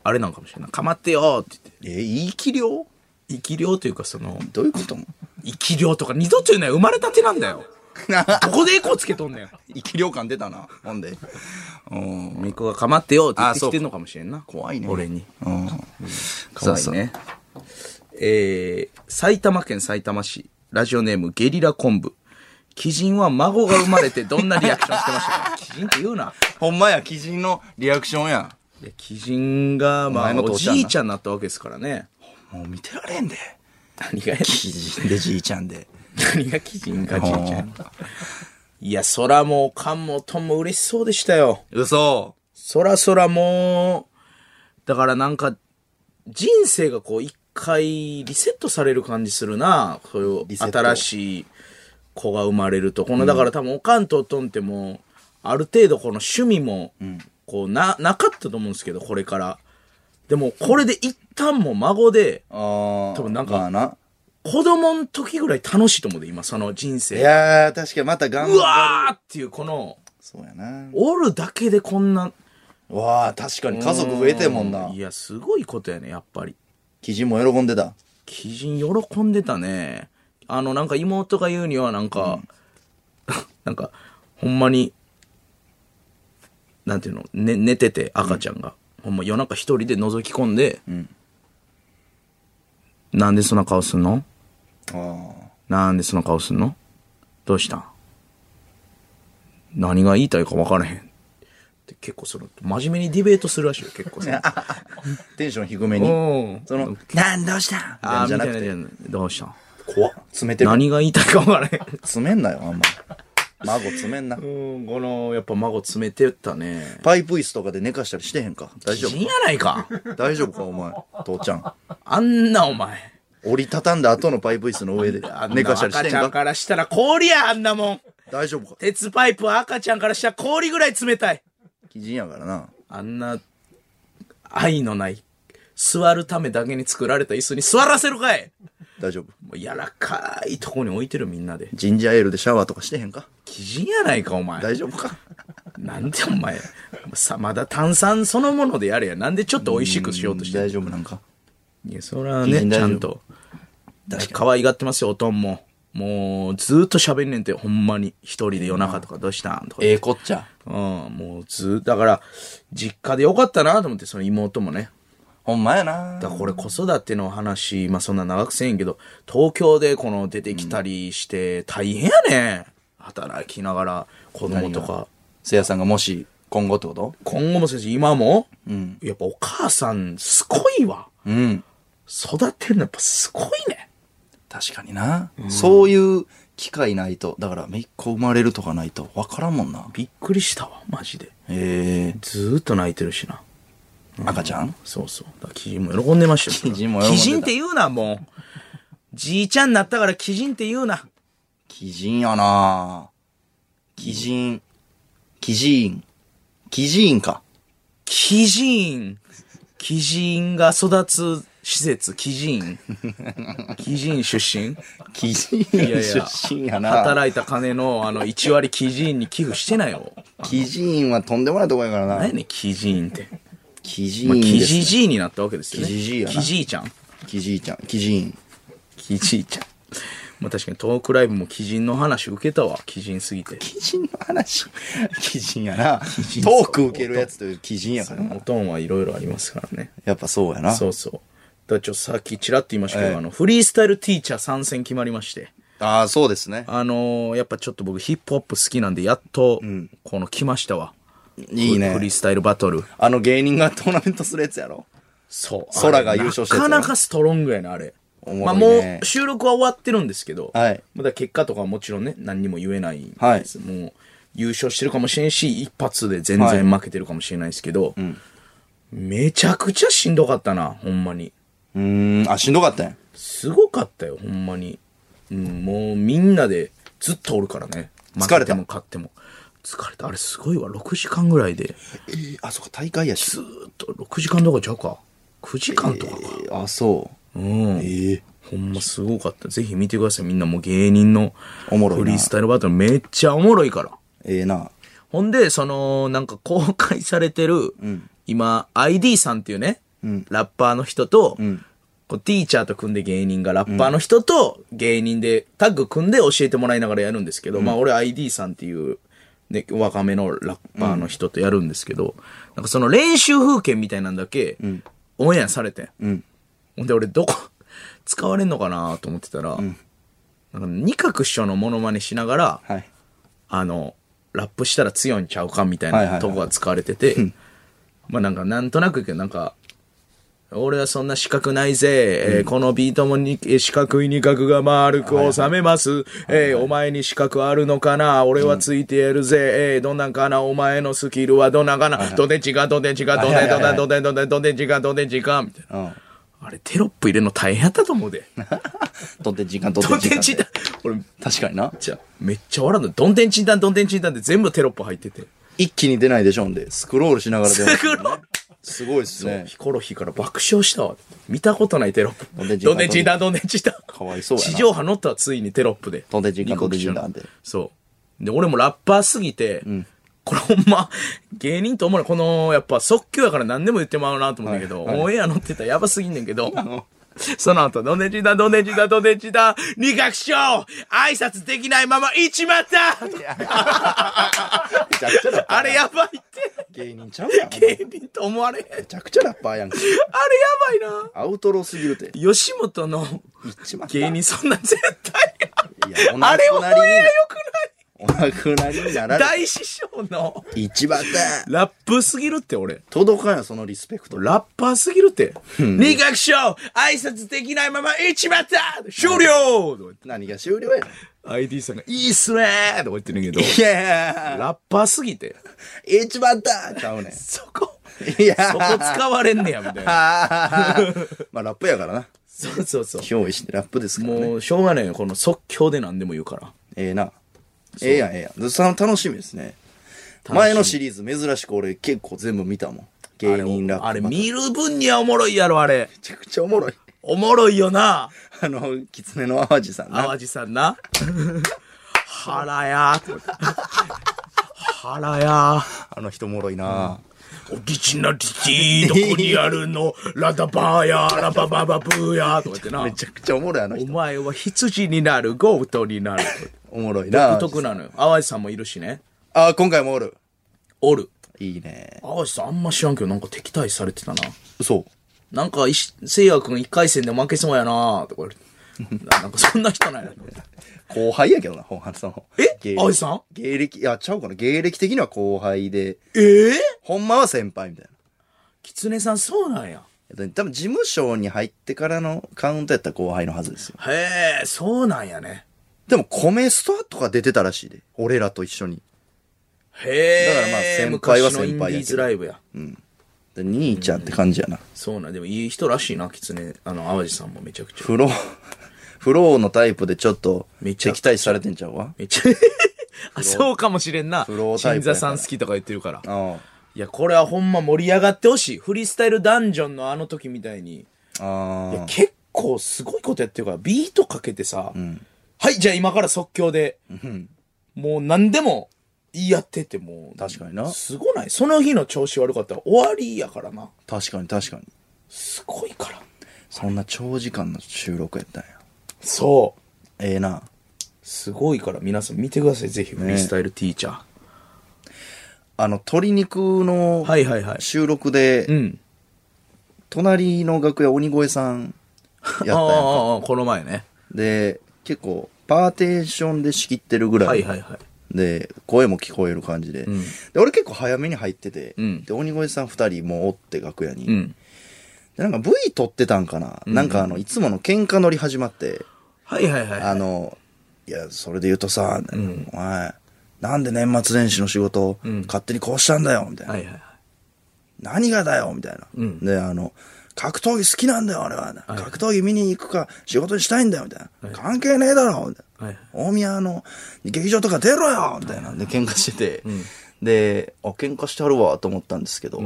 [SPEAKER 2] あれなんかもしれない「かまってよ」って言って
[SPEAKER 1] え、言い切りょ
[SPEAKER 2] 生き量というかその
[SPEAKER 1] どういうことも
[SPEAKER 2] 生き量とか二度と言うなよ生まれたてな んだよどこでエコーつけとんねん
[SPEAKER 1] 生き量感出たな、ほんで。 うん。
[SPEAKER 2] 姪っ子が「かまってよ」って言
[SPEAKER 1] あ
[SPEAKER 2] って
[SPEAKER 1] そう
[SPEAKER 2] きてんのかもしれんな
[SPEAKER 1] 怖いね。
[SPEAKER 2] 俺に。
[SPEAKER 1] うん。
[SPEAKER 2] 可愛
[SPEAKER 1] そ
[SPEAKER 2] いうねえー、埼玉県埼玉市ラジオネームゲリラ昆布鬼人は孫が生まれてどんなリアクションしてました か鬼人って言うな
[SPEAKER 1] そうほんまや、鬼人のリアクションや。
[SPEAKER 2] いや鬼人が、ま
[SPEAKER 1] お前
[SPEAKER 2] あ、
[SPEAKER 1] の
[SPEAKER 2] お
[SPEAKER 1] 父ちゃんな
[SPEAKER 2] じいちゃんになったわけですからね。
[SPEAKER 1] もう見てられんで。
[SPEAKER 2] 何が、
[SPEAKER 1] 鬼人でじいちゃんで。
[SPEAKER 2] 何が鬼人か、じいちゃ
[SPEAKER 1] うん
[SPEAKER 2] ん。いや、そらもう、カンもトンも嬉しそうでしたよ。
[SPEAKER 1] 嘘。
[SPEAKER 2] そらそらもう、だからなんか、人生がこう、一回リセットされる感じするな。そうい
[SPEAKER 1] リ
[SPEAKER 2] う、
[SPEAKER 1] セット
[SPEAKER 2] 新しい子が生まれると。この、だから多分、おかんとおとんってもう、ある程度この趣味も、こう、な、なかったと思うんですけど、これから。でも、これで一旦もう孫で、
[SPEAKER 1] ああ。
[SPEAKER 2] 多分なんか
[SPEAKER 1] まあな。
[SPEAKER 2] 子供の時ぐらい楽しいと思うで、今、その人
[SPEAKER 1] い
[SPEAKER 2] 生。
[SPEAKER 1] やー、確かにまた頑張
[SPEAKER 2] うわーっていう、この、
[SPEAKER 1] そうやな。
[SPEAKER 2] おるだけでこんな。
[SPEAKER 1] わあ、確かに家族増えてんもんな。
[SPEAKER 2] いや、すごいことやね、やっぱり。
[SPEAKER 1] 鬼人も喜んでた。
[SPEAKER 2] 鬼人喜んでたね。あの、なんか妹が言うには、なんか、 なんか、ほんまに、なんていうの、ね、寝てて、赤ちゃんが。ほんま夜中一人で覗き込んで、
[SPEAKER 1] ん
[SPEAKER 2] なんでそんな顔すんの
[SPEAKER 1] あ
[SPEAKER 2] なんでその顔すんのどうしたん何が言いたいか分からへん。って結構その、真面目にディベートするらしいよ、結構その。
[SPEAKER 1] あ。テンション低めに。
[SPEAKER 2] うん。
[SPEAKER 1] その、なんどうした
[SPEAKER 2] あー
[SPEAKER 1] じゃ
[SPEAKER 2] みた
[SPEAKER 1] ないく
[SPEAKER 2] な
[SPEAKER 1] て、
[SPEAKER 2] どうしたん
[SPEAKER 1] 怖っ詰めてる。
[SPEAKER 2] 何が言いたいか分からへん。
[SPEAKER 1] 詰めんなよ、あんま。孫詰めんな。
[SPEAKER 2] うん、この、やっぱ孫詰めてったね。
[SPEAKER 1] パイプ椅子とかで寝かしたりしてへんか。大丈
[SPEAKER 2] 人やないか。
[SPEAKER 1] 夫大丈夫か、お前。父ちゃん。
[SPEAKER 2] あんなお前。
[SPEAKER 1] 折りたたんだ後のパイプ椅子の上で
[SPEAKER 2] あんな
[SPEAKER 1] 寝かしたりして
[SPEAKER 2] 赤
[SPEAKER 1] へん
[SPEAKER 2] ちゃん
[SPEAKER 1] か。
[SPEAKER 2] からしたら氷や、あんなもん。
[SPEAKER 1] 大丈夫か。
[SPEAKER 2] 鉄パイプは赤ちゃんからしたら氷ぐらい冷たい。
[SPEAKER 1] 基人やからな。
[SPEAKER 2] あんな、愛のない、座るためだけに作られた椅子に座らせるかい
[SPEAKER 1] 大丈夫。
[SPEAKER 2] もう柔らかいとこに置いてるみんなで。
[SPEAKER 1] ジンジャーエールでシャワーとかしてへんか。
[SPEAKER 2] 基人やないか、お前。
[SPEAKER 1] 大丈夫か。
[SPEAKER 2] なんでお前、さ、まだ炭酸そのものでやれや。なんでちょっと美味しくしようとしてんの
[SPEAKER 1] 大丈夫なんか。
[SPEAKER 2] いや、そら
[SPEAKER 1] 基
[SPEAKER 2] ね、
[SPEAKER 1] 人大
[SPEAKER 2] ち
[SPEAKER 1] 丈
[SPEAKER 2] ゃ
[SPEAKER 1] 夫
[SPEAKER 2] んと。可愛がってますよ、おとんも。もう、ずーっと喋んねんて、ほんまに。一人で夜中とかどうしたんとか。
[SPEAKER 1] ええこっちゃ。
[SPEAKER 2] うん、もうずーっと、だから、実家でよかったなと思って、その妹もね。
[SPEAKER 1] ほんまやな
[SPEAKER 2] だ。からこれ子育ての話、まあそんな長くせんけど、東京でこの出てきたりして大変やね、ん、働きながら子供とか。
[SPEAKER 1] せいやさんがもし、今後ってこと
[SPEAKER 2] 今後も先生、今も、
[SPEAKER 1] ん
[SPEAKER 2] やっぱお母さんすごいわ。
[SPEAKER 1] うん。
[SPEAKER 2] 育てるのやっぱすごいね。
[SPEAKER 1] 確かにな、そういう機会ないとだから姪っ子生まれるとかないと分からんもんな
[SPEAKER 2] びっくりしたわ、マジで。
[SPEAKER 1] ええ
[SPEAKER 2] ずーっと泣いてるしな。
[SPEAKER 1] 赤ちゃん
[SPEAKER 2] そうそう。だから鬼人も喜んでましたよ。
[SPEAKER 1] 鬼人も喜んでた
[SPEAKER 2] 鬼人って言うな、もう。じいちゃんになったから鬼人って言うな。
[SPEAKER 1] 鬼人やな鬼人鬼人鬼人か
[SPEAKER 2] 鬼人。鬼人が育つ施設、鬼人。鬼人出身
[SPEAKER 1] 鬼人
[SPEAKER 2] やいや
[SPEAKER 1] 出身やな
[SPEAKER 2] 働いた金のあの1割鬼人に寄付してないよ。
[SPEAKER 1] 鬼人はとんでもないとこやからな
[SPEAKER 2] 何やねん、鬼人って。
[SPEAKER 1] 鬼人
[SPEAKER 2] まあ、
[SPEAKER 1] です、
[SPEAKER 2] 鬼
[SPEAKER 1] ね、
[SPEAKER 2] じじいになったわけですよね。
[SPEAKER 1] 鬼じじいやな
[SPEAKER 2] 鬼じいちゃん。
[SPEAKER 1] 鬼じいちゃん鬼人
[SPEAKER 2] 鬼じいちゃん。まあ確かにトークライブも鬼人の話受けたわ。鬼人すぎて。
[SPEAKER 1] 鬼人の話鬼人やなトーク受けるやつという鬼人やからな
[SPEAKER 2] おとんはいろいろありますからね。
[SPEAKER 1] やっぱそうやな
[SPEAKER 2] そうそう。だからちょっとさっきちらっと言いましたけど、
[SPEAKER 1] ええ
[SPEAKER 2] あの、フリースタイルティーチャー参戦決まりまして。
[SPEAKER 1] ああ、そうですね。
[SPEAKER 2] あのーやっぱちょっと僕ヒップホップ好きなんで、やっと、この来ましたわ。
[SPEAKER 1] いいね
[SPEAKER 2] フリースタイルバトル。
[SPEAKER 1] あの芸人がトーナメントするやつやろ。
[SPEAKER 2] そう。
[SPEAKER 1] 空が優勝したや
[SPEAKER 2] な
[SPEAKER 1] つ
[SPEAKER 2] かなかストロングやな、あれ。
[SPEAKER 1] おもろ
[SPEAKER 2] まあ
[SPEAKER 1] いね
[SPEAKER 2] もう収録は終わってるんですけど、
[SPEAKER 1] はい
[SPEAKER 2] まだ結果とかはもちろんね、何にも言えないん
[SPEAKER 1] はい
[SPEAKER 2] です。もう優勝してるかもしれんし、一発で全然負けてるかもしれないですけど、めちゃくちゃしんどかったな、ほんまに。
[SPEAKER 1] うーん、あ、しんどかったんや
[SPEAKER 2] すごかったよ、ほんまに。うん、もうみんなでずっとおるからね。
[SPEAKER 1] 疲れた
[SPEAKER 2] 負けても勝っても。疲れた。あれすごいわ、6時間ぐらいで。
[SPEAKER 1] えーあ、そっか、大会やし。
[SPEAKER 2] ずーっと、6時間とかちゃうか。9時間とかか。
[SPEAKER 1] えーあ、そう。
[SPEAKER 2] うん。
[SPEAKER 1] ええ
[SPEAKER 2] ほんますごかった。ぜひ見てください。みんなもう芸人の
[SPEAKER 1] おもろいな
[SPEAKER 2] フリースタイルバトルめっちゃおもろいから。
[SPEAKER 1] ええな。
[SPEAKER 2] ほんで、その、なんか公開されてる、今、ID さんっていうね、ラッパーの人と、こうティーチャーと組んで芸人がラッパーの人と芸人でタッグ組んで教えてもらいながらやるんですけど、まあ俺 ID さんっていう、ね、若めのラッパーの人とやるんですけど、なんかその練習風景みたいなんだけ、オンエアされてん。ほんで俺どこ使われんのかなと思ってたら、なんか二角師匠のモノマネしながら、
[SPEAKER 1] はい。
[SPEAKER 2] あの、ラップしたら強いんちゃうかみたい
[SPEAKER 1] はいはいは
[SPEAKER 2] ないとこが使われてて、まあなんかなんとなくやけどなんか、俺はそんな資格ないぜ、えーこのビートもに、えー四角い二角が丸く収めます、えーお前に資格あるのかな俺はついてやるぜ、えーどんなんかなお前のスキルはどんなんかな、どでちがどでちがどでどでどでどでどでちがどでちがみたいな。
[SPEAKER 1] うん。
[SPEAKER 2] あれテロップ入れるの大変やったと思うで。
[SPEAKER 1] とって時間とって
[SPEAKER 2] どん
[SPEAKER 1] 時
[SPEAKER 2] て
[SPEAKER 1] 間
[SPEAKER 2] ん
[SPEAKER 1] で
[SPEAKER 2] ちんたん。俺、
[SPEAKER 1] 確かにな。
[SPEAKER 2] じゃめっちゃ笑うの。どんてんちんたんどんてんちんたんって全部テロップ入ってて。
[SPEAKER 1] 一気に出ないでしょんで、スクロールしながら出ます
[SPEAKER 2] スクロール
[SPEAKER 1] すごいっすね。
[SPEAKER 2] ヒコロヒーから爆笑したわ。見たことないテロップ。
[SPEAKER 1] ど
[SPEAKER 2] ど
[SPEAKER 1] ん
[SPEAKER 2] ん
[SPEAKER 1] で
[SPEAKER 2] で
[SPEAKER 1] んちんたん
[SPEAKER 2] んちんたん、どんでんちんたん。
[SPEAKER 1] かわいそうやな
[SPEAKER 2] 地上波乗ったわついにテロップで。
[SPEAKER 1] どんでんちんたん
[SPEAKER 2] ニコキショの
[SPEAKER 1] どんでんちんたんで
[SPEAKER 2] そう。で、俺もラッパーすぎて、これほんま、芸人と思うのこの、やっぱ即興やから何でも言ってまうなと思うんだけど、オンエア乗ってたらやばすぎんねんけど、その後、どんでんちんたん、どんでんちんたん、どんでんちんたん、二学章挨拶できないまま行っちまった
[SPEAKER 1] めちゃくちゃラッパー
[SPEAKER 2] あれやばいっ
[SPEAKER 1] 芸人ちゃうやん。め
[SPEAKER 2] て、芸人と思われへん。あれ
[SPEAKER 1] ちゃくちゃラッパーやんけ。
[SPEAKER 2] やばいな。
[SPEAKER 1] アウトローすぎるて。
[SPEAKER 2] 吉本の
[SPEAKER 1] 一番
[SPEAKER 2] 芸人そんな絶対
[SPEAKER 1] いや、お亡
[SPEAKER 2] あれオ
[SPEAKER 1] く
[SPEAKER 2] ンエア
[SPEAKER 1] な
[SPEAKER 2] 良
[SPEAKER 1] り
[SPEAKER 2] く
[SPEAKER 1] に
[SPEAKER 2] ない
[SPEAKER 1] な、お亡くなりになられ
[SPEAKER 2] 大師匠の
[SPEAKER 1] 一番だ。
[SPEAKER 2] ラップすぎるって俺
[SPEAKER 1] 届かんよ、そのリスペクト。
[SPEAKER 2] ラッパーすぎるって二学賞挨拶できないまま行っちまった終了とか言って
[SPEAKER 1] 何が終了やねん。
[SPEAKER 2] ID さんが「いいっすねー」とか言ってるけど
[SPEAKER 1] いや
[SPEAKER 2] ラッパーすぎて
[SPEAKER 1] ー、一番だちゃうねん。
[SPEAKER 2] そこ
[SPEAKER 1] いや
[SPEAKER 2] そこ使われんねやみたいな
[SPEAKER 1] まあラップやからな。
[SPEAKER 2] そうそうそう
[SPEAKER 1] 憑依してラップですからね。
[SPEAKER 2] もうしょうがないよこの即興で何でも言うから
[SPEAKER 1] ええな。ええやん、ええやん。さ楽しみですね。前のシリーズ珍しく俺結構全部見たもん。芸人ラップ。
[SPEAKER 2] あれ見る分にはおもろいやろあれ
[SPEAKER 1] めちゃくちゃおもろい。
[SPEAKER 2] おもろいよな
[SPEAKER 1] あの、狐の淡路さんな。
[SPEAKER 2] 淡路さんな。腹やーと思って。腹やー。
[SPEAKER 1] あの人おもろいな、
[SPEAKER 2] オリジナリティどこにあるのラダバーやーラバババブーやーとか言ってな
[SPEAKER 1] め。ちゃくちゃおもろい、あの
[SPEAKER 2] お
[SPEAKER 1] 人。
[SPEAKER 2] 前は羊になる、ゴートになる。
[SPEAKER 1] おもろいな
[SPEAKER 2] お得なのよ。淡路さんもいるしね。
[SPEAKER 1] あ、今回もおる。
[SPEAKER 2] おる。
[SPEAKER 1] いいね。
[SPEAKER 2] 淡路さんあんま知らんけど、なんか敵対されてたな。
[SPEAKER 1] 嘘。
[SPEAKER 2] なんか、いしせいやくん一回戦で負けそうやなーとか言われて。ななんかそんな人なんやと思って。
[SPEAKER 1] 後輩やけどな、本原さんの。
[SPEAKER 2] え
[SPEAKER 1] 芸
[SPEAKER 2] 淡路さん
[SPEAKER 1] 芸歴、いや、ちゃうかな。芸歴的には後輩で、
[SPEAKER 2] ええー、
[SPEAKER 1] ほんまは先輩みたいな。
[SPEAKER 2] キツネさんそうなんや。
[SPEAKER 1] 多分事務所に入ってからのカウントやったら後輩のはずですよ。
[SPEAKER 2] へえ、そうなんやね。
[SPEAKER 1] でも、コメストとか出てたらしいで。俺らと一緒に。
[SPEAKER 2] へえ。
[SPEAKER 1] だからまあ先輩は先輩やけど
[SPEAKER 2] 昔のインディーズライブや。
[SPEAKER 1] で兄ちゃんって感じやな。
[SPEAKER 2] そうなん、でもいい人らしいな、キツネ。あの、淡路さんもめちゃくちゃ。
[SPEAKER 1] フロー、 フローのタイプでちょっと、
[SPEAKER 2] めちゃ
[SPEAKER 1] 敵対されてんちゃうわ。
[SPEAKER 2] めっちゃ、 あ、そうかもしれんな。
[SPEAKER 1] フロータイ
[SPEAKER 2] 新
[SPEAKER 1] プやから
[SPEAKER 2] 座さん好きとか言ってるから。
[SPEAKER 1] あ
[SPEAKER 2] いや、これはほんま盛り上がってほしい。フリースタイルダンジョンのあの時みたいに。
[SPEAKER 1] あ。あ
[SPEAKER 2] いや
[SPEAKER 1] あ、。
[SPEAKER 2] 結構すごいことやってるから、ビートかけてさ、はい、じゃあ今から即興で、もう何でも言い合っててもう、
[SPEAKER 1] 確かにな
[SPEAKER 2] すごない。その日の調子悪かったら終わりやからな。
[SPEAKER 1] 確かに確かに。
[SPEAKER 2] すごいから。
[SPEAKER 1] そんな長時間の収録やったんや。
[SPEAKER 2] そう。
[SPEAKER 1] ええな。
[SPEAKER 2] すごいから皆さん見てくださいぜひフリースタイルティーチャー、
[SPEAKER 1] あの、鶏肉の
[SPEAKER 2] はいはいはい
[SPEAKER 1] 収録で、
[SPEAKER 2] うん
[SPEAKER 1] 隣の楽屋鬼越さんやったやん
[SPEAKER 2] ああ
[SPEAKER 1] か。
[SPEAKER 2] ああこの前ね
[SPEAKER 1] で、結構、パーテーションで仕切ってるぐら。
[SPEAKER 2] はいいはいはい。
[SPEAKER 1] で、声も聞こえる感じで。
[SPEAKER 2] ん
[SPEAKER 1] で、俺結構早めに入ってて、
[SPEAKER 2] うん
[SPEAKER 1] で、鬼越さん二人もうおって楽屋に。
[SPEAKER 2] うん。
[SPEAKER 1] で、なんか V 撮ってたんかな、なんかあの、いつもの喧嘩乗り始まって、
[SPEAKER 2] はいはいはい。
[SPEAKER 1] あの、いや、それで言うとさ、お前、なんで年末年始の仕事、勝手にこうしたんだよ、みたいな。
[SPEAKER 2] はいはいはい。
[SPEAKER 1] 何がだよみたいな、
[SPEAKER 2] ん
[SPEAKER 1] であの格闘技好きなんだよ俺は、格闘技見に行くか仕事にしたいんだよみたいな、関係ねえだろみたいな、
[SPEAKER 2] はい
[SPEAKER 1] 大宮の劇場とか出ろよみたいなで喧嘩してて、であ喧嘩してはるわと思ったんですけど、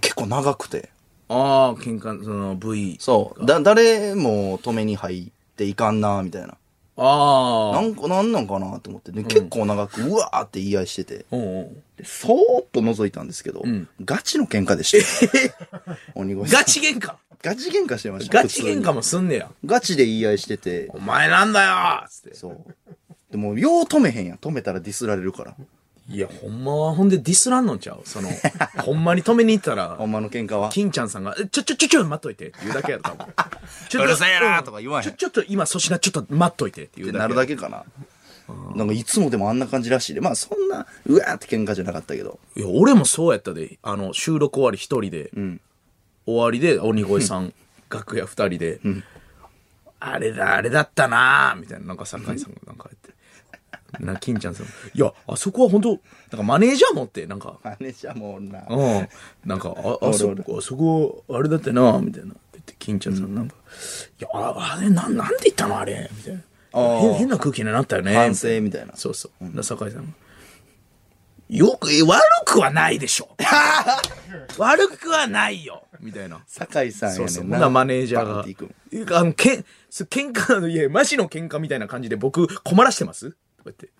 [SPEAKER 1] 結構長くて
[SPEAKER 2] ああ、喧嘩、その V。
[SPEAKER 1] そうだ誰も止めに入っていかんなみたいなな
[SPEAKER 2] ああ。
[SPEAKER 1] んかなんなんかなと思って、で結構長くうわーって言い合いしてて
[SPEAKER 2] おうおう
[SPEAKER 1] でそーっと覗いたんですけど、ガチの喧嘩で した鬼越さん
[SPEAKER 2] ガチ喧 嘩
[SPEAKER 1] ガチ喧嘩してました
[SPEAKER 2] ガチ喧嘩もすんねや。
[SPEAKER 1] ガチで言い合いしてて、
[SPEAKER 2] お前なんだよーつって。
[SPEAKER 1] そう。でも、よう止めへんやん。止めたらディスられるから。
[SPEAKER 2] いや、ほんまは、ほんでディスらんのちゃうそ の、ほんまに止めに行ったら
[SPEAKER 1] ほ、んまの喧嘩は。
[SPEAKER 2] 金ちゃんさんが、えちょ、ちょ、ちょ、ちょ、待っといてって言うだけ やったもん。ちょ
[SPEAKER 1] う
[SPEAKER 2] っと
[SPEAKER 1] るせえなとか言わへん
[SPEAKER 2] ちょ、ちょっと今粗品ちょっと待っといてって
[SPEAKER 1] っ
[SPEAKER 2] 言
[SPEAKER 1] て
[SPEAKER 2] う
[SPEAKER 1] な
[SPEAKER 2] だ
[SPEAKER 1] る
[SPEAKER 2] け。
[SPEAKER 1] だけかな。なんか、いつもでもあんな感じらしいで。まあ、そんな、うわーって喧嘩じゃなかったけど。
[SPEAKER 2] いや、俺もそうやったで、あの、収録終わり一人で、終わりで鬼越さん、楽屋二人で、あれだ、あれだったなーみたいな、なんか酒井さんがなんか言って、な、金ちゃんさんも、いや、あそこは本当なんかマネージャー持って、なんか、
[SPEAKER 1] マネージャーもおんな。
[SPEAKER 2] うん。なんか、あ、あ
[SPEAKER 1] おる
[SPEAKER 2] そ
[SPEAKER 1] おる
[SPEAKER 2] こ、あそこ、あれだってな、みたいな。言って、金ちゃんさんなんか、いや、ああれ、なん、なんで言ったのあれ、みたいな。
[SPEAKER 1] ああ
[SPEAKER 2] 変変な空気になったよね。
[SPEAKER 1] 反省みたいな
[SPEAKER 2] そうそう。な、酒井さんがよく、え悪くはないでし ょ。悪くはないよ。みたいな。
[SPEAKER 1] 酒井さんやね
[SPEAKER 2] そ
[SPEAKER 1] んな。
[SPEAKER 2] うそう。ほんならマネージャ
[SPEAKER 1] バンっ
[SPEAKER 2] ー
[SPEAKER 1] ていく
[SPEAKER 2] が。いうか、あの、けん、す喧嘩の、いや、マジの喧嘩みたいな感じで僕、困らしてますこうや って。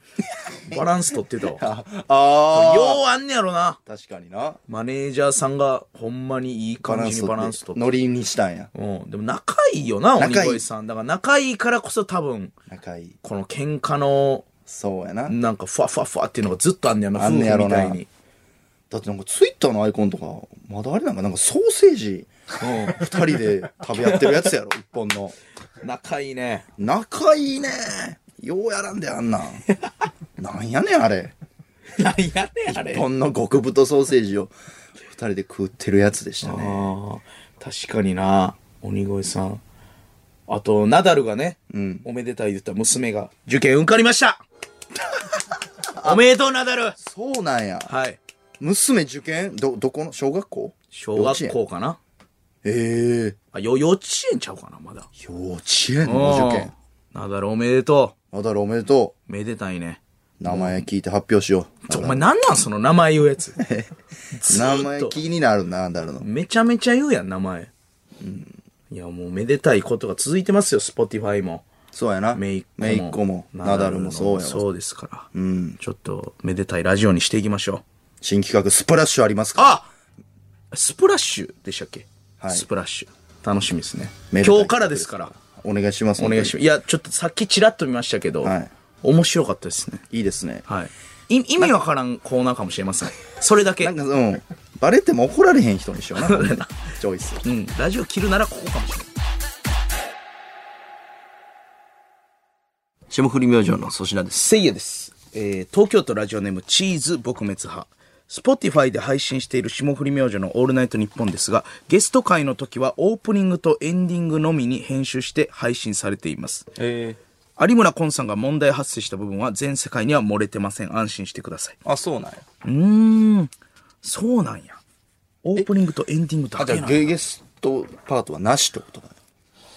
[SPEAKER 2] バランス取ってた
[SPEAKER 1] あ
[SPEAKER 2] わ。
[SPEAKER 1] あ
[SPEAKER 2] ようあんねやろな。
[SPEAKER 1] ー。確かにな。
[SPEAKER 2] マネージャーさんがほんまにいい感じにバランスとって。
[SPEAKER 1] ノリにしたんや。
[SPEAKER 2] うん、でも仲いいよな、鬼
[SPEAKER 1] 仲いい
[SPEAKER 2] 越さん。だから仲いいからこそ多分、
[SPEAKER 1] 仲いい。
[SPEAKER 2] この喧嘩の、
[SPEAKER 1] そうやな。
[SPEAKER 2] なんかふわふわふわっていうのがずっとあんねやな、
[SPEAKER 1] あんねやろな
[SPEAKER 2] 夫婦み
[SPEAKER 1] だってなんかツイッターのアイコンとか、まだあれなんか、なんかソーセージ、二人で食べ合ってるやつやろ、一本の。
[SPEAKER 2] たいに。仲いいね。
[SPEAKER 1] 仲いいねようやらんであんなんなんやねんあれ
[SPEAKER 2] なんやねん、あれ。
[SPEAKER 1] ほんの極太ソーセージを二人で食ってるやつでしたね
[SPEAKER 2] あー確かにな、鬼越さん。あと、ナダルがね、
[SPEAKER 1] ん
[SPEAKER 2] おめでたい言った娘が、受験受かりました おめでとう、ナダル
[SPEAKER 1] そうなんや
[SPEAKER 2] はい。
[SPEAKER 1] 娘受験どどこの小学校
[SPEAKER 2] 小学校かな
[SPEAKER 1] 幼稚園ええ
[SPEAKER 2] あ、よ、幼稚園ちゃうかな、まだ。
[SPEAKER 1] 幼稚園の受験
[SPEAKER 2] ナダルおめでと
[SPEAKER 1] ナダルおめでと
[SPEAKER 2] う。めでたいね。
[SPEAKER 1] う名前聞いて発表しよう
[SPEAKER 2] ちょお前なんなんその名前言う やつ。ず
[SPEAKER 1] 名
[SPEAKER 2] ーっ
[SPEAKER 1] 前
[SPEAKER 2] と。
[SPEAKER 1] 気になるなナダルの
[SPEAKER 2] めちゃめちゃ言うやん、名前。いや、もうめでたいことが続いてますよ、Spotify も。
[SPEAKER 1] そうやな
[SPEAKER 2] めいっ子も。
[SPEAKER 1] っ子もナダルもそうやわ
[SPEAKER 2] そうですから。ちょっと、めでたいラジオにしていきましょう。
[SPEAKER 1] 新企画スプラッシュありますか
[SPEAKER 2] あスプラッシュでしたっけ
[SPEAKER 1] はい
[SPEAKER 2] スプラッシュ。楽しみですね。
[SPEAKER 1] め
[SPEAKER 2] 今
[SPEAKER 1] でたい
[SPEAKER 2] 日からですから。
[SPEAKER 1] お願いします
[SPEAKER 2] お願いします。いや、ちょっとさっきちらっと見ましたけど
[SPEAKER 1] はい、
[SPEAKER 2] 面白かったですね。
[SPEAKER 1] いいですね
[SPEAKER 2] はい。い意味わからんコーナーかもしれません。それだけ。
[SPEAKER 1] なんかうんバレても怒られへん人にしようなジョイス
[SPEAKER 2] うん、ラジオ切るならここかもしれない。
[SPEAKER 1] 霜降り明星の粗品です。
[SPEAKER 2] せいやです、えー東京都ラジオネームチーズ撲滅派 Spotify で配信している霜降り明星の「オールナイトニッポン」ですがゲスト会の時はオープニングとエンディングのみに編集して配信されています有村昆さんが問題発生した部分は全世界には漏れてません安心してください
[SPEAKER 1] あ、そうなんや。
[SPEAKER 2] うーんそうなんやオープニングとエンディングだ
[SPEAKER 1] あ、じ
[SPEAKER 2] け
[SPEAKER 1] ゃ
[SPEAKER 2] な
[SPEAKER 1] あ
[SPEAKER 2] んや
[SPEAKER 1] ゲゲストパートはなしってことだね。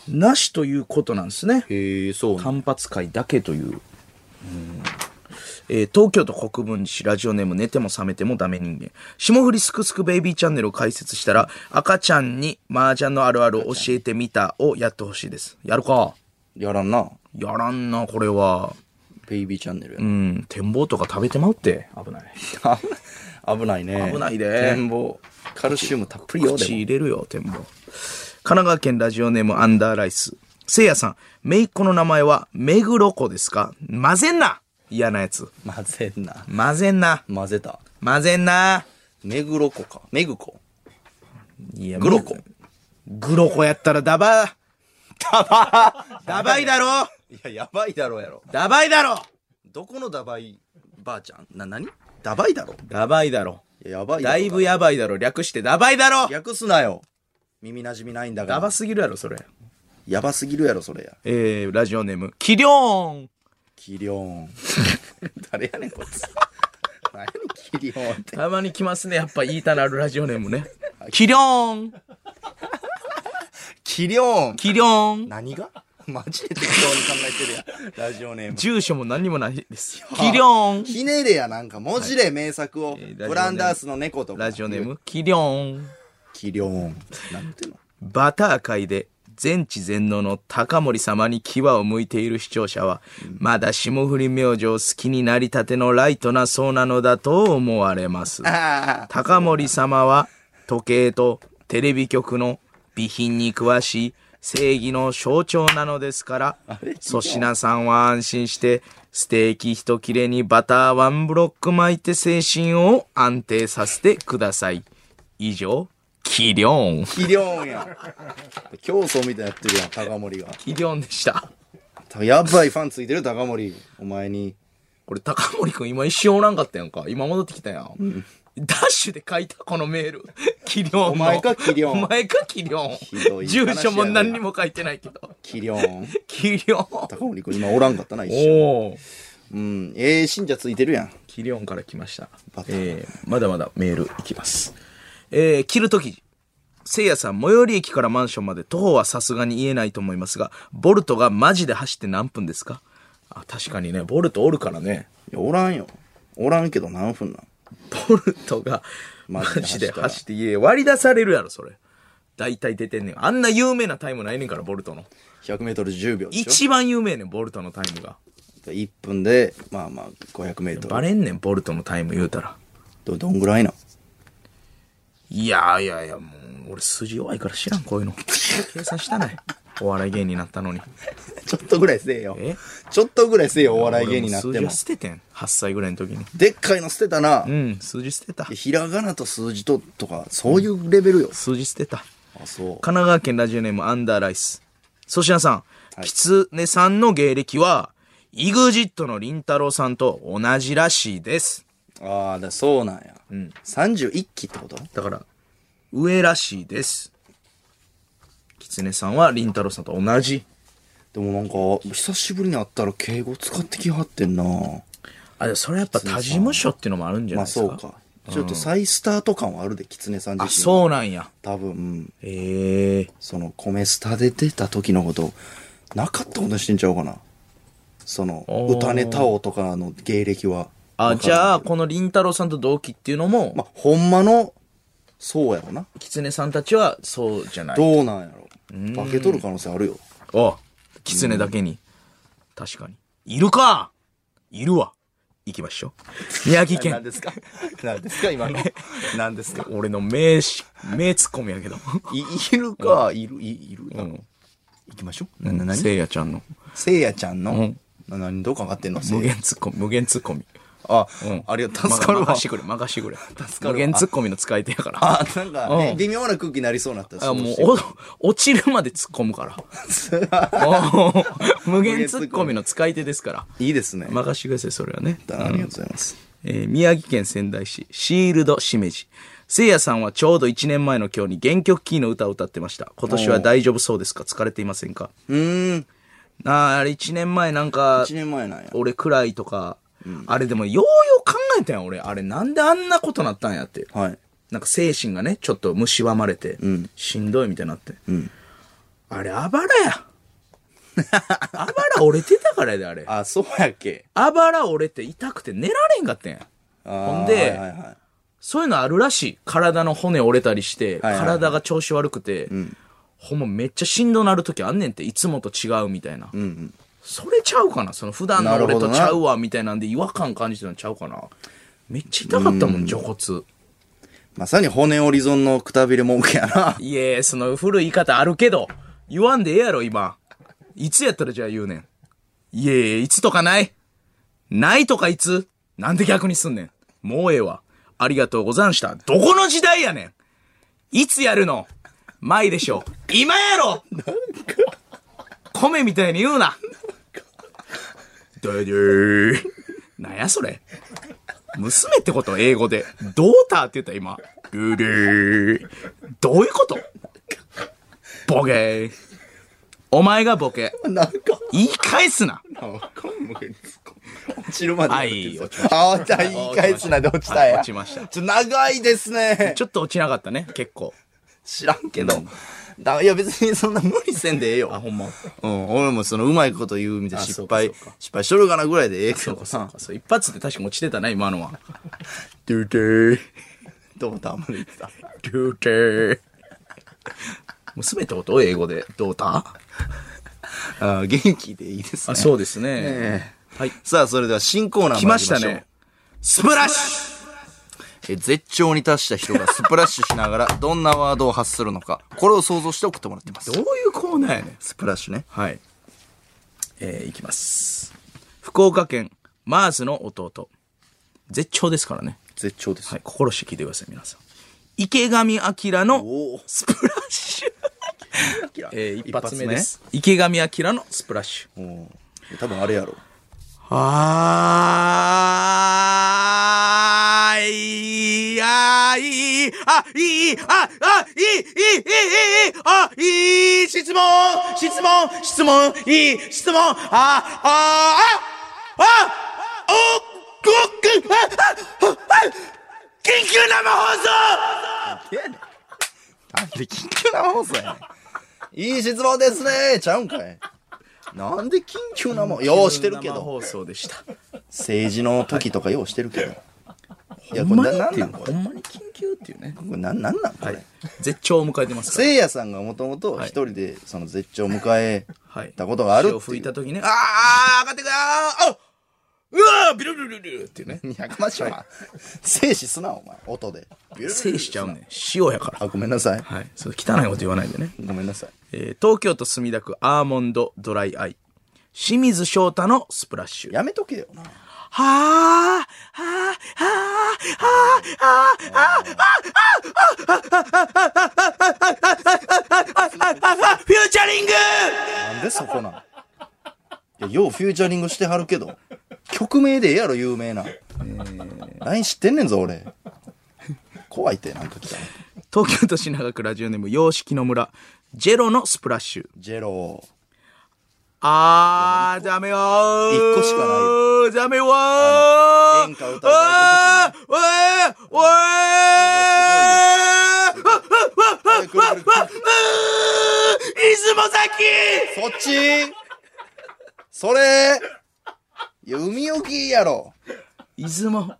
[SPEAKER 2] なしということなんですね
[SPEAKER 1] へえ、そう
[SPEAKER 2] 単発会だけという、うんえー東京都国分寺市ラジオネーム寝ても覚めてもダメ人間霜降りすくすくベイビーチャンネルを開設したら赤ちゃんに麻雀のあるあるを教えてみたをやってほしいですやるか
[SPEAKER 1] やらんな。
[SPEAKER 2] やらんなこれは
[SPEAKER 1] ベイビーチャンネルや
[SPEAKER 2] う
[SPEAKER 1] な。
[SPEAKER 2] ん展望とか食べてまうって危ない
[SPEAKER 1] 危ないね。
[SPEAKER 2] 危ないで
[SPEAKER 1] 展望。カルシウムたっぷりよ。で
[SPEAKER 2] 口
[SPEAKER 1] も
[SPEAKER 2] 入れるよ展望神奈川県ラジオネームアンダーライスせいやさんめいっ子の名前は目黒子ですか混ぜんな嫌なやつ
[SPEAKER 1] 混ぜんな。
[SPEAKER 2] 混ぜんな
[SPEAKER 1] 混ぜた。
[SPEAKER 2] 混ぜんな
[SPEAKER 1] 目黒子か。目黒子。
[SPEAKER 2] いや、
[SPEAKER 1] グロコ。
[SPEAKER 2] グロコやったらダバ。ダバダバいだろ
[SPEAKER 1] いや、やばいだろうやろ。
[SPEAKER 2] ダバイだろ
[SPEAKER 1] どこのダバイばあちゃんな、なにダバイだろ
[SPEAKER 2] ダバイだろ
[SPEAKER 1] いややばい
[SPEAKER 2] だいぶやばいだろ略してダバイだろ
[SPEAKER 1] 略すなよ。耳馴染みないんだから。
[SPEAKER 2] ダバすぎるやろそれ
[SPEAKER 1] やばすぎるやろ、それや。
[SPEAKER 2] えー、ラジオネームキリョーン
[SPEAKER 1] キリョン。誰やねん、こいつ。何やねんキリョンって。
[SPEAKER 2] たまに来ますねやっぱ言いたなるラジオネームね キリョーン
[SPEAKER 1] キリョン。
[SPEAKER 2] キリョーン
[SPEAKER 1] 何がマジで適当に考えてるやん。ラジオネーム。
[SPEAKER 2] 住所も何にもないですキリョーン
[SPEAKER 1] ひねれやなんか文字で名作を、
[SPEAKER 2] ーラジオネーム
[SPEAKER 1] ブランダースの猫とか
[SPEAKER 2] ラジオネームキリョーン
[SPEAKER 1] キリョンなんていうの
[SPEAKER 2] バター界で全知全能の高森様に牙を向いている視聴者は、まだ霜降り明星を好きになりたてのライトなそうなのだと思われます。
[SPEAKER 1] ああ
[SPEAKER 2] 高森様は時計とテレビ局の備品に詳しい正義の象徴なのですから粗品さんは安心してステーキ一切れにバターワンブロック巻いて精神を安定させてください以上キリョン
[SPEAKER 1] キリョンやん競争みたいになってるやん高森が
[SPEAKER 2] キリョンでした
[SPEAKER 1] やばいファンついてる高森お前に
[SPEAKER 2] これ高森くん今一瞬おらんかったやんか今戻ってきたやん、ダッシュで書いたこのメール。 キリョンの。
[SPEAKER 1] お前かキリョン
[SPEAKER 2] お前かキリョン。
[SPEAKER 1] ひどい話や
[SPEAKER 2] 住
[SPEAKER 1] な
[SPEAKER 2] 所も何にも書いてないけど。
[SPEAKER 1] キリョン
[SPEAKER 2] キリョン。
[SPEAKER 1] 高森君今おらんかったな一緒
[SPEAKER 2] おお。
[SPEAKER 1] うんええ信者ついてるやん
[SPEAKER 2] キリョンから来ました
[SPEAKER 1] バ。ター
[SPEAKER 2] えー、まだまだメールいきます。えー、着るとき。せいやさん、最寄り駅からマンションまで徒歩はさすがに言えないと思いますが、ボルトがマジで走って何分ですかあ、確かにね、ボルトおるからね。
[SPEAKER 1] いやおらんよおらんけど何分なん
[SPEAKER 2] ボルトがマ
[SPEAKER 1] マ
[SPEAKER 2] ジ
[SPEAKER 1] ジ
[SPEAKER 2] で
[SPEAKER 1] で走ったら
[SPEAKER 2] 走って家割り出されるやろそれ大体出てんねんあんな有名なタイムないねんからボルトの
[SPEAKER 1] 100m10 秒でし
[SPEAKER 2] 一番有名やねんボルトのタイムが
[SPEAKER 1] ょ1分でまあまあ 500m
[SPEAKER 2] バレんねんボルトのタイム言うたら
[SPEAKER 1] どどんぐらいなん
[SPEAKER 2] いやいやいやもう俺数字弱いから知らんこういうの計算した ないお笑い芸人になったのに
[SPEAKER 1] ちょっとぐらいせえよ
[SPEAKER 2] え
[SPEAKER 1] ちょっとぐらいせえよお笑い芸人になって
[SPEAKER 2] 俺
[SPEAKER 1] も
[SPEAKER 2] も数字は捨ててん8歳ぐらいの時に
[SPEAKER 1] でっかいの捨てたな、
[SPEAKER 2] うん数字捨てた
[SPEAKER 1] ひらがなと数字ととかそういうレベルよ、
[SPEAKER 2] 数字捨てた
[SPEAKER 1] あそう
[SPEAKER 2] 神奈川県ラジオネームアンダーライス。粗品さん、きつねさんの芸歴は、イグジットのりんたろーさんと同じらしいです。
[SPEAKER 1] ああだそうなんや、
[SPEAKER 2] ん
[SPEAKER 1] 31期ってこと
[SPEAKER 2] だから、上らしいです。きつねさんはりんたろーさんと同じ。
[SPEAKER 1] でもなんか久しぶりに会ったら敬語使ってきはってんな
[SPEAKER 2] あ、でもそれやっぱ他事務所っていうのもあるんじゃ
[SPEAKER 1] ま
[SPEAKER 2] ない
[SPEAKER 1] あ
[SPEAKER 2] ですか。
[SPEAKER 1] そうか、ちょっと再スタート感はあるで狐さん
[SPEAKER 2] あ、
[SPEAKER 1] 自身う
[SPEAKER 2] そうなんや。
[SPEAKER 1] 多分、うん
[SPEAKER 2] ええ
[SPEAKER 1] その米スタで出た時のことなかったことしてんちゃうかなその
[SPEAKER 2] おー
[SPEAKER 1] 歌ネタ王とかの芸歴は
[SPEAKER 2] あ、じ
[SPEAKER 1] あ
[SPEAKER 2] ゃあ、このりんたろーさんと同期っていうの
[SPEAKER 1] ま
[SPEAKER 2] も、
[SPEAKER 1] あほんまのそうやろな
[SPEAKER 2] きつねさんたちはそうじゃない。
[SPEAKER 1] どうなんやろ化けとる可能性あるよ
[SPEAKER 2] あキツネだけに。確かに。いるかいるわ。行きましょう。宮城県。
[SPEAKER 1] ですか何ですか今の何ですか
[SPEAKER 2] 俺の名し、名ツッコミやけど。
[SPEAKER 1] いいるか、いる、いいる、今の行きましょう。な、な、
[SPEAKER 2] せいやちゃんの
[SPEAKER 1] せいやちゃんの、
[SPEAKER 2] うん
[SPEAKER 1] な、なに、どこ上がってんのせ
[SPEAKER 2] 無
[SPEAKER 1] いや
[SPEAKER 2] 限ツッコミ、無限ツッコミ。
[SPEAKER 1] あ、
[SPEAKER 2] うん
[SPEAKER 1] ありがとう。助かるわ
[SPEAKER 2] 任。してくれ、任してくれ。助
[SPEAKER 1] かるわ
[SPEAKER 2] 無限ツッコミの使い手やから。
[SPEAKER 1] あ、なんか、ね
[SPEAKER 2] うん
[SPEAKER 1] 微妙な空気になりそうになったら
[SPEAKER 2] あもう
[SPEAKER 1] そうし
[SPEAKER 2] お、落ちるまで突っ込む から。おー無限ツッコミの使い手ですから。
[SPEAKER 1] ていいですね。
[SPEAKER 2] 任してください、それはね。
[SPEAKER 1] ありがとうございます。
[SPEAKER 2] えー宮城県仙台市、シールドしめじ。せいやさんはちょうど1年前の今日に原曲キーの歌を歌ってました。今年は大丈夫そうですか疲れていませんか
[SPEAKER 1] うーん。
[SPEAKER 2] あーあれ1年前なんか
[SPEAKER 1] 1、年前なんや。
[SPEAKER 2] 俺くらいとか、あれでもようよう考えたやん俺。あれなんであんなことなったんやって。
[SPEAKER 1] はい。
[SPEAKER 2] なんか精神がね、ちょっと蝕まれて、しんどいみたいになって。あれ、あばらや。 あばら折れてたからやで、あれ。
[SPEAKER 1] あ、そうやっけ。
[SPEAKER 2] あばら折れて痛くて寝られんかったんや。
[SPEAKER 1] あ
[SPEAKER 2] ほ
[SPEAKER 1] ー
[SPEAKER 2] んで
[SPEAKER 1] はいはいはい
[SPEAKER 2] そういうのあるらしい。体の骨折れたりし
[SPEAKER 1] は
[SPEAKER 2] て、
[SPEAKER 1] いはいはい
[SPEAKER 2] 体が調子悪くて、ほんまめっちゃしんどなる時あんねんって、いつもと違うみたいな。それちゃうかなその普段の
[SPEAKER 1] なる
[SPEAKER 2] 俺
[SPEAKER 1] ほど
[SPEAKER 2] と
[SPEAKER 1] な
[SPEAKER 2] ちゃうわみたいなんで違和感感じてるのちゃうかなめっちゃ痛かったもん、除骨。
[SPEAKER 1] まさに骨折り損のくたびれ文句やな。
[SPEAKER 2] いえ、その古い言い方あるけど、言わんでええやろ、今。いつやったらじゃあ言うねん。いえ、いつとかない。ないとかいつなんで逆にすんねん。もうええわ。ありがとうござんした。どこの時代やねん。いつやるの前でしょ。今やろ米みたいに言うな。ダディー。なんやそれ。娘ってこと英語で。ドーターって言った今。グリー。どういうことボケー。お前がボケ。
[SPEAKER 1] なんか、
[SPEAKER 2] 言い返すな。
[SPEAKER 1] わかんないですか。落ちるまで。
[SPEAKER 2] はい落ち
[SPEAKER 1] あ、落ちた。言い返すなで落ちたや。
[SPEAKER 2] 落ちました
[SPEAKER 1] ちょ、長いですね。
[SPEAKER 2] ちょっと落ちなかったね、結構。
[SPEAKER 1] 知らんけど。だいや、別にそんな無理せんでええよ。
[SPEAKER 2] あ、ほんま。
[SPEAKER 1] うん、俺もそのうまいこと言うみたいな
[SPEAKER 2] あそ
[SPEAKER 1] 失
[SPEAKER 2] うか
[SPEAKER 1] 敗、失敗しとるかなぐらいでええけ
[SPEAKER 2] そう
[SPEAKER 1] ど
[SPEAKER 2] か、そう
[SPEAKER 1] さ、
[SPEAKER 2] か。そう一発で確か落ちてたな、今のは。
[SPEAKER 1] ドゥドゥどうだ、あんまり言ってた。
[SPEAKER 2] ドゥーテー。もうすべてこと英語で。ドーター
[SPEAKER 1] あー元気でいいですね。
[SPEAKER 2] うですね。はい。
[SPEAKER 1] さあ、それでは新コーナー参
[SPEAKER 2] 来
[SPEAKER 1] り
[SPEAKER 2] ま
[SPEAKER 1] ま
[SPEAKER 2] し
[SPEAKER 1] しょう
[SPEAKER 2] たね。。スプラッシ
[SPEAKER 1] え絶頂に達した人がスプラッシュしながらどんなワードを発するのか、これを想像して送ってもらってます
[SPEAKER 2] ュど。ういうコーナーやねん。
[SPEAKER 1] スプラッシュね。
[SPEAKER 2] はい。えー、いきます。福岡県、マーズの弟。絶頂ですからね。
[SPEAKER 1] 絶頂です
[SPEAKER 2] はい。心して聞いてください、皆さん。池上彰
[SPEAKER 1] お
[SPEAKER 2] の
[SPEAKER 1] お
[SPEAKER 2] スプラッシュ。えー、一発目です。池上彰のスプラッシュ。
[SPEAKER 1] うん多分あれやろ。
[SPEAKER 2] あーい、あーい、あ、いい、あ、あ、いい、いい、いい、いい、あ、いい、質問、質問、質問、いい、質問、あ、あ、あ、あ、お、ごく、あ、あ、あ、あ、緊急生放送
[SPEAKER 1] なんで緊急生放送やねん。いい質問ですねちゃうんかい。なんで緊急生放送ようしてるけ
[SPEAKER 2] 生
[SPEAKER 1] ど。
[SPEAKER 2] 放送でした。
[SPEAKER 1] 政治の時とかようしてる けど。いや、
[SPEAKER 2] ほ
[SPEAKER 1] こ
[SPEAKER 2] ん
[SPEAKER 1] れ
[SPEAKER 2] まに
[SPEAKER 1] な
[SPEAKER 2] っ
[SPEAKER 1] ん
[SPEAKER 2] てい
[SPEAKER 1] な
[SPEAKER 2] うん
[SPEAKER 1] こ
[SPEAKER 2] ほ
[SPEAKER 1] れ。
[SPEAKER 2] んまに緊急っていうね。
[SPEAKER 1] これなんなんなんこれ。
[SPEAKER 2] 絶頂を迎えてますから。
[SPEAKER 1] せいやさんがもともと一人でその絶頂を迎え
[SPEAKER 2] はい。
[SPEAKER 1] たことがある
[SPEAKER 2] 潮を
[SPEAKER 1] って
[SPEAKER 2] 吹
[SPEAKER 1] い。
[SPEAKER 2] いうた時ね、あー、上がってくあーあうわー、ビルビルビルビルっていうね。
[SPEAKER 1] いや、かましいわ。静止すな、お前。音で。
[SPEAKER 2] 制しちゃうねん。塩やから。
[SPEAKER 1] あ、ごめんなさい。
[SPEAKER 2] はい。そう、汚いこと言わないでね。
[SPEAKER 1] ごめんなさい。
[SPEAKER 2] えー東京都墨田区アーモンドドライアイ。清水翔太のスプラッシュ。は
[SPEAKER 1] やめとけよな。
[SPEAKER 2] ーはーはーはーはーはーはーフューチャリング
[SPEAKER 1] なんでそこなんいや、ようフューチャリングしてはるけど、曲名でええやろ、有名な。LINE 知ってんねんぞ、俺。怖いって、なんか来たの。
[SPEAKER 2] 東京都品川区ラジオネーム洋式の村。ジェロのスプラッシュ。
[SPEAKER 1] ジェロ
[SPEAKER 2] あー、ダメよー。
[SPEAKER 1] 一個しかない
[SPEAKER 2] よ。ダメよー。
[SPEAKER 1] 演歌歌う外
[SPEAKER 2] うわーうわーうわ
[SPEAKER 1] ー。
[SPEAKER 2] ー
[SPEAKER 1] 来る来る来る
[SPEAKER 2] 出雲崎
[SPEAKER 1] そっちそれいや、海置きやろ。
[SPEAKER 2] 出雲、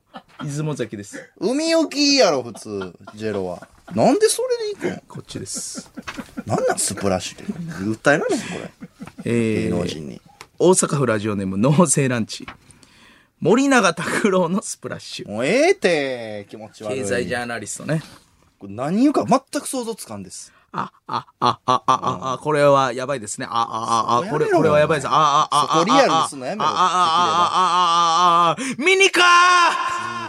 [SPEAKER 2] 出雲崎です。
[SPEAKER 1] 海置きやろ、普通、ジェロは。なんでそれで行く
[SPEAKER 2] こっちです。
[SPEAKER 1] のなんなん、スプラッシュって。訴えられへん、これ。
[SPEAKER 2] え
[SPEAKER 1] 芸能
[SPEAKER 2] ー、
[SPEAKER 1] 人に。
[SPEAKER 2] 大阪府ラジオネーム、納税ランチ。森永卓郎のスプラッシュ。
[SPEAKER 1] もうええって、気持ち悪い。
[SPEAKER 2] 経済ジ
[SPEAKER 1] ん。
[SPEAKER 2] ャーナリストね。
[SPEAKER 1] 何言うか全く想像つかんです。
[SPEAKER 2] あ、あ、あ、あ、あ、あ、あ、これはやばいですね。あ、あ、あ、あ、これ、これはやばいです。あ、あ、あ、あ、あ、あ、あ、あ、あ、あ、あ、ミニカー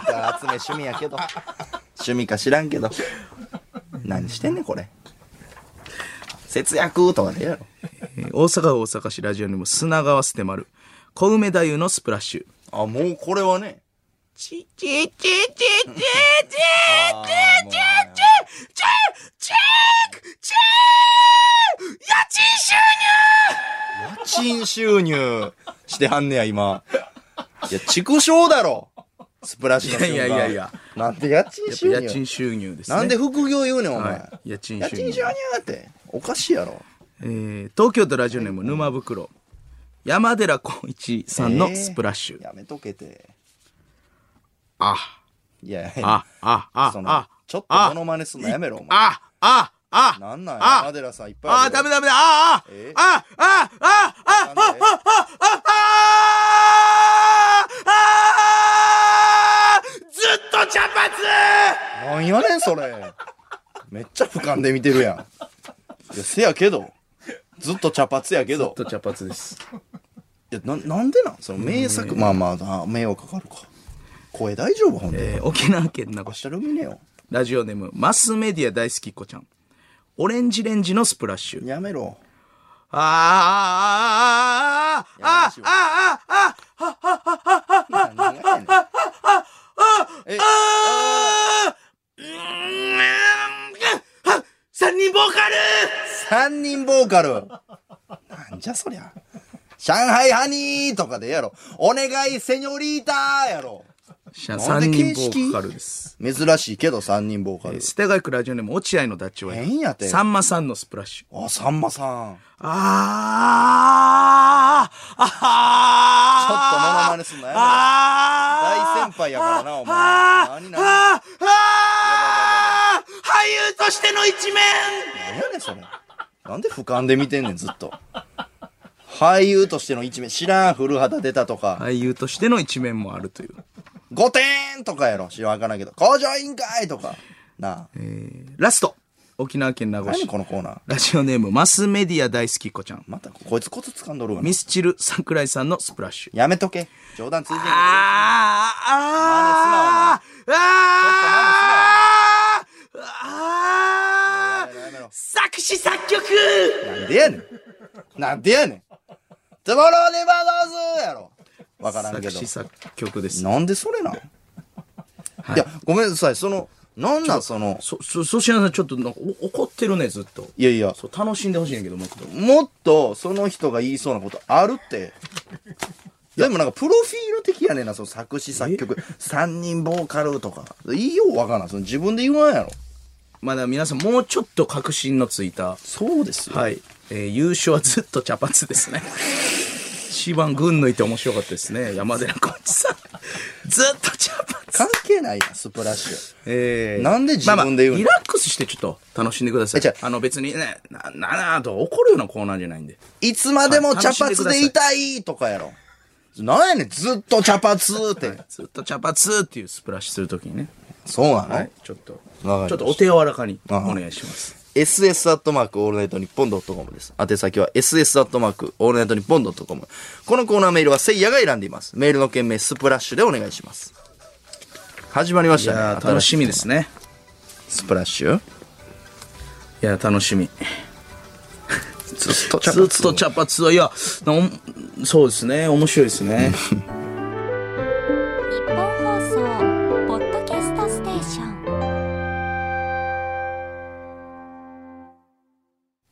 [SPEAKER 1] いいから集め趣味やけど。趣味か知らんけど。何してんねん、これ。節約とかでええやろ。
[SPEAKER 2] 大阪府大阪市ラジオネーム砂川捨て丸。小梅太夫のスプラッシュ。
[SPEAKER 1] あ、もうこれはね。
[SPEAKER 2] ち、ち、ち、ち、ち、ち、ち、ち、ち、ち、ち、ち、家賃収
[SPEAKER 1] 家賃収入してはんねや、今。いや、畜生だろ。スプラッシュの瞬間
[SPEAKER 2] いやいやいや。
[SPEAKER 1] なんで家賃収
[SPEAKER 2] 入
[SPEAKER 1] 入
[SPEAKER 2] 家賃収入ですね。
[SPEAKER 1] なんで副業言うねん、お前。
[SPEAKER 2] はい家賃
[SPEAKER 1] 家
[SPEAKER 2] 収入
[SPEAKER 1] 賃収入って。おかしいやろ。
[SPEAKER 2] えー東京都ラジオネーム沼袋。山寺宏一さんのスプラッシュ。
[SPEAKER 1] やめとけて。
[SPEAKER 2] あ。
[SPEAKER 1] いやい
[SPEAKER 2] あ
[SPEAKER 1] や、、
[SPEAKER 2] あ、あ、
[SPEAKER 1] その
[SPEAKER 2] あ、、
[SPEAKER 1] ちょっとモノマネすんのやめろ、お前。
[SPEAKER 2] あ、あ、あ、
[SPEAKER 1] なんなんや、
[SPEAKER 2] あ
[SPEAKER 1] マ、デラさんいっぱい
[SPEAKER 2] あ、
[SPEAKER 1] るよ
[SPEAKER 2] ダメダメだ、あ、あ、
[SPEAKER 1] え
[SPEAKER 2] あ、あ、あ、あ、あ、あ、あ、あ、あ、あ、あ、あ、ずっと茶髪
[SPEAKER 1] なんやねんそれめっちゃ俯瞰で見てるやんいやせやけどずっと茶髪やけど
[SPEAKER 2] と茶髪です。
[SPEAKER 1] いやななんでなんその名作まあまああ迷惑かかるか声大丈夫ほんで
[SPEAKER 2] えー、沖縄県名護
[SPEAKER 1] 明
[SPEAKER 2] 市、
[SPEAKER 1] 日ルミネよ
[SPEAKER 2] ラジオネーム、マスメディア大好きっ子ちゃん。オレンジレンジのスプラッシュ。
[SPEAKER 1] やめろ
[SPEAKER 2] ああああああああああああああ
[SPEAKER 1] ローカル。なんじゃそりゃ。上海ハニーとかでええやろ。お願いセニョリーターやろ。なんで
[SPEAKER 2] 三
[SPEAKER 1] 形
[SPEAKER 2] 人
[SPEAKER 1] 式
[SPEAKER 2] ボーカルです。
[SPEAKER 1] 珍しいけど3人ボーカル。
[SPEAKER 2] 世田谷区ラジオネーム落合のダッチワイ
[SPEAKER 1] 変やて
[SPEAKER 2] さんまさんのスプラッシュ。
[SPEAKER 1] あ、さんまさん。
[SPEAKER 2] あーああ
[SPEAKER 1] ちょっとモノマネすんのやめろ
[SPEAKER 2] あ
[SPEAKER 1] 大先輩やからなお前
[SPEAKER 2] あー
[SPEAKER 1] 何何
[SPEAKER 2] あーあー俳優としての一面
[SPEAKER 1] 何やねんそれ。なんで俯瞰で見てんねん、ずっと。俳優としての一面、知らん、古畑出たとか、
[SPEAKER 2] 俳優としての一面もあるという。
[SPEAKER 1] 五点とかやろ、知らんかないけど、工場委員会とか。なあ、
[SPEAKER 2] ラスト沖縄県名護
[SPEAKER 1] 何
[SPEAKER 2] 市。
[SPEAKER 1] このコーナー。
[SPEAKER 2] ラジオネームマスメディア大好きっ子ちゃん。
[SPEAKER 1] また、こいつコツ掴んどるわな
[SPEAKER 2] ミ。スチル桜井さんのスプラッシュ。
[SPEAKER 1] やめとけ。冗談通じんけど
[SPEAKER 2] ああああああああ
[SPEAKER 1] やめろやめろ
[SPEAKER 2] 作詞作曲
[SPEAKER 1] なんでやねん。なんでやねん。トゥモローネバードーズやろ。わからんけ
[SPEAKER 2] 作
[SPEAKER 1] ど
[SPEAKER 2] 詞。作曲です。
[SPEAKER 1] なんでそれなん、い、や、ごめんなさい、その、なんなんその、
[SPEAKER 2] そ、そ、粗品さんちょっとなんかお怒ってるね、ずっと。
[SPEAKER 1] いやいや、
[SPEAKER 2] そう、楽しんでほしいんやけど、もっと。
[SPEAKER 1] もっとその人が言いそうなことあるって。でもなんかプロフィール的やねんな、その作詞作曲、三人ボーカルとか。いいようわからん。その自分で言わんやろ。
[SPEAKER 2] まあだから皆さんもうちょっと確信のついた。
[SPEAKER 1] そうですよ。
[SPEAKER 2] はい。えー優勝はずっと茶髪ですね。一番群抜いて面白かったですね。山寺コーチさん。ずっと茶
[SPEAKER 1] 関
[SPEAKER 2] 髪。
[SPEAKER 1] 係ないやん、スプラッシュ。
[SPEAKER 2] えー
[SPEAKER 1] なんで自分で言うの
[SPEAKER 2] まあまあリラックスしてちょっと楽しんでください
[SPEAKER 1] えじゃ。あ
[SPEAKER 2] あの別にね、な、な、な、と怒るようなコーナーじゃないんで。
[SPEAKER 1] いつまでも茶髪
[SPEAKER 2] はい楽
[SPEAKER 1] で
[SPEAKER 2] しんで
[SPEAKER 1] い
[SPEAKER 2] くだ
[SPEAKER 1] たいとかやろ。なんやねん、ずっと茶髪って。
[SPEAKER 2] ずっと茶髪っていうスプラッシュするときにね。
[SPEAKER 1] そうなの、
[SPEAKER 2] はい。ちょっと。ち
[SPEAKER 1] わかりまし
[SPEAKER 2] ょ
[SPEAKER 1] た
[SPEAKER 2] っとお手柔らかにお
[SPEAKER 1] あはい
[SPEAKER 2] 願いします。
[SPEAKER 1] ?ss アットマークオールナイトニッポンドットコムです。宛先は ss アットマークオールナイトニッポンドットコム。このコーナーメールはせいやが選んでいます。メールの件名、スプラッシュでお願いします。始まりまし
[SPEAKER 2] い
[SPEAKER 1] たね
[SPEAKER 2] や。ー楽しみですね。
[SPEAKER 1] スプラッシュ
[SPEAKER 2] いやー楽しみ。
[SPEAKER 1] ずっと
[SPEAKER 2] ずっと茶髪は、いや、なおそうですね、面白いですね。
[SPEAKER 3] 日本放送ポッドキャストステーション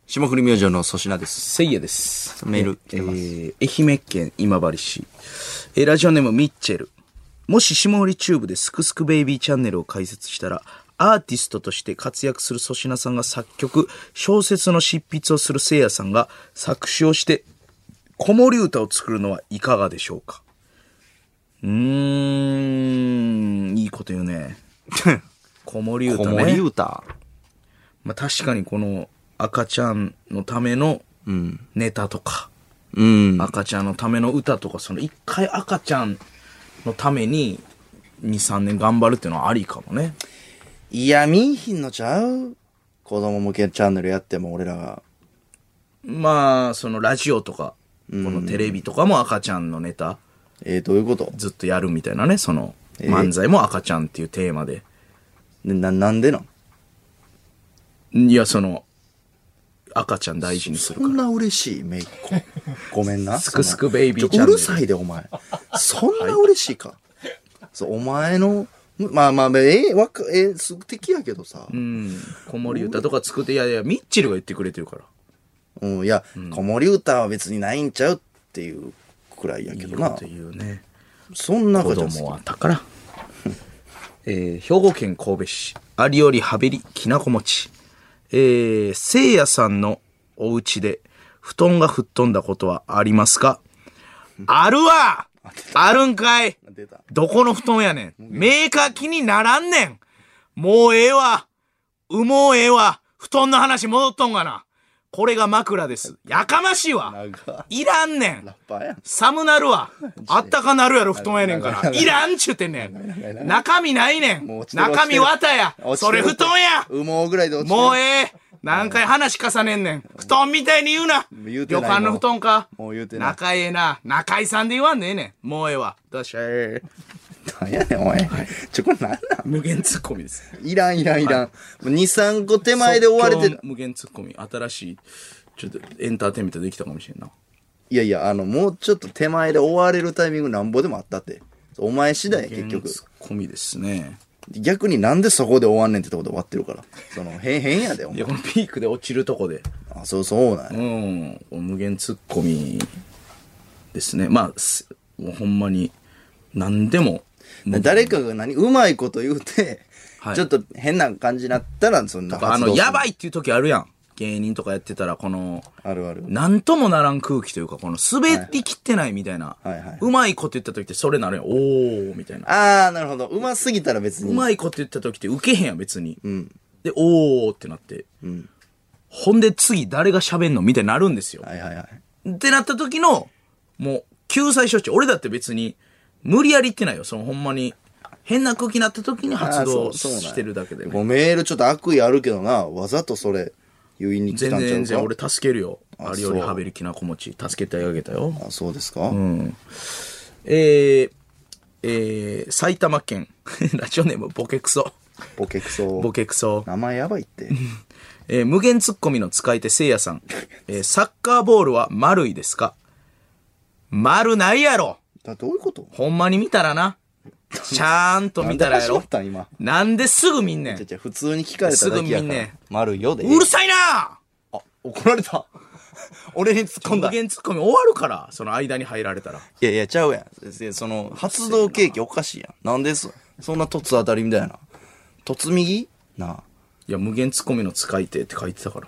[SPEAKER 1] 霜降り明星の粗品です。
[SPEAKER 2] せいやです。
[SPEAKER 1] メール来てます
[SPEAKER 2] えー愛媛県今治市。えーラジオネームミッチェル。もし下降りチューブでスクスクベイビーチャンネルを開設したら、アーティストとして活躍する粗品さんが作曲、小説の執筆をするせいやさんが作詞をして、子守歌を作るのはいかがでしょうかうーん、いいこと言うね。 子守歌ね。
[SPEAKER 1] 子守歌。
[SPEAKER 2] まあ、確かにこの赤ちゃんのためのネタとか、
[SPEAKER 1] うん。
[SPEAKER 2] 赤ちゃんのための歌とかその一回赤ちゃんのために23年頑張るっていうのはありかもね
[SPEAKER 1] いや、見いひんのちゃう子供向けチャンネルやっても俺らが。
[SPEAKER 2] まあそのラジオとかこのテレビとかも赤ちゃんのネタ
[SPEAKER 1] えー、どういうこと
[SPEAKER 2] ずっとやるみたいなねその
[SPEAKER 1] え
[SPEAKER 2] 漫才も赤ちゃんっていうテーマで、
[SPEAKER 1] な、なんでなん
[SPEAKER 2] いやその赤ちゃん大事にする
[SPEAKER 1] そんな嬉しい、めいっ子。 ごめんな。
[SPEAKER 2] すくすくベイビー
[SPEAKER 1] ち
[SPEAKER 2] チ
[SPEAKER 1] ょ
[SPEAKER 2] ャン
[SPEAKER 1] う
[SPEAKER 2] ネル
[SPEAKER 1] るさいで、お前。そんな嬉しいか。そう、お前の、まあまあ、ええわか、えー、素敵やけどさ。う、
[SPEAKER 2] うんん子守歌とか作っていやいやミッチェルが言ってくれてるから
[SPEAKER 1] いや、子守歌は別にないんちゃうっていうくらいやけ
[SPEAKER 2] いい
[SPEAKER 1] ど
[SPEAKER 2] こ
[SPEAKER 1] な
[SPEAKER 2] と。言うね
[SPEAKER 1] そんなこ
[SPEAKER 2] 子
[SPEAKER 1] と
[SPEAKER 2] 供は宝。 えー、兵庫県神戸市、有寄はべりきなこ餅。えー、せいやさんのお家で、布団が吹っ飛んだことはありますかあるわあるんかい
[SPEAKER 1] 出た。
[SPEAKER 2] どこの布団やねんメーカー気にならんねんもうええわ羽毛ええわ布団の話戻っとんがなこれが枕です。やかましいわ
[SPEAKER 1] 長
[SPEAKER 2] いらんねん
[SPEAKER 1] ラッパーやん。
[SPEAKER 2] 寒なるわ。あったかなるやろ、布団やねんか
[SPEAKER 1] 長
[SPEAKER 2] ら。
[SPEAKER 1] い長い
[SPEAKER 2] いらんちゅうてんねん。中身ないね
[SPEAKER 1] もうん落。ちてる
[SPEAKER 2] 中身綿や
[SPEAKER 1] 落ちてる。
[SPEAKER 2] それ布団や。
[SPEAKER 1] 羽毛ぐらいで落ちてる
[SPEAKER 2] もうええ。何回話重ねんねん。布団みたいに言うな。
[SPEAKER 1] 言うて
[SPEAKER 2] 旅
[SPEAKER 1] ない
[SPEAKER 2] 館の布団か。
[SPEAKER 1] もう言うてない
[SPEAKER 2] 仲ええな。中井さんで言わんでええねん。もうええわ。どうしよう。
[SPEAKER 1] なんやねん、お前。ちょ、これなんなん
[SPEAKER 2] 無限ツッコミです。
[SPEAKER 1] いらん、いらん、いらん。もう2、3個手前で終われて
[SPEAKER 2] 即興無限ツッコミ。新しい、ちょっとエンターテインメントできたかもしれんな。
[SPEAKER 1] いやいや、あの、もうちょっと手前で終われるタイミングなんぼでもあったって。お前次第や、結
[SPEAKER 2] 無限
[SPEAKER 1] 局。
[SPEAKER 2] ツッコミですね。
[SPEAKER 1] 逆になんでそこで終わんねんってとこで終わってるから。その、変、変やで、お
[SPEAKER 2] い
[SPEAKER 1] 前
[SPEAKER 2] や、このピークで落ちるとこで。
[SPEAKER 1] あ、そう、そうなん
[SPEAKER 2] う
[SPEAKER 1] や。
[SPEAKER 2] ん。無限ツッコミですね。まあ、すもうほんまに、何でも。もう
[SPEAKER 1] 誰かが何、うまいこと言うて、
[SPEAKER 2] はい
[SPEAKER 1] ちょっと変な感じになったら、そんな
[SPEAKER 2] あ
[SPEAKER 1] 発動
[SPEAKER 2] の、
[SPEAKER 1] する
[SPEAKER 2] やばいっていう時あるやん。芸人とかやってたら、この、
[SPEAKER 1] あるある。
[SPEAKER 2] なんともならん空気というか、この滑りきってないみたいな。
[SPEAKER 1] はいはいはいはいう
[SPEAKER 2] まいこと言った時ってそれなるやん。おー、みたいな。
[SPEAKER 1] あー、なるほど。うますぎたら別に。
[SPEAKER 2] うまいこと言った時ってウケへんやん、別に。
[SPEAKER 1] ん
[SPEAKER 2] で、おーってなって。ほんで次誰が喋んのみたいになるんですよ。
[SPEAKER 1] はいはいはい。
[SPEAKER 2] ってなった時の、もう、救済処置。俺だって別に、無理やり言ってないよ。そのほんまに、変な空気になった時に発
[SPEAKER 1] あ
[SPEAKER 2] 動
[SPEAKER 1] ーそうそうなんや
[SPEAKER 2] してるだけでね、
[SPEAKER 1] ごめんメールちょっと悪意あるけどな、わざとそれ、言いに来
[SPEAKER 2] 全
[SPEAKER 1] たん
[SPEAKER 2] 然
[SPEAKER 1] ちゃうか
[SPEAKER 2] 全然俺助けるよ。
[SPEAKER 1] あ
[SPEAKER 2] あれより
[SPEAKER 1] そう
[SPEAKER 2] はべりきな子持ち。助けてあげたよ。
[SPEAKER 1] あ、そうですか、
[SPEAKER 2] えー、えー、埼玉県。ラジオネームボケクソ。
[SPEAKER 1] ボケクソ。
[SPEAKER 2] ボケクソ。
[SPEAKER 1] 名前やばいって。
[SPEAKER 2] えー無限ツッコミの使い手、せいやさん。えーサッカーボールは丸いですか丸ないやろ
[SPEAKER 1] だどういうこと
[SPEAKER 2] ほんまに見たらな。ちゃんと見たらや
[SPEAKER 1] なんで始ま
[SPEAKER 2] ろ
[SPEAKER 1] ったん今。
[SPEAKER 2] なんですぐ見んねん。
[SPEAKER 1] じゃじゃ普通に聞かれただけや
[SPEAKER 2] すぐ見
[SPEAKER 1] か
[SPEAKER 2] ん
[SPEAKER 1] ら。
[SPEAKER 2] ね
[SPEAKER 1] 丸よで。
[SPEAKER 2] うるさいな
[SPEAKER 1] あ、怒られ た。俺に突っ込ん
[SPEAKER 2] 無
[SPEAKER 1] だ。い
[SPEAKER 2] 限ツッコミ終わるから、その間に入られたら。
[SPEAKER 1] やいや、ちゃうやんいや。その、発動ケーキおかしいやん。なんですそんな突当たりみたいな。突右なあ。
[SPEAKER 2] いや、無限ツッコミの使い手って書いてたから。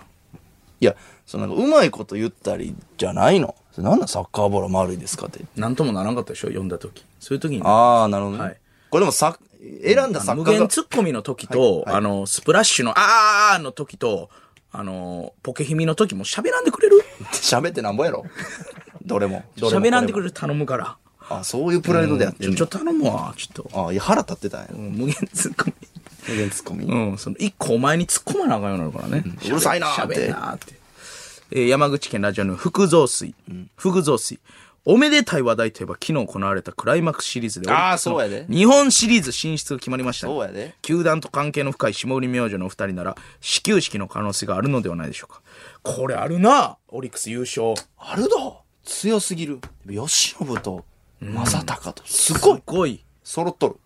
[SPEAKER 1] いや、そのなんかうまいこと言ったりじゃないの。それなんだサッカーボールは丸いですかって。
[SPEAKER 2] なんともならんかったでしょ読んだ時。そういう時にね、
[SPEAKER 1] ああ、なるほどね。
[SPEAKER 2] はい
[SPEAKER 1] これでもさ、選んだ
[SPEAKER 2] あの
[SPEAKER 1] 作
[SPEAKER 2] 無
[SPEAKER 1] 家が
[SPEAKER 2] 限。ツッコミの時と、あの、スプラッシュの、あーの時と、あの、ポケヒミの時も喋らんでくれる
[SPEAKER 1] 喋ってなんぼやろ。 どれも。どれも
[SPEAKER 2] 喋らんでくれる頼むから。
[SPEAKER 1] あ、そういうプライドでやって
[SPEAKER 2] ちょ、
[SPEAKER 1] る
[SPEAKER 2] ちょ、頼むわ、ちょっと。
[SPEAKER 1] あ、いや、腹立ってたんや。
[SPEAKER 2] うん無限突っ込
[SPEAKER 1] 無限ツッコミ。
[SPEAKER 2] み。うん、その、一個お前に突っ込まなあかんようになるからね。
[SPEAKER 1] うるさいなーって
[SPEAKER 2] 喋んなーって。えー山口県ラジオの福増水。福増水。おめでたい話題といえば昨日行われたクライマックスシリーズで
[SPEAKER 1] あー
[SPEAKER 2] オリックスの
[SPEAKER 1] そうやで
[SPEAKER 2] 日本シリーズ進出が決まりましたね、
[SPEAKER 1] そうやで
[SPEAKER 2] 球団と関係の深い下売り明星のお二人なら始球式の可能性があるのではないでしょうかこれあるなオリックス優勝
[SPEAKER 1] あるだ強すぎる。吉信と正隆と、すごい
[SPEAKER 2] すごい
[SPEAKER 1] 揃っとる。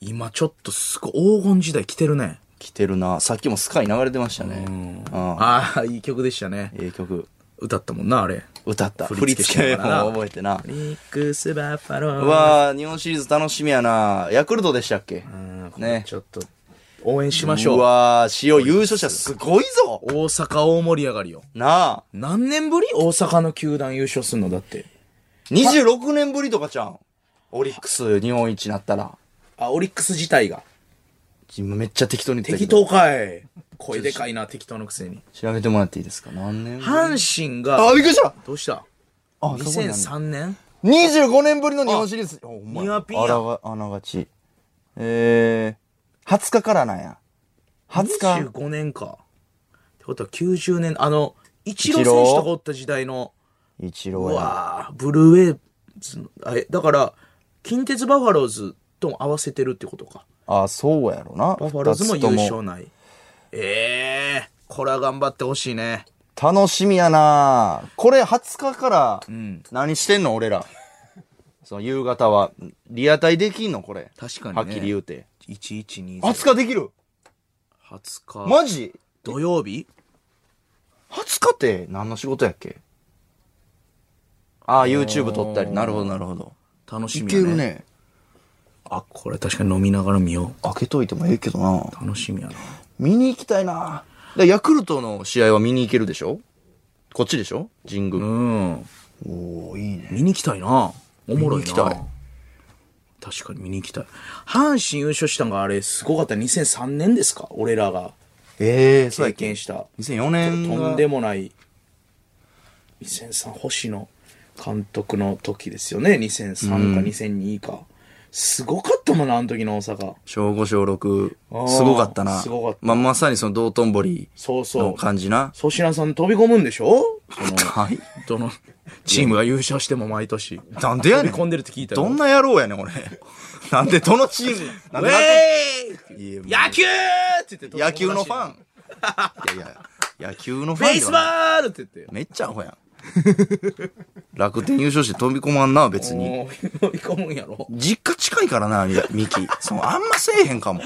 [SPEAKER 2] 今ちょっとすごい黄金時代来てるね
[SPEAKER 1] 来てるな。さっきもスカイ流れてましたね。ああ、
[SPEAKER 2] ああいい曲でしたね
[SPEAKER 1] ええ曲。
[SPEAKER 2] 歌ったもんなあれ
[SPEAKER 1] 歌った。振
[SPEAKER 2] 振
[SPEAKER 1] り
[SPEAKER 2] り
[SPEAKER 1] 付
[SPEAKER 2] 付け
[SPEAKER 1] け
[SPEAKER 2] しながら
[SPEAKER 1] も覚えてな。
[SPEAKER 2] リックスバッファロー
[SPEAKER 1] うわー日本シリーズ楽しみやな。ヤクルトでしたっけね
[SPEAKER 2] ね。ちょっと応援しまし
[SPEAKER 1] う
[SPEAKER 2] ょう
[SPEAKER 1] わー塩優勝者すごいぞ
[SPEAKER 2] 大阪大盛り上がりよ
[SPEAKER 1] なあ。
[SPEAKER 2] 何年ぶり大阪の球団優勝すんのだって
[SPEAKER 1] 26年ぶりとかじゃん。オリックス日本一になったら。
[SPEAKER 2] あオリックス自体が
[SPEAKER 1] 今めっちゃ適当に言ってたけ
[SPEAKER 2] 適
[SPEAKER 1] ど
[SPEAKER 2] 当かい声でかいな適当のくせに
[SPEAKER 1] 調べてもらっていいですか何年ぶり
[SPEAKER 2] 阪神
[SPEAKER 1] あ、
[SPEAKER 2] が
[SPEAKER 1] びっくりした
[SPEAKER 2] どうした
[SPEAKER 1] あ、そこにあんの
[SPEAKER 2] 2003年
[SPEAKER 1] 25年ぶりの日本シリーズ。お前
[SPEAKER 2] ニアピンや
[SPEAKER 1] あらが、あながち。えー、20日からなんや。20日。
[SPEAKER 2] 25年かってことは90年あのイチロー
[SPEAKER 1] イチロ
[SPEAKER 2] 選
[SPEAKER 1] ー
[SPEAKER 2] 手とかおった時代の
[SPEAKER 1] 一郎
[SPEAKER 2] う
[SPEAKER 1] や。
[SPEAKER 2] わーブルーウェーブズのあえだから近鉄バファローズとも合わせてるってことか
[SPEAKER 1] あ、そうやろな。
[SPEAKER 2] バファローズも優
[SPEAKER 1] 二つ
[SPEAKER 2] 勝
[SPEAKER 1] とも
[SPEAKER 2] ないええこれは頑張ってほしいね
[SPEAKER 1] 楽しみやなこれ20日から、何してんの俺ら。その夕方は、リアタイできんのこれ。
[SPEAKER 2] 確かにね
[SPEAKER 1] はっきり言うて。
[SPEAKER 2] 1120
[SPEAKER 1] 20日できる
[SPEAKER 2] 20日、
[SPEAKER 1] マジ
[SPEAKER 2] 土曜日
[SPEAKER 1] ?20 日って何の仕事やっけああ、YouTube 撮ったり。なるほど、なるほど。
[SPEAKER 2] 楽し
[SPEAKER 1] い
[SPEAKER 2] み
[SPEAKER 1] け
[SPEAKER 2] やね
[SPEAKER 1] るね。
[SPEAKER 2] あこれ確かに飲みながら見よ
[SPEAKER 1] 開けといてもええけどな
[SPEAKER 2] う楽しみやな
[SPEAKER 1] 見に行きたいなでヤクルトの試合は見に行けるでしょこっちでしょ神宮。
[SPEAKER 2] うん
[SPEAKER 1] おおいいね。
[SPEAKER 2] 見に行きたいなおも
[SPEAKER 1] 見
[SPEAKER 2] ろいな
[SPEAKER 1] に行きたい
[SPEAKER 2] 確かに見に行きたい阪神優勝したんがあれすごかった2003年ですか俺らが
[SPEAKER 1] ええそう
[SPEAKER 2] 経
[SPEAKER 1] やっけ
[SPEAKER 2] 験した
[SPEAKER 1] 2004年が
[SPEAKER 2] とんでもない2003星野監督の時ですよね2003か2002か、すごかったもんなあの時の大阪
[SPEAKER 1] 小5小6、
[SPEAKER 2] ー
[SPEAKER 1] すごかったな。
[SPEAKER 2] すごかった
[SPEAKER 1] まあ、まさにその道頓堀
[SPEAKER 2] そうそ
[SPEAKER 1] の
[SPEAKER 2] う
[SPEAKER 1] 感じな。
[SPEAKER 2] 粗品さん飛び込むんでしょその
[SPEAKER 1] はい。
[SPEAKER 2] どのチームが優勝しても毎年
[SPEAKER 1] なんでやね
[SPEAKER 2] 飛び込ん
[SPEAKER 1] ん。
[SPEAKER 2] でるって聞いたよ
[SPEAKER 1] どんな野郎やねん、俺。 なんで、どのチ ームな
[SPEAKER 2] ウ
[SPEAKER 1] ん
[SPEAKER 2] ェ
[SPEAKER 1] で
[SPEAKER 2] ーイ
[SPEAKER 1] いや
[SPEAKER 2] 野球って言って
[SPEAKER 1] 野球のファン。いやいや、野球のフ
[SPEAKER 2] ベ
[SPEAKER 1] ァン
[SPEAKER 2] ー
[SPEAKER 1] で
[SPEAKER 2] ス
[SPEAKER 1] はない。
[SPEAKER 2] バールって言って
[SPEAKER 1] めっちゃアホやん。 楽天優勝して飛び込まんな、別に。
[SPEAKER 2] もう飛び込むんやろ
[SPEAKER 1] 実家近いからな、みミキ。そのあんませえへんかも。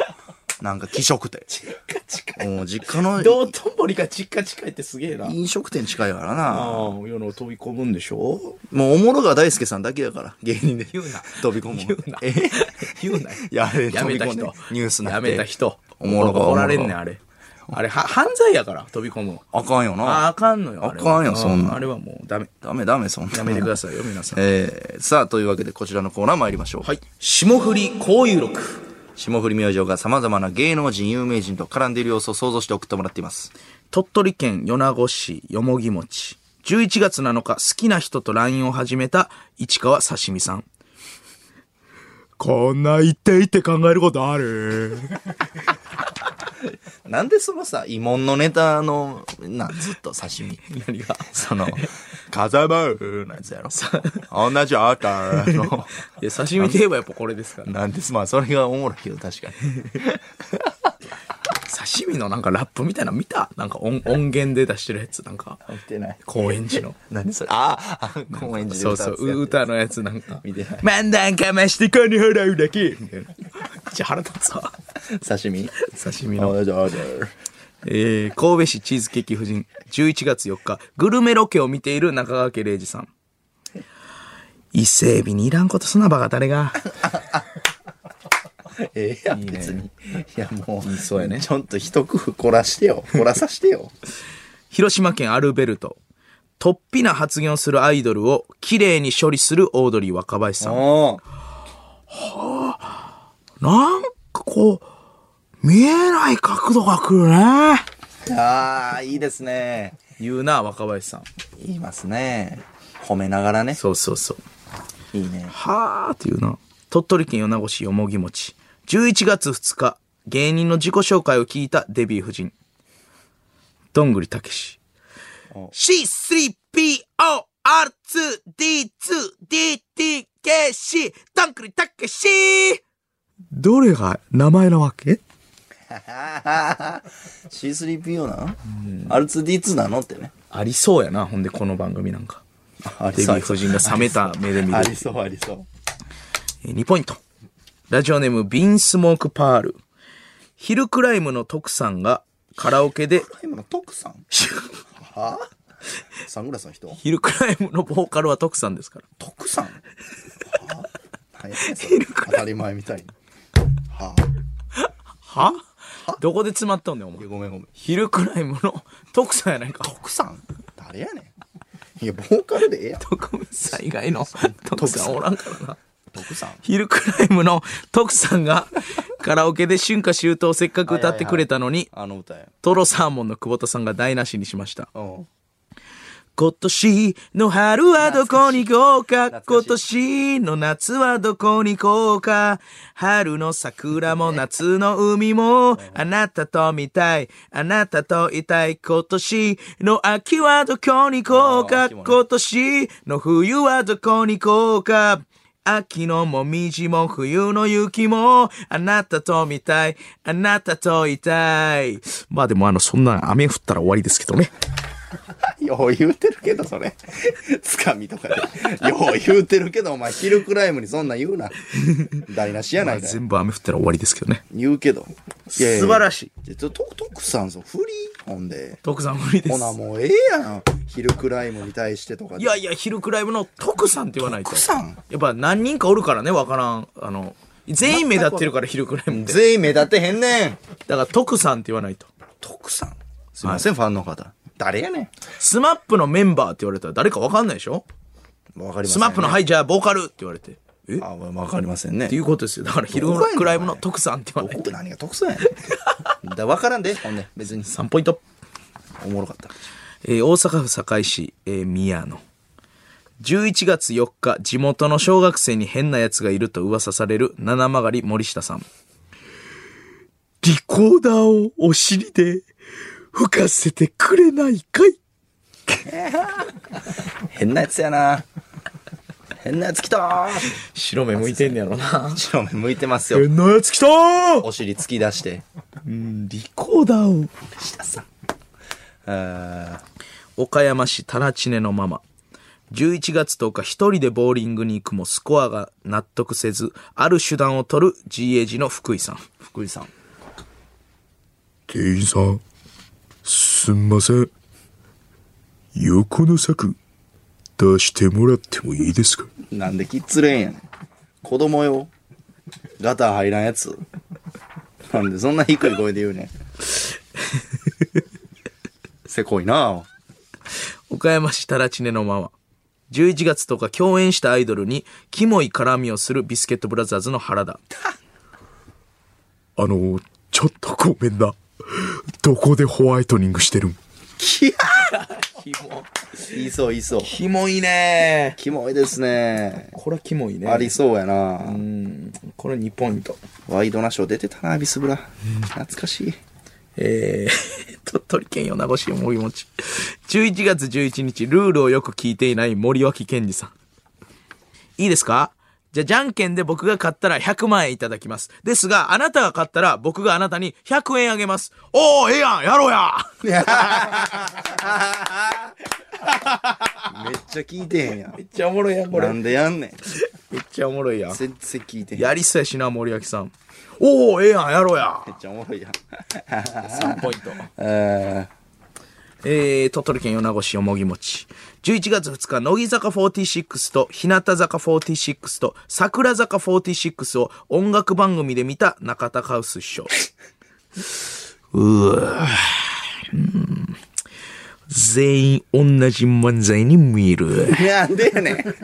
[SPEAKER 1] なんか、気食店。うん実家の
[SPEAKER 2] 道頓堀が実家近いってすげえな。
[SPEAKER 1] 飲食店近いからな。
[SPEAKER 2] ああ、世の飛び込むんでしょ
[SPEAKER 1] もう、おもろが大輔さんだけだから、芸人で。
[SPEAKER 2] 言うな
[SPEAKER 1] 飛び込む。
[SPEAKER 2] 言うな
[SPEAKER 1] え
[SPEAKER 2] 言うなよ
[SPEAKER 1] やべえ
[SPEAKER 2] やめた
[SPEAKER 1] 飛び込
[SPEAKER 2] 人
[SPEAKER 1] んで。ニュースなって
[SPEAKER 2] やめた人。
[SPEAKER 1] おもろがおもろ
[SPEAKER 2] おられんねん、あれ。あれ、は犯罪やから、飛び込むの。
[SPEAKER 1] あかんよ
[SPEAKER 2] あ、
[SPEAKER 1] な。
[SPEAKER 2] あかんのよ。れは
[SPEAKER 1] あかんよそんなん
[SPEAKER 2] あれはもう、ダメ。
[SPEAKER 1] ダメダメ、そんな。
[SPEAKER 2] やめてくださいよ、皆さん。
[SPEAKER 1] えー、さあ、というわけで、こちらのコーナー参りましょう。
[SPEAKER 2] はい。霜降り交友録。
[SPEAKER 1] 霜降り明星が様々な芸能人、有名人と絡んでいる様子を想像して送ってもらっています。
[SPEAKER 2] 鳥取県米子市よもぎ餅。11月7日、好きな人と LINE を始めた市川刺身さん。こんな言っていって考えることある
[SPEAKER 1] なんでそのさ、慰問のネタの、なん、ずっと刺身。
[SPEAKER 2] 何が
[SPEAKER 1] そ の、風間のやつやろ。同じ赤の。
[SPEAKER 2] いや、刺身といえばやっぱこれですから。
[SPEAKER 1] なんです、まあ、それがおもろいけど、確かに。
[SPEAKER 2] 刺身のなんかラップみたいなの見たなんか音音源で出してるやつ。なんか、
[SPEAKER 1] 見てない。
[SPEAKER 2] 高円寺の。
[SPEAKER 1] 何それああ、公園寺で
[SPEAKER 2] そ
[SPEAKER 1] 歌
[SPEAKER 2] うそう
[SPEAKER 1] やつ
[SPEAKER 2] う、歌のやつなんか。
[SPEAKER 1] 見てない
[SPEAKER 2] 漫談かまして金払うだけみたいな。じゃ腹立つわ。
[SPEAKER 1] 刺身
[SPEAKER 2] 刺身の。
[SPEAKER 1] 同じ赤
[SPEAKER 2] えー、神戸市チーズケーキ夫人11月4日グルメロケを見ている中川家礼二さん伊勢海老にいらんことすなバカ誰が
[SPEAKER 1] ええやん、別に。いや、もう、
[SPEAKER 2] そうやね
[SPEAKER 1] ちょっと一工夫凝らしてよ。凝らさして よ。
[SPEAKER 2] 広島県アルベルト突飛な発言をするアイドルを綺麗に処理するオードリー若林さん
[SPEAKER 1] お
[SPEAKER 2] なんかこう見えない角度が来るね
[SPEAKER 1] ああ、いいですね。
[SPEAKER 2] 言うな若林さん
[SPEAKER 1] 言いますね。褒めながらね。
[SPEAKER 2] そうそうそう
[SPEAKER 1] いいね。
[SPEAKER 2] はーっていうな。鳥取県米子市よもぎ餅。11月2日、芸人の自己紹介を聞いたデビュー夫人。どんぐりたけし。C3POR2D2DTKC どんぐりたけしどれが名前なわけ
[SPEAKER 1] C3PO なの ?R2D2 なのってね。
[SPEAKER 2] ありそうやな、ほんでこの番組なんか。
[SPEAKER 1] あ
[SPEAKER 2] デビュー夫人が冷めた目で見る
[SPEAKER 1] あ。りそう、ありそう。
[SPEAKER 2] えー2ポイント。ラジオネーム、ビンスモークパール。ヒルクライムの徳さんがカラオケで、
[SPEAKER 1] 今の徳さ んはサングラスの人
[SPEAKER 2] ヒルクライムのボーカルは徳さんですから。
[SPEAKER 1] 徳さんは何やそ
[SPEAKER 2] ヒ
[SPEAKER 1] れ
[SPEAKER 2] ルク
[SPEAKER 1] 当たり前みたいに。
[SPEAKER 2] はどこで詰まったんだよ、お
[SPEAKER 1] い
[SPEAKER 2] 前
[SPEAKER 1] や。ごめんごめん。
[SPEAKER 2] ヒルクライムの徳さんやないか。
[SPEAKER 1] 徳さん誰やねん。いや、ボーカルでええやん。
[SPEAKER 2] 徳さん以外の徳さんおらんからな。
[SPEAKER 1] 徳さん
[SPEAKER 2] ヒルクライムの徳さんがカラオケで春夏秋冬をせっかく歌ってくれたのに、
[SPEAKER 1] あの歌や。
[SPEAKER 2] トロサーモンの久保田さんが台無しにしました。
[SPEAKER 1] うん。
[SPEAKER 2] 今年の春はどこに行こうか
[SPEAKER 1] 懐
[SPEAKER 2] 今
[SPEAKER 1] か
[SPEAKER 2] 年の夏はどこに行こうか春の桜も夏の海もあなたと見たいあなたといたい今年の秋はどこに行こ
[SPEAKER 1] あ
[SPEAKER 2] う
[SPEAKER 1] ー
[SPEAKER 2] か
[SPEAKER 1] 秋もね
[SPEAKER 2] 今年の冬はどこに行こうか秋のもみじも冬の雪もあなたと見たいあなたといたいまあでもあのそんな雨降ったら終わりですけどね
[SPEAKER 1] よう言うてるけど、それ。つかみとかで。よう言うてるけど、お前、ヒルクライムにそんなん言うな。台無しやないかい。
[SPEAKER 2] 全部雨降ったら終わりですけどね
[SPEAKER 1] 言うけど。
[SPEAKER 2] 素晴らし
[SPEAKER 1] いや。ちょと徳さん、そう、フリーほんで。
[SPEAKER 2] 徳さん無理で
[SPEAKER 1] ほ
[SPEAKER 2] す。
[SPEAKER 1] な、もうええやん。ヒルクライムに対してとかで。
[SPEAKER 2] いやいや、ヒルクライムの徳さんって言わないと。
[SPEAKER 1] 徳さん
[SPEAKER 2] やっぱ何人かおるからね、わからん。あの、全員目立ってるからヒルクライムって。
[SPEAKER 1] 全員目立てへんねん。
[SPEAKER 2] だから徳さんって言わないと。
[SPEAKER 1] 徳さん。すいません、ファンの方。誰やね
[SPEAKER 2] スマップのメンバーって言われたら誰かわかんないでしょ
[SPEAKER 1] ん。わかりません、ね。
[SPEAKER 2] スマップの、はい、じゃあボーカルって言われて。えっ
[SPEAKER 1] あ、わかりませんね。
[SPEAKER 2] ていうことですよ。だからヒルクライムの徳さんって言わないと。
[SPEAKER 1] 何が徳さんやねん。だわからんで、ほんで。別に
[SPEAKER 2] 3ポイント。
[SPEAKER 1] おもろかった。
[SPEAKER 2] えー大阪府堺市、えー宮野。11月4日、地元の小学生に変な奴がいると噂される七曲り森下さん。リコーダーをお尻で吹かせてくれないかい
[SPEAKER 1] 変なやつやな。変なやつ来た
[SPEAKER 2] 白目向いてんねやろな。
[SPEAKER 1] 白目向いてますよ。
[SPEAKER 2] 変な奴来たー
[SPEAKER 1] お尻突き出して。
[SPEAKER 2] うん、リコーダーを。
[SPEAKER 1] 下さん。あ
[SPEAKER 2] 岡山市タラチネのママ。11月10日、一人でボーリングに行くもスコアが納得せず、ある手段を取る GAG の福井さん。
[SPEAKER 1] ー福井さん。
[SPEAKER 5] 店員さん、すんません。横の柵、出してもらってもいいですか
[SPEAKER 1] なんでキッズレーンやねん。子供よ。ガター入らんやつ。なんでそんな低い声で言うねん。せこいな
[SPEAKER 2] 岡山市タラチネのママ。11月10日共演したアイドルにキモい絡みをするビスケットブラザーズの原田。
[SPEAKER 5] あの、ちょっとごめんな。どこでホワイトニングしてるん
[SPEAKER 1] 言いそう言いそう。
[SPEAKER 2] キモいね
[SPEAKER 1] キモいですね。
[SPEAKER 2] これはキモいね
[SPEAKER 1] ありそうやな
[SPEAKER 2] これ2ポイント。
[SPEAKER 1] ワイドナショー出てたな、ビスブラ。懐かしい。
[SPEAKER 2] えー、鳥取県米子市もぎもち。11月11日、ルールをよく聞いていない森脇健二さん。いいですかじゃあ、じゃんけんで僕が買ったら100万円いただきます。ですが、あなたが買ったら僕があなたに100円あげます。おー、ええやんやろうや
[SPEAKER 1] めっちゃ聞いてへんや
[SPEAKER 2] め
[SPEAKER 1] ん。
[SPEAKER 2] っちゃおもろいやん、これ。
[SPEAKER 1] な
[SPEAKER 2] め
[SPEAKER 1] ん
[SPEAKER 2] っ
[SPEAKER 1] でやんねん。
[SPEAKER 2] ちゃおもろいやん。
[SPEAKER 1] 全然聞いてへん。めっ
[SPEAKER 2] やりそうやしな、森脇さん。おー、ええやんやろうや
[SPEAKER 1] ちゃおもろいやん。
[SPEAKER 2] !3 ポイント。
[SPEAKER 1] え
[SPEAKER 2] えー、鳥取県米子市よもぎもち。11月2日、乃木坂46と日向坂46と桜坂46を音楽番組で見た中田カウス師匠。うーうん全員同じ漫才に見える。
[SPEAKER 1] ー、なんでやねん。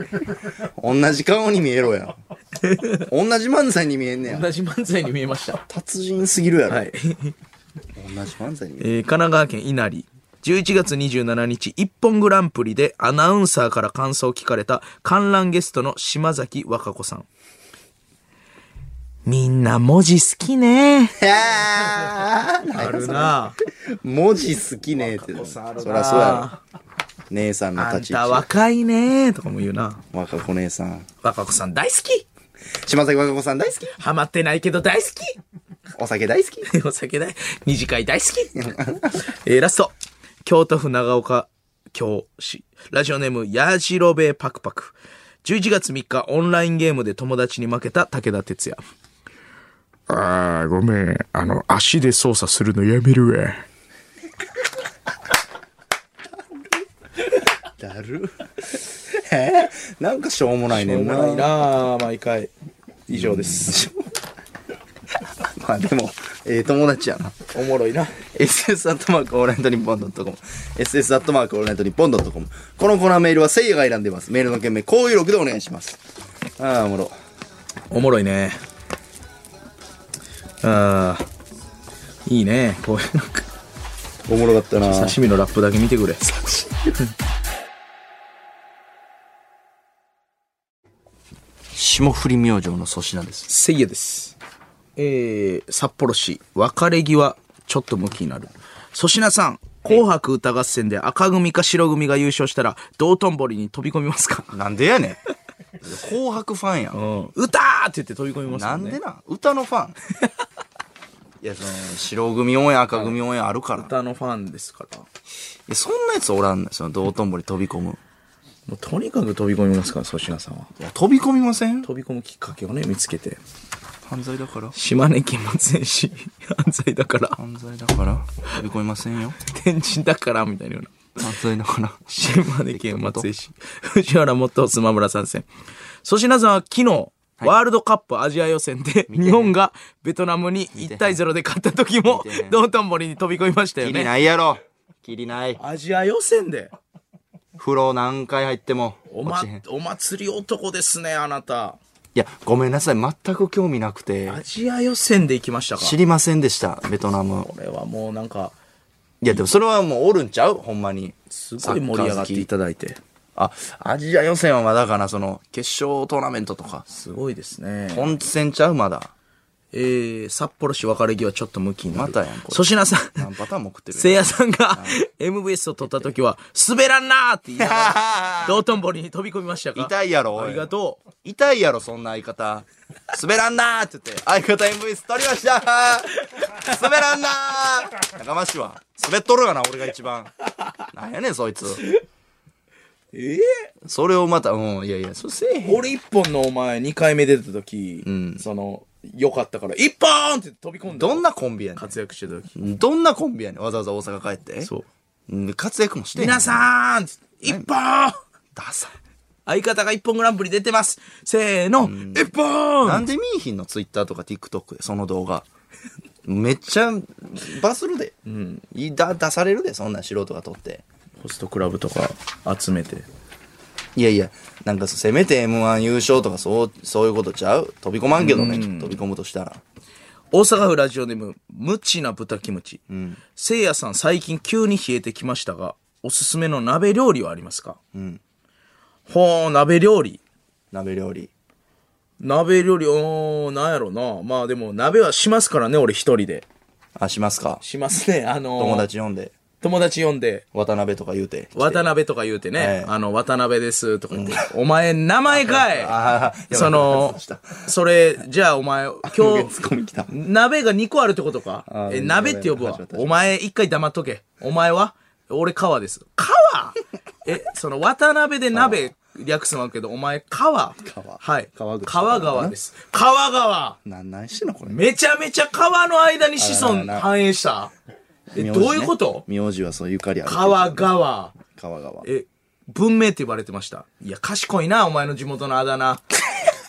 [SPEAKER 1] 同じ顔に見えろや。同じ漫才に見えんねや。
[SPEAKER 2] 同じ漫才に見えました。
[SPEAKER 1] 達人すぎるやろ。
[SPEAKER 2] はい。
[SPEAKER 1] 同じ漫才に見える
[SPEAKER 2] えー神奈川県稲荷。11月27日、一本グランプリでアナウンサーから感想を聞かれた観覧ゲストの島崎和歌子さん。みんな文字好きね。あるな
[SPEAKER 1] 文字好きねえってそりゃそうやろ姉さんの
[SPEAKER 2] あ
[SPEAKER 1] 立
[SPEAKER 2] ん
[SPEAKER 1] ち位
[SPEAKER 2] た
[SPEAKER 1] 置
[SPEAKER 2] 若いねとかも言うな。
[SPEAKER 1] 若子姉さん
[SPEAKER 2] 和歌子さん大好き
[SPEAKER 1] 島崎若子さん大好き
[SPEAKER 2] ハマってないけど大好き
[SPEAKER 1] お酒大好き
[SPEAKER 2] お酒代、二次会大好き。 えー、ラスト。京都府長岡京市。ラジオネーム、やじろべえパクパク。11月3日、オンラインゲームで友達に負けた武田鉄矢。
[SPEAKER 5] ああ、ごめん。あの、足で操作するのやめるわ。
[SPEAKER 1] だるえなんかしょうもないねんな
[SPEAKER 2] な毎回。以上です。
[SPEAKER 1] まあでもええ友達やな
[SPEAKER 2] おもろいな。
[SPEAKER 1] SS アットマークオールナイトニッポンドットコム。SS アットマークオールナイトニッポンドットコム。このコーナーメールはせいやが選んでます。メールの件名、高有力でお願いします。ああ、おもろ。
[SPEAKER 2] おもろいね。ああ。いいね。こういうなんか
[SPEAKER 1] おもろかったな
[SPEAKER 2] 刺身のラップだけ見てくれ。
[SPEAKER 1] 霜降り明星の粗品です。
[SPEAKER 2] せいやです。えー、札幌市、別れ際、ちょっと向きになる。粗品さん、紅白歌合戦で赤組か白組が優勝したら、道頓堀に飛び込みますか
[SPEAKER 1] なんでや ねん。紅白ファンやん。
[SPEAKER 2] うん。歌ーって言って飛び込みます
[SPEAKER 1] なん
[SPEAKER 2] もね。
[SPEAKER 1] でな歌のファン いやその白組応援赤組応援あるから、い
[SPEAKER 2] 歌のファンですから。も
[SPEAKER 1] やそんなやつおらんねんその道頓堀飛び込む
[SPEAKER 2] うとにかく飛び込みますから、粗品さんは。
[SPEAKER 1] いや飛び込みません
[SPEAKER 2] 飛び込むきっかけをね、見つけて。
[SPEAKER 1] 犯罪だから
[SPEAKER 2] 島根県松江市、犯罪だから、
[SPEAKER 1] 犯罪だから飛び込みませんよ
[SPEAKER 2] 天神だから、みたいなような。
[SPEAKER 1] 犯罪だ から
[SPEAKER 2] 島根県松江市、藤原元妻村参戦。粗品さんは昨日、ワールドカップアジア予選で日本がベトナムに1対0で勝った時も
[SPEAKER 1] 見てへん
[SPEAKER 2] 道頓堀に飛び込みましたよ
[SPEAKER 1] キリ
[SPEAKER 2] ね。
[SPEAKER 1] ないやろキリない
[SPEAKER 2] アジア予選で
[SPEAKER 1] 風呂何回入っても
[SPEAKER 2] お,、
[SPEAKER 1] 落
[SPEAKER 2] ま
[SPEAKER 1] ちへんい、
[SPEAKER 2] お祭り男ですね、あなた。
[SPEAKER 1] やごめんなさい全く興味なくて
[SPEAKER 2] アジア予選で行きましたか。
[SPEAKER 1] 知りませんでしたベトナム
[SPEAKER 2] これはもうなんか、
[SPEAKER 1] いやでもそれはもうおるんちゃうほんまに
[SPEAKER 2] すごい盛り上がっていただいて。
[SPEAKER 1] あ、アジア予選はまだかな、その、決勝トーナメントとか。
[SPEAKER 2] すごいですね。
[SPEAKER 1] 本戦ちゃうまだ。
[SPEAKER 2] えー、札幌市別れ際ちょっと向きになる。
[SPEAKER 1] またやんこれ
[SPEAKER 2] 粗品さん。
[SPEAKER 1] 何パターンも食って
[SPEAKER 2] せ
[SPEAKER 1] る
[SPEAKER 2] い
[SPEAKER 1] よ。
[SPEAKER 2] やさんが MVS を撮った時は、滑らんなーって言いなが ら、道頓堀に飛び込みましたか
[SPEAKER 1] 痛いやろ、お
[SPEAKER 2] あ
[SPEAKER 1] い
[SPEAKER 2] りがとう。
[SPEAKER 1] 痛いやろ、そんな相方。滑らんなーって言って、相方 MVS 取りましたー滑らんなー仲間しは、滑っとるがな、俺が一番。なんやねん、そいつ。
[SPEAKER 2] え
[SPEAKER 1] それをまた、うん、いやいや、それせえへん。
[SPEAKER 2] 俺一本のお前2回目出た時、
[SPEAKER 1] ん
[SPEAKER 2] その、良かったから、一本って飛び込んだ。
[SPEAKER 1] どんなコンビやね
[SPEAKER 2] 活躍してた時。
[SPEAKER 1] ん。どんなコンビやねん。わざわざ大阪帰って。
[SPEAKER 2] そう。
[SPEAKER 1] うん。活躍もしてへん
[SPEAKER 2] 皆さん一本
[SPEAKER 1] ダサい。
[SPEAKER 2] 相方が一本グランプリ出てますせーの一
[SPEAKER 1] な
[SPEAKER 2] 本
[SPEAKER 1] んで見いひんのツイッターとか TikTok で、その動画。めっちゃ、バズるで。うん。だ、出されるで、そんなん素人が撮って。
[SPEAKER 2] ホストクラブとか集めて。
[SPEAKER 1] いやいや、なんかせめて M1 優勝とかそう、そういうことちゃう飛び込まんけどね、飛び込むとしたら。
[SPEAKER 2] 大阪府ラジオネーム、ムチな豚キムチ。せいやさん最近急に冷えてきましたが、おすすめの鍋料理はありますかほー、鍋料理。
[SPEAKER 1] 鍋料理。
[SPEAKER 2] 鍋料理、おー、なんやろな。まあでも鍋はしますからね、俺一人で。
[SPEAKER 1] あ、しますか。
[SPEAKER 2] しますね、あのー
[SPEAKER 1] 友。達呼んで、
[SPEAKER 2] 友達呼んで。
[SPEAKER 1] 渡辺とか言うて。
[SPEAKER 2] 渡辺とか言うてね、
[SPEAKER 1] はい
[SPEAKER 2] あの、渡辺ですとか言って、お前、名前か い
[SPEAKER 1] ああ、やばい
[SPEAKER 2] その
[SPEAKER 1] そうでした、
[SPEAKER 2] それ、じゃあお前、今
[SPEAKER 1] ツッコミ来
[SPEAKER 2] 日
[SPEAKER 1] た、
[SPEAKER 2] 鍋が2個あるってことか
[SPEAKER 1] あ
[SPEAKER 2] え、
[SPEAKER 1] ー
[SPEAKER 2] 鍋って呼ぶ
[SPEAKER 1] や
[SPEAKER 2] わ
[SPEAKER 1] ばいや。ばい
[SPEAKER 2] お前、一回黙っとけ。お前は俺、川です。 川え、その、渡辺で鍋略すのあるけど、お前、川
[SPEAKER 1] 川
[SPEAKER 2] はい。
[SPEAKER 1] 川口
[SPEAKER 2] 川川です。川川
[SPEAKER 1] な、何してんのこれ。
[SPEAKER 2] めちゃめちゃ川の間に子
[SPEAKER 1] あら
[SPEAKER 2] 孫
[SPEAKER 1] らら
[SPEAKER 2] 繁栄した。え、
[SPEAKER 1] 名字
[SPEAKER 2] ど
[SPEAKER 1] ね
[SPEAKER 2] ういうこと
[SPEAKER 1] 名字はそうゆかりあるけど。
[SPEAKER 2] 川川。
[SPEAKER 1] 川川。
[SPEAKER 2] え、文明って言われてました。いや、賢いな、お前の地元のあだ 名。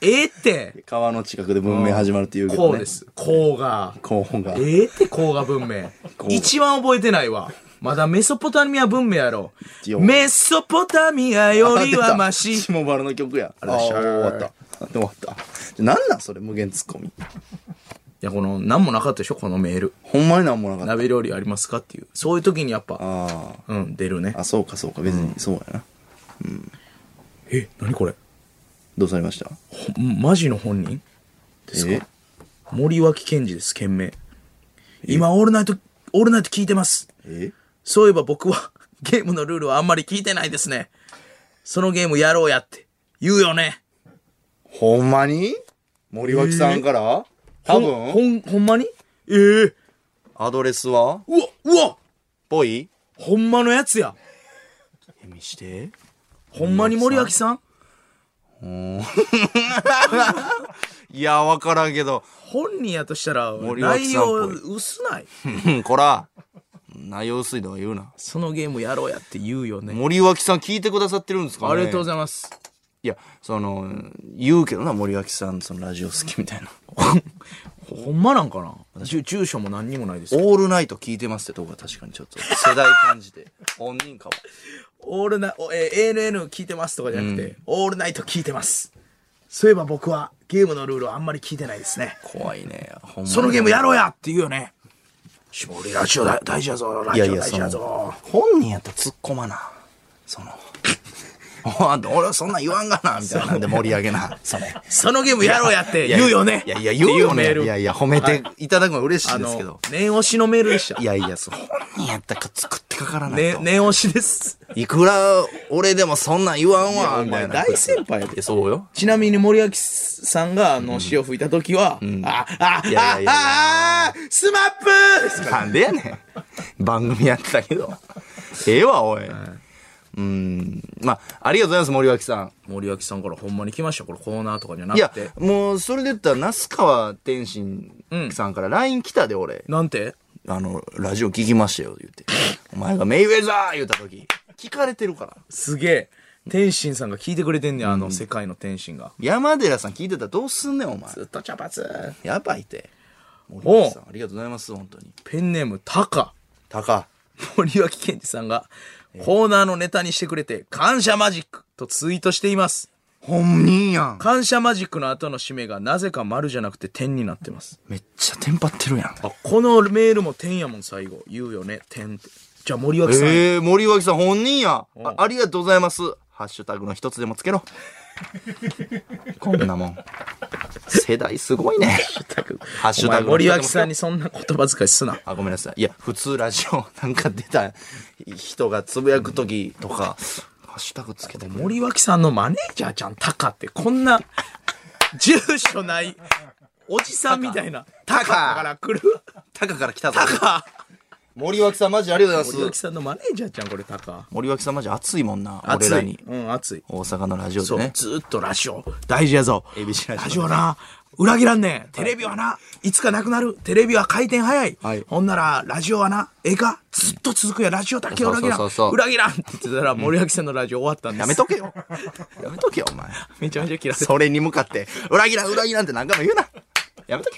[SPEAKER 2] ええって、
[SPEAKER 1] 川の近くで文明始まるって言うけど、ね。
[SPEAKER 2] こうで。す。こうが。
[SPEAKER 1] 高音が。
[SPEAKER 2] ええって、こうが文明。一番覚えてないわ。まだメソポタミア文明やろ
[SPEAKER 1] 一。応
[SPEAKER 2] メソポタミアよりはマ
[SPEAKER 1] あ出
[SPEAKER 2] シ
[SPEAKER 1] た。下原の曲や。あ
[SPEAKER 2] らっしゃい
[SPEAKER 1] ー終わった。あ終わった。なんなんそれ、無限ツッコミ。
[SPEAKER 2] いや、この、なんもなかったでしょ、このメール。
[SPEAKER 1] ほんまになんもなかった。
[SPEAKER 2] 鍋料理ありますかっていう。そういう時にやっぱ、
[SPEAKER 1] あ
[SPEAKER 2] うん、出るね
[SPEAKER 1] あ。。あ、そうかそうか。別に、そうやな。
[SPEAKER 2] え、何これ
[SPEAKER 1] どうされました
[SPEAKER 2] ほマジの本人ですか
[SPEAKER 1] え
[SPEAKER 2] 森脇健児です、件名。今、オールナイト、オールナイト聞いてます。
[SPEAKER 1] え
[SPEAKER 2] そういえば僕は ゲームのルールはあんまり聞いてないですね。そのゲームやろうやって言うよね。
[SPEAKER 1] ほんまに森脇さんから、多
[SPEAKER 2] ほ
[SPEAKER 1] 分
[SPEAKER 2] ん、ほんほんまにええ
[SPEAKER 1] アドレスは
[SPEAKER 2] うわ、うわ
[SPEAKER 1] ぽい
[SPEAKER 2] ほんまのやつや。
[SPEAKER 1] 見して。
[SPEAKER 2] ほんまに森脇さん
[SPEAKER 1] いや、わからんけど。
[SPEAKER 2] 本人やとしたら、
[SPEAKER 1] 森脇
[SPEAKER 2] 内
[SPEAKER 1] さんっぽ
[SPEAKER 2] 容
[SPEAKER 1] い
[SPEAKER 2] 薄ない。
[SPEAKER 1] うんこら、内容薄いとは言うな。
[SPEAKER 2] そのゲームやろうやって言うよね。
[SPEAKER 1] 森脇さん聞いてくださってるんですかね
[SPEAKER 2] ありがとうございます。
[SPEAKER 1] いや、その、言うけどな、森脇さん、そのラジオ好きみたいな。
[SPEAKER 2] ほんまなんかな住住所も何にもないです。
[SPEAKER 1] オールナイト聞いてますってとこが確かにちょっと、世代感じて、本人かも。
[SPEAKER 2] オールナ、おえー ANN 聞いてますとかじゃなくて、オールナイト聞いてます。そういえば僕はゲームのルールはあんまり聞いてないですね。
[SPEAKER 1] 怖いね。ほんまに
[SPEAKER 2] そのゲームやろうやって言うよね。しも俺ラジオだ大事やぞ、ラ
[SPEAKER 1] い
[SPEAKER 2] ジ
[SPEAKER 1] や
[SPEAKER 2] オ
[SPEAKER 1] いや、
[SPEAKER 2] 大
[SPEAKER 1] そ
[SPEAKER 2] 事や
[SPEAKER 1] の
[SPEAKER 2] ぞ。、
[SPEAKER 1] 本人やったら突っ込まな。その、 おあんた俺はそんなん言わんがな、みたいなんで盛り上げな、 それ。
[SPEAKER 2] そのゲームやろうやって言うよね。
[SPEAKER 1] いやいや、言うよ
[SPEAKER 2] って
[SPEAKER 1] ね。
[SPEAKER 2] いメール
[SPEAKER 1] いやいや、褒めていただくのは嬉し
[SPEAKER 2] あ
[SPEAKER 1] いで
[SPEAKER 2] の
[SPEAKER 1] すけど。、
[SPEAKER 2] 念押しのメールでした。
[SPEAKER 1] いやいや、そう本人やったら作ってかからない
[SPEAKER 2] ね
[SPEAKER 1] と。
[SPEAKER 2] 念押しです。
[SPEAKER 1] いくら俺でもそんなん言わんわ、みたいな。
[SPEAKER 2] 先輩やで。
[SPEAKER 1] そうよ。
[SPEAKER 2] ちなみに森脇さんが、あの、潮吹いた時は、あ、あ、あ
[SPEAKER 1] いやいやいや、
[SPEAKER 2] あ、あ、スマップです
[SPEAKER 1] なんでやねん。番組やってたけど。ええわ、おい。うん。まあ、ありがとうございます、森脇さん。
[SPEAKER 2] 森脇さんからほんまに来ましたこれコーナーとかじゃない
[SPEAKER 1] や
[SPEAKER 2] くて。、
[SPEAKER 1] もう、それで言ったら、那須川天心さんから LINE 来たで、俺。
[SPEAKER 2] なんて
[SPEAKER 1] あの、ラジオ聞きましたよ、言って。お前がメイウェザー言った時、聞かれてるから。
[SPEAKER 2] すげえ。天心さんが聞いてくれてんねん、あの、世界の天心が。
[SPEAKER 1] 山寺さん聞いてたらどうすんねん、お前。
[SPEAKER 2] ずっと茶髪。
[SPEAKER 1] やばいて。森
[SPEAKER 2] おう
[SPEAKER 1] 脇さん、ありがとうございます、本当に。
[SPEAKER 2] ペンネーム、タカ。
[SPEAKER 1] タカ。
[SPEAKER 2] 森脇健児さんが、コーナーのネタにしてくれて、感謝マジックとツイートしています。
[SPEAKER 1] 本人やん。
[SPEAKER 2] 感謝マジックの後の締めが、なぜか丸じゃなくて点になってます。
[SPEAKER 1] めっちゃテンパってるやん。
[SPEAKER 2] あ、このメールも点やもん、最後。言うよね、点って。じゃあ森脇さん。
[SPEAKER 1] ええー、森脇さん本人やあ。ありがとうございます。ハッシュタグの一つでもつけ ろ。こんなもん。世代すごいね。ハッシュタグ。
[SPEAKER 2] お前森脇さんにそんな言葉遣いすな。
[SPEAKER 1] あ、ごめんなさい。いや、普通ラジオ なんか出た人がつぶやくときとか、ハッシュタグつけても
[SPEAKER 2] 森脇さんのマネージャーちゃん、タカって、こんな、住所ない、おじさんみたいな、タカから来る。
[SPEAKER 1] タカから来たぞ。森脇さんマジありがとうござ
[SPEAKER 2] 森
[SPEAKER 1] いま
[SPEAKER 2] 脇
[SPEAKER 1] す。
[SPEAKER 2] さんのマネージャーちゃん、これタカ。
[SPEAKER 1] 森脇さんマジ熱いもんな。俺
[SPEAKER 2] 熱い。
[SPEAKER 1] らに。
[SPEAKER 2] うん、熱い。
[SPEAKER 1] 大阪のラジオ
[SPEAKER 2] そ
[SPEAKER 1] で
[SPEAKER 2] う、
[SPEAKER 1] ね。
[SPEAKER 2] ずーっとラジオ、大事やぞ。
[SPEAKER 1] ABC ラジオ
[SPEAKER 2] ラジオな、裏切らんねん。テレビはな、いつかなくなる。テレビは回転早い。
[SPEAKER 1] はい
[SPEAKER 2] ほんなら、ラジオはな、ええかずっと続くや。ラジオだけは裏切らん。
[SPEAKER 1] そうそうそうそう
[SPEAKER 2] 裏切らんって言ってたら、森脇さんのラジオ終わったんです。
[SPEAKER 1] やめとけよ。やめとけよ、お前。
[SPEAKER 2] めちゃめちゃ嫌い。
[SPEAKER 1] それに向かって、裏切らん、裏切らんって何回も言うな。やめとけ。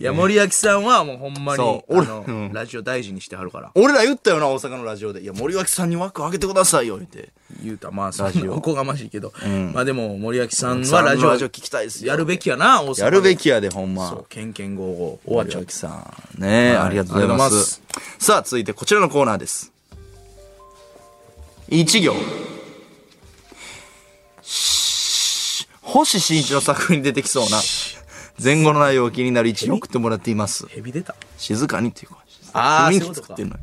[SPEAKER 2] いや、森脇さんはもうほんまに、
[SPEAKER 1] そう俺
[SPEAKER 2] あの
[SPEAKER 1] うん
[SPEAKER 2] ラジオ大事にしてはるから。
[SPEAKER 1] 俺ら言ったよな、大阪のラジオで。いや、森脇さんに枠あげてくださいよ、言って。
[SPEAKER 2] 言うたらまあ、そ
[SPEAKER 1] ラジ
[SPEAKER 2] ん
[SPEAKER 1] オ
[SPEAKER 2] なおこがましいけど。まあでも、森脇さん
[SPEAKER 1] さ
[SPEAKER 2] は
[SPEAKER 1] ん
[SPEAKER 2] ラジオ、
[SPEAKER 1] ラジオ聞きたいですよ
[SPEAKER 2] やるべきやな、大阪で
[SPEAKER 1] やるべ。きやで、ほんま。
[SPEAKER 2] そう、けんけんごうごう終わっちゃう
[SPEAKER 1] 森。脇さん。ねえ、
[SPEAKER 2] はい
[SPEAKER 1] ありがとうございま
[SPEAKER 2] ありがとうござ
[SPEAKER 1] す。さあ、続いてこちらのコーナーです。一行。し星新一の作品に出てきそうな、前後の内容が気になる一行を送ってもらっています。
[SPEAKER 2] ヘビ出た。
[SPEAKER 1] 静かにっていう感じです。
[SPEAKER 2] あー
[SPEAKER 1] 雰囲
[SPEAKER 2] そ
[SPEAKER 1] 気
[SPEAKER 2] ういうこと
[SPEAKER 1] 作
[SPEAKER 2] か
[SPEAKER 1] ってるのに。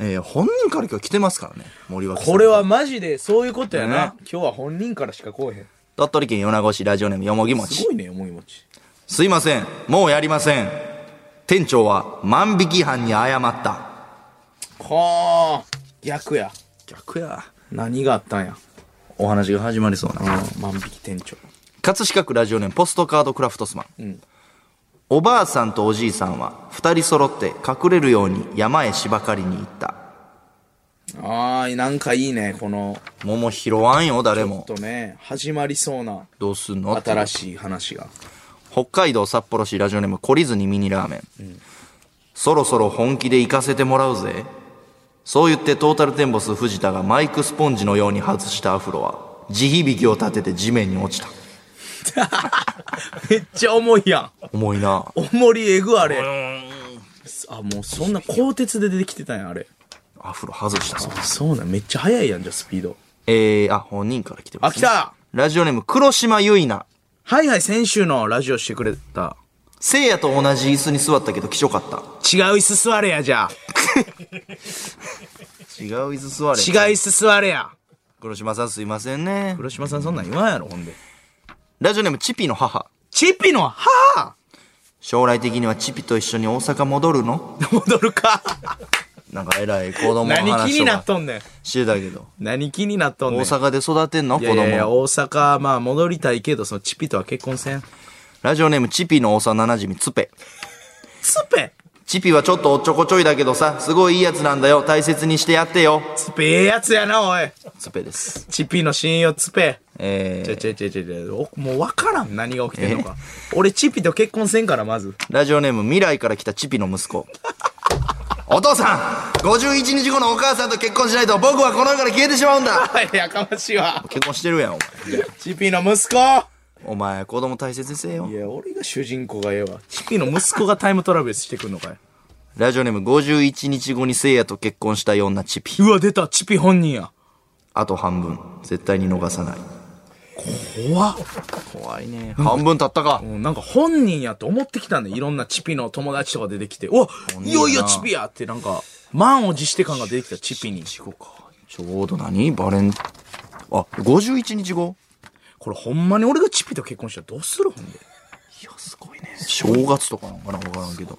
[SPEAKER 1] えー本人から今日来てますからね、森脇さん。
[SPEAKER 2] これはマジでそういうことやな。
[SPEAKER 1] ね
[SPEAKER 2] 今日は本人からしか来えへん。
[SPEAKER 1] 鳥取県米子市ラジオネームよもぎも
[SPEAKER 2] す
[SPEAKER 1] ち。
[SPEAKER 2] ごいね、思い持ち。
[SPEAKER 1] すいません、もうやりません。店長は万引き犯に謝った。
[SPEAKER 2] はあ、逆や。
[SPEAKER 1] 逆や。
[SPEAKER 2] 何があったんや。
[SPEAKER 1] お話が始まりそうな。
[SPEAKER 2] うん、万引き店長。
[SPEAKER 1] 葛飾区ラジオネームポストカードクラフトスマン、おばあさんとおじいさんは二人揃って隠れるように山へ芝刈りに行った
[SPEAKER 2] あー、なんかいいね、この、
[SPEAKER 1] 桃拾わんよ誰も
[SPEAKER 2] とね、始まりそうな
[SPEAKER 1] どうすんのって
[SPEAKER 2] 新しい話が。
[SPEAKER 1] 北海道札幌市ラジオネーム懲りずにミニラーメン、そろそろ本気で行かせてもらうぜそう言ってトータルテンボス藤田がマイクスポンジのように外したアフロは地響きを立てて地面に落ちた
[SPEAKER 2] めっちゃ重いやん。
[SPEAKER 1] 重いな
[SPEAKER 2] 重りえぐあれ。あ、もうそんな鋼鉄で出てきてたんや、あれ。
[SPEAKER 1] アフロ外したぞ
[SPEAKER 2] そうなん、めっちゃ速いやん、じゃあスピード。
[SPEAKER 1] えー、あ本人から来てま
[SPEAKER 2] あ、
[SPEAKER 1] す、
[SPEAKER 2] 来
[SPEAKER 1] ね、
[SPEAKER 2] た
[SPEAKER 1] ラジオネーム黒島結菜
[SPEAKER 2] はいはい、先週のラジオしてくれた。
[SPEAKER 1] せいやと同じ椅子に座ったけどきしょかった。
[SPEAKER 2] 違う椅子座れや、じゃあ。
[SPEAKER 1] 違う椅子座れ。
[SPEAKER 2] 違う椅子座れや。
[SPEAKER 1] 黒島さんすいませんね。
[SPEAKER 2] 黒島さんそんなん言わんやろ、ほんで。
[SPEAKER 1] ラジオネームチピの母。
[SPEAKER 2] チッピの母
[SPEAKER 1] 将来的にはチピと一緒に大阪戻るの
[SPEAKER 2] 戻るか。
[SPEAKER 1] なんか偉い子供の話
[SPEAKER 2] 何
[SPEAKER 1] とか
[SPEAKER 2] 気になっとんねん。
[SPEAKER 1] してたけど。
[SPEAKER 2] 何気になっとんね
[SPEAKER 1] 大
[SPEAKER 2] ん。
[SPEAKER 1] 阪で育てんの
[SPEAKER 2] い
[SPEAKER 1] 子
[SPEAKER 2] やいやいや、
[SPEAKER 1] 供。
[SPEAKER 2] 大阪、まあ戻りたいけど、そのチッピとは結婚せん。
[SPEAKER 1] ラジオネームチピの幼馴染みツペ。
[SPEAKER 2] スペ
[SPEAKER 1] チピはちょっとおっちょこちょいだけどさ、すごいいいやつなんだよ。大切にしてやってよ。
[SPEAKER 2] スペええやつやな、おい。
[SPEAKER 1] ツペです。
[SPEAKER 2] チッピの親友ツペ。
[SPEAKER 1] え
[SPEAKER 2] ちょ
[SPEAKER 1] ー、
[SPEAKER 2] ちょちょちょちょ、おもう分からん、何が起きてんのか。俺、チッピと結婚せんから、まず。
[SPEAKER 1] ラジオネーム未来から来たチピの息子。 お父さん !51 日後のお母さんと結婚しないと僕はこの世から消えてしまうんだ
[SPEAKER 2] はい、やかましいわ。
[SPEAKER 1] 結婚してるやん、お
[SPEAKER 2] チッピの息子
[SPEAKER 1] 前。お前、子供大切にせえよ
[SPEAKER 2] い。や、俺が主人公がええわ。チッピの息子がタイムトラベルしてくんのかい。
[SPEAKER 1] ラジオネーム51日後に聖夜と結婚したい女チピ。
[SPEAKER 2] うわ、出た、チッピ本人や。
[SPEAKER 1] あと半分。絶対に逃さない。
[SPEAKER 2] 怖っ。
[SPEAKER 1] 怖いね。半分経ったか。
[SPEAKER 2] うんなんか本人やと思ってきたね。いろんなチピの友達とか出てきて、おいよいよチピやってなんか、満を持して感が出てきたチピに。
[SPEAKER 1] ちょうど何バレン、あ、51日後
[SPEAKER 2] これほんまに俺がチピと結婚したらどうするほんで。
[SPEAKER 1] 正月とかなんかなわからんけど。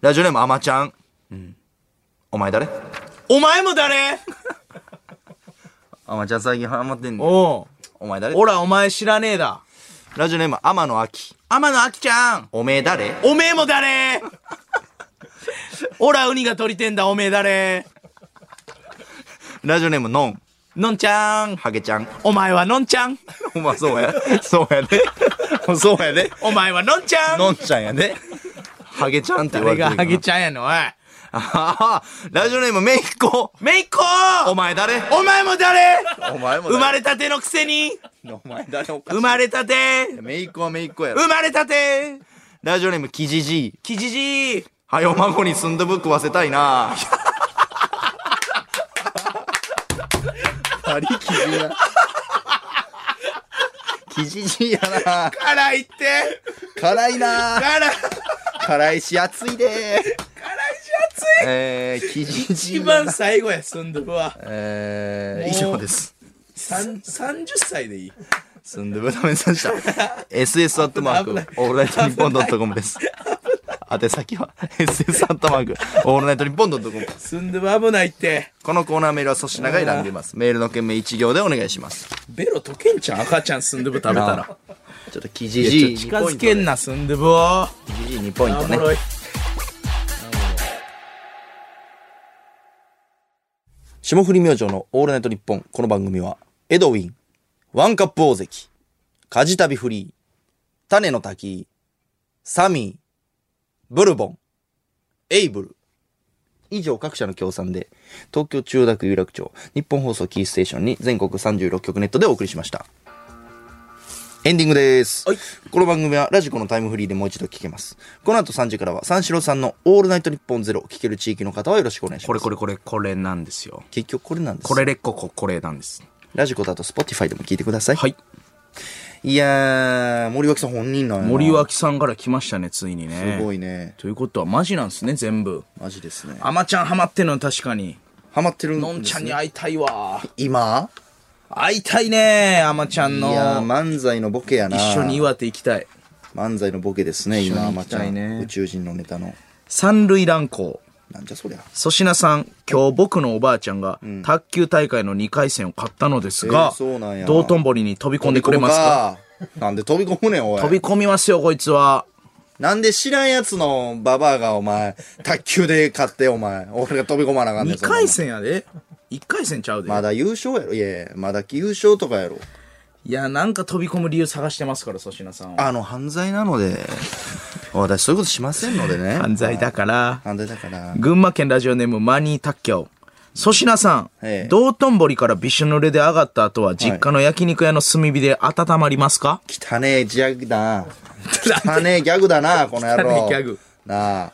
[SPEAKER 1] ラジオネームあまちゃん。お前誰
[SPEAKER 2] お前も誰
[SPEAKER 1] あまちゃん最近ハマってんねん
[SPEAKER 2] おう。
[SPEAKER 1] お前誰
[SPEAKER 2] おら、お前知らねえだ。
[SPEAKER 1] ラジオネーム天野秋。
[SPEAKER 2] 天野あきちゃん。
[SPEAKER 1] おめえ誰
[SPEAKER 2] おめえも 誰おら、ウニが取りてんだ、おめえ誰
[SPEAKER 1] ラジオネームのん。
[SPEAKER 2] のんちゃん。
[SPEAKER 1] ハゲちゃん。
[SPEAKER 2] お前はのんちゃん。
[SPEAKER 1] お前そうや。そうやで。そうやで。
[SPEAKER 2] お前はのんちゃん。
[SPEAKER 1] のんちゃんやね。ハゲちゃんって言われ
[SPEAKER 2] 誰
[SPEAKER 1] てるんやな
[SPEAKER 2] がハゲちゃんやの、おい。
[SPEAKER 1] ああ、ラジオネームめいっ子。
[SPEAKER 2] めいっ子
[SPEAKER 1] お前誰
[SPEAKER 2] お前も誰
[SPEAKER 1] お前も
[SPEAKER 2] 生まれたてのくせに
[SPEAKER 1] お前誰おか
[SPEAKER 2] 生まれたて
[SPEAKER 1] めいっ子はめいっ子やろ。
[SPEAKER 2] 生まれたて
[SPEAKER 1] ラジオネームきじじい。
[SPEAKER 2] キジジイ
[SPEAKER 1] はよ孫に住んでぶ食わせたいな。ありきじいや。きじじいやな。
[SPEAKER 2] 辛いって
[SPEAKER 1] 辛いな。
[SPEAKER 2] 辛い
[SPEAKER 1] 辛いし熱いで。辛いし熱い。えー、きじじ
[SPEAKER 2] 一
[SPEAKER 1] いや
[SPEAKER 2] 番
[SPEAKER 1] な。
[SPEAKER 2] 最後やすんどぶは
[SPEAKER 1] えー、以上です。
[SPEAKER 2] 三30歳でいい
[SPEAKER 1] すんでぶためさんした。SS アットマーク、オールナイトニッポンドットコムです。宛先は、SS アットマーク、オールナイトニッポンドットコムです。
[SPEAKER 2] すんどぶ危ないって
[SPEAKER 1] このコーナーメールは粗品が選んでいます。メールの件名一行でお願いします。
[SPEAKER 2] ベロ溶けんちゃん赤ちゃんすんどぶ食べたら
[SPEAKER 1] ちょっとキジジイ
[SPEAKER 2] 近
[SPEAKER 1] 2ポイ
[SPEAKER 2] づ
[SPEAKER 1] ント
[SPEAKER 2] けん
[SPEAKER 1] で。
[SPEAKER 2] なすんでぼー
[SPEAKER 1] キジジイ2ポイン
[SPEAKER 2] あ
[SPEAKER 1] ト
[SPEAKER 2] お
[SPEAKER 1] ね
[SPEAKER 2] も。ろい
[SPEAKER 1] 霜降り明星のオールナイト日本。この番組は、エドウィン、ワンカップ大関、カジタビフリー、種の滝、サミー、ブルボン、エイブル。以上各社の協賛で、東京千代田区有楽町、日本放送キーステーションに全国36局ネットでお送りしました。エンディングです。
[SPEAKER 2] はい
[SPEAKER 1] この番組はラジコのタイムフリーでもう一度聞けます。この後3時からは三四郎さんのオールナイト日本ゼロ聞ける地域の方はよろしくお願いします。
[SPEAKER 2] これこれこれこれなんですよ
[SPEAKER 1] 結局これなんです
[SPEAKER 2] これれっこここれなんです
[SPEAKER 1] ラジコだと Spotify でも聞いてください。
[SPEAKER 2] はい
[SPEAKER 1] いやー、森脇さん本人なんやな
[SPEAKER 2] 森脇さんから来ましたねついにね
[SPEAKER 1] すごいね。
[SPEAKER 2] ということはマジなんですね全部
[SPEAKER 1] マジですね。
[SPEAKER 2] あまちゃんハマってんの確かに
[SPEAKER 1] ハマってるんです、
[SPEAKER 2] の
[SPEAKER 1] ね。
[SPEAKER 2] んちゃんに会いたいわ
[SPEAKER 1] 今
[SPEAKER 2] 会いたいねあまちゃん
[SPEAKER 1] い
[SPEAKER 2] の
[SPEAKER 1] やー、漫才のボケやな。
[SPEAKER 2] 一緒に岩手行きたい
[SPEAKER 1] 漫才のボケですね、今、ア
[SPEAKER 2] 一緒に行
[SPEAKER 1] マ
[SPEAKER 2] き
[SPEAKER 1] ちゃ
[SPEAKER 2] たい
[SPEAKER 1] ん、
[SPEAKER 2] ね
[SPEAKER 1] 宇宙人のネタの。
[SPEAKER 2] 三塁乱行
[SPEAKER 1] なんじゃそりゃ。
[SPEAKER 2] 粗品さん今日僕のおばあちゃんが卓球大会の2回戦を勝ったのです
[SPEAKER 1] え
[SPEAKER 2] が
[SPEAKER 1] ー、そうなんや
[SPEAKER 2] 道頓堀に飛び込んでくれますか
[SPEAKER 1] 飛び込むかなんで飛び込むねん、おい。
[SPEAKER 2] 飛び込みますよこいつは
[SPEAKER 1] なんで知らんやつのババアが、お前、卓球で勝って、お前。 俺が飛び込まなあかんねん。
[SPEAKER 2] 2
[SPEAKER 1] そんなもん
[SPEAKER 2] 回戦やで1回戦ちゃうで、
[SPEAKER 1] まだ優勝やろいやいや、まだ優勝とかやろ。
[SPEAKER 2] いやなんか飛び込む理由探してますから粗品さんは
[SPEAKER 1] あの、犯罪なので、私そういうことしませんのでね。
[SPEAKER 2] 犯罪だから
[SPEAKER 1] 犯罪だから。
[SPEAKER 2] 群馬県ラジオネームマニータッキャオ粗品さん、
[SPEAKER 1] ええ
[SPEAKER 2] 道頓堀からびしょ濡れで上がった後は実家の焼肉屋の炭火で温まりますか、
[SPEAKER 1] 汚ねえギャグだな。汚ねえギャグだな、この野郎。
[SPEAKER 2] 汚ねえギャグ。
[SPEAKER 1] なあ。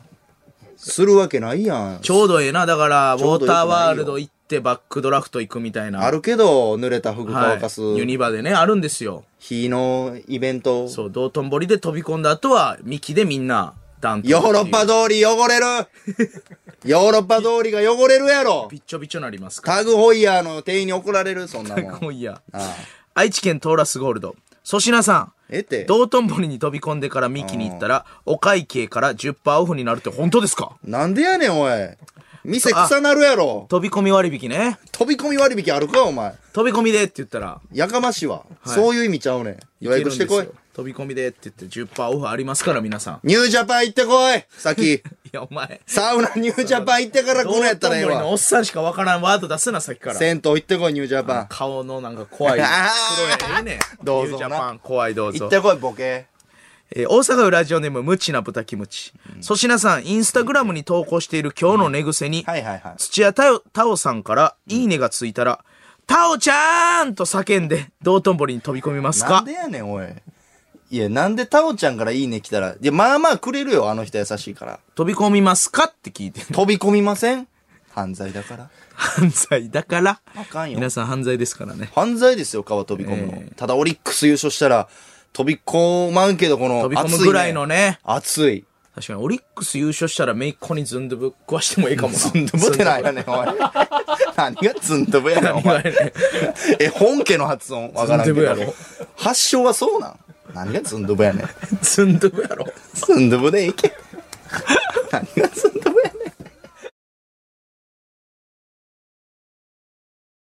[SPEAKER 1] するわけないやん。
[SPEAKER 2] ちょうどええなだからウ
[SPEAKER 1] ちょ
[SPEAKER 2] ォ
[SPEAKER 1] うどよく
[SPEAKER 2] ー
[SPEAKER 1] ない
[SPEAKER 2] ター
[SPEAKER 1] よ
[SPEAKER 2] ワールド行ってバックドラフト行くみたいな
[SPEAKER 1] あるけど、濡れた服
[SPEAKER 2] は
[SPEAKER 1] 乾かす。
[SPEAKER 2] い、ユニバでねあるんですよ
[SPEAKER 1] 日のイベント。
[SPEAKER 2] そう道頓堀で飛び込んだ後は幹でみんなダンと
[SPEAKER 1] ヨーロッパ通り汚れ るヨーロッパ通りが汚れるやろ
[SPEAKER 2] びっちょびちょなりますか
[SPEAKER 1] タグホイヤーの店員に怒られる、そんなも。
[SPEAKER 2] らもうんいいや
[SPEAKER 1] あ
[SPEAKER 2] 愛知県トーラスゴールド粗品さん
[SPEAKER 1] えって。
[SPEAKER 2] 道頓堀に飛び込んでから幹に行ったらお会計から10%オフになるって本当ですか
[SPEAKER 1] なんでやねん、おい。店臭なるやろ。
[SPEAKER 2] 飛び込み割引ね
[SPEAKER 1] 飛び込み割引あるか、お前。
[SPEAKER 2] 飛び込みでって言ったら
[SPEAKER 1] やかましいわ、そういう意味ちゃうねん。予約してこい
[SPEAKER 2] けるん。ですよ飛び込みでって言って10%オフありますから皆さん
[SPEAKER 1] ニュージャパン行ってこい 先
[SPEAKER 2] いやお前
[SPEAKER 1] サウナニュージャパン行って からこのやったらええ
[SPEAKER 2] 道頓堀の
[SPEAKER 1] わ
[SPEAKER 2] おっさんしかわからんワード出すなさっきから
[SPEAKER 1] 銭湯行ってこいニュージャパン
[SPEAKER 2] 顔のなん か怖い黒
[SPEAKER 1] あ
[SPEAKER 2] いええねん
[SPEAKER 1] どうぞな
[SPEAKER 2] ニュージャパン怖いどう
[SPEAKER 1] 行
[SPEAKER 2] ぞ
[SPEAKER 1] ってこいボケ
[SPEAKER 2] えー大阪府ラジオネーム無知な豚キムチ粗品さんインスタグラムに投稿している今日の寝癖に
[SPEAKER 1] はいはいはい
[SPEAKER 2] 土屋太鳳太鳳さんから「いいね」がついたら「太鳳ちゃーん!」と叫んで道頓堀に飛び込みます
[SPEAKER 1] な
[SPEAKER 2] か
[SPEAKER 1] んでやねんおいいやなんでタオちゃんからいいね来たらいやまあまあくれるよあの人優しいから
[SPEAKER 2] 飛び込みますかって聞いてる
[SPEAKER 1] 飛び込みません犯罪だから
[SPEAKER 2] 犯罪だから
[SPEAKER 1] あかんよ
[SPEAKER 2] 皆さん犯罪ですからね
[SPEAKER 1] 犯罪ですよ川飛び込むの、ただオリックス優勝したら飛び込まんけどこの
[SPEAKER 2] 飛び込む
[SPEAKER 1] 熱
[SPEAKER 2] ぐらいのね
[SPEAKER 1] 熱い
[SPEAKER 2] 確かにオリックス優勝したらめいっ子にずんどぶっ壊してもいいかもな
[SPEAKER 1] つんどぶってないやねん おい何がつんどぶやねんお前
[SPEAKER 2] 言われる
[SPEAKER 1] え、本家の発音わからんけ
[SPEAKER 2] ズンド
[SPEAKER 1] ど
[SPEAKER 2] ゥブやろ。
[SPEAKER 1] 発祥はそうなん何がズンドゥブやねん。
[SPEAKER 2] ずんどぶやろ
[SPEAKER 1] ズンドゥブでいけ。何がズ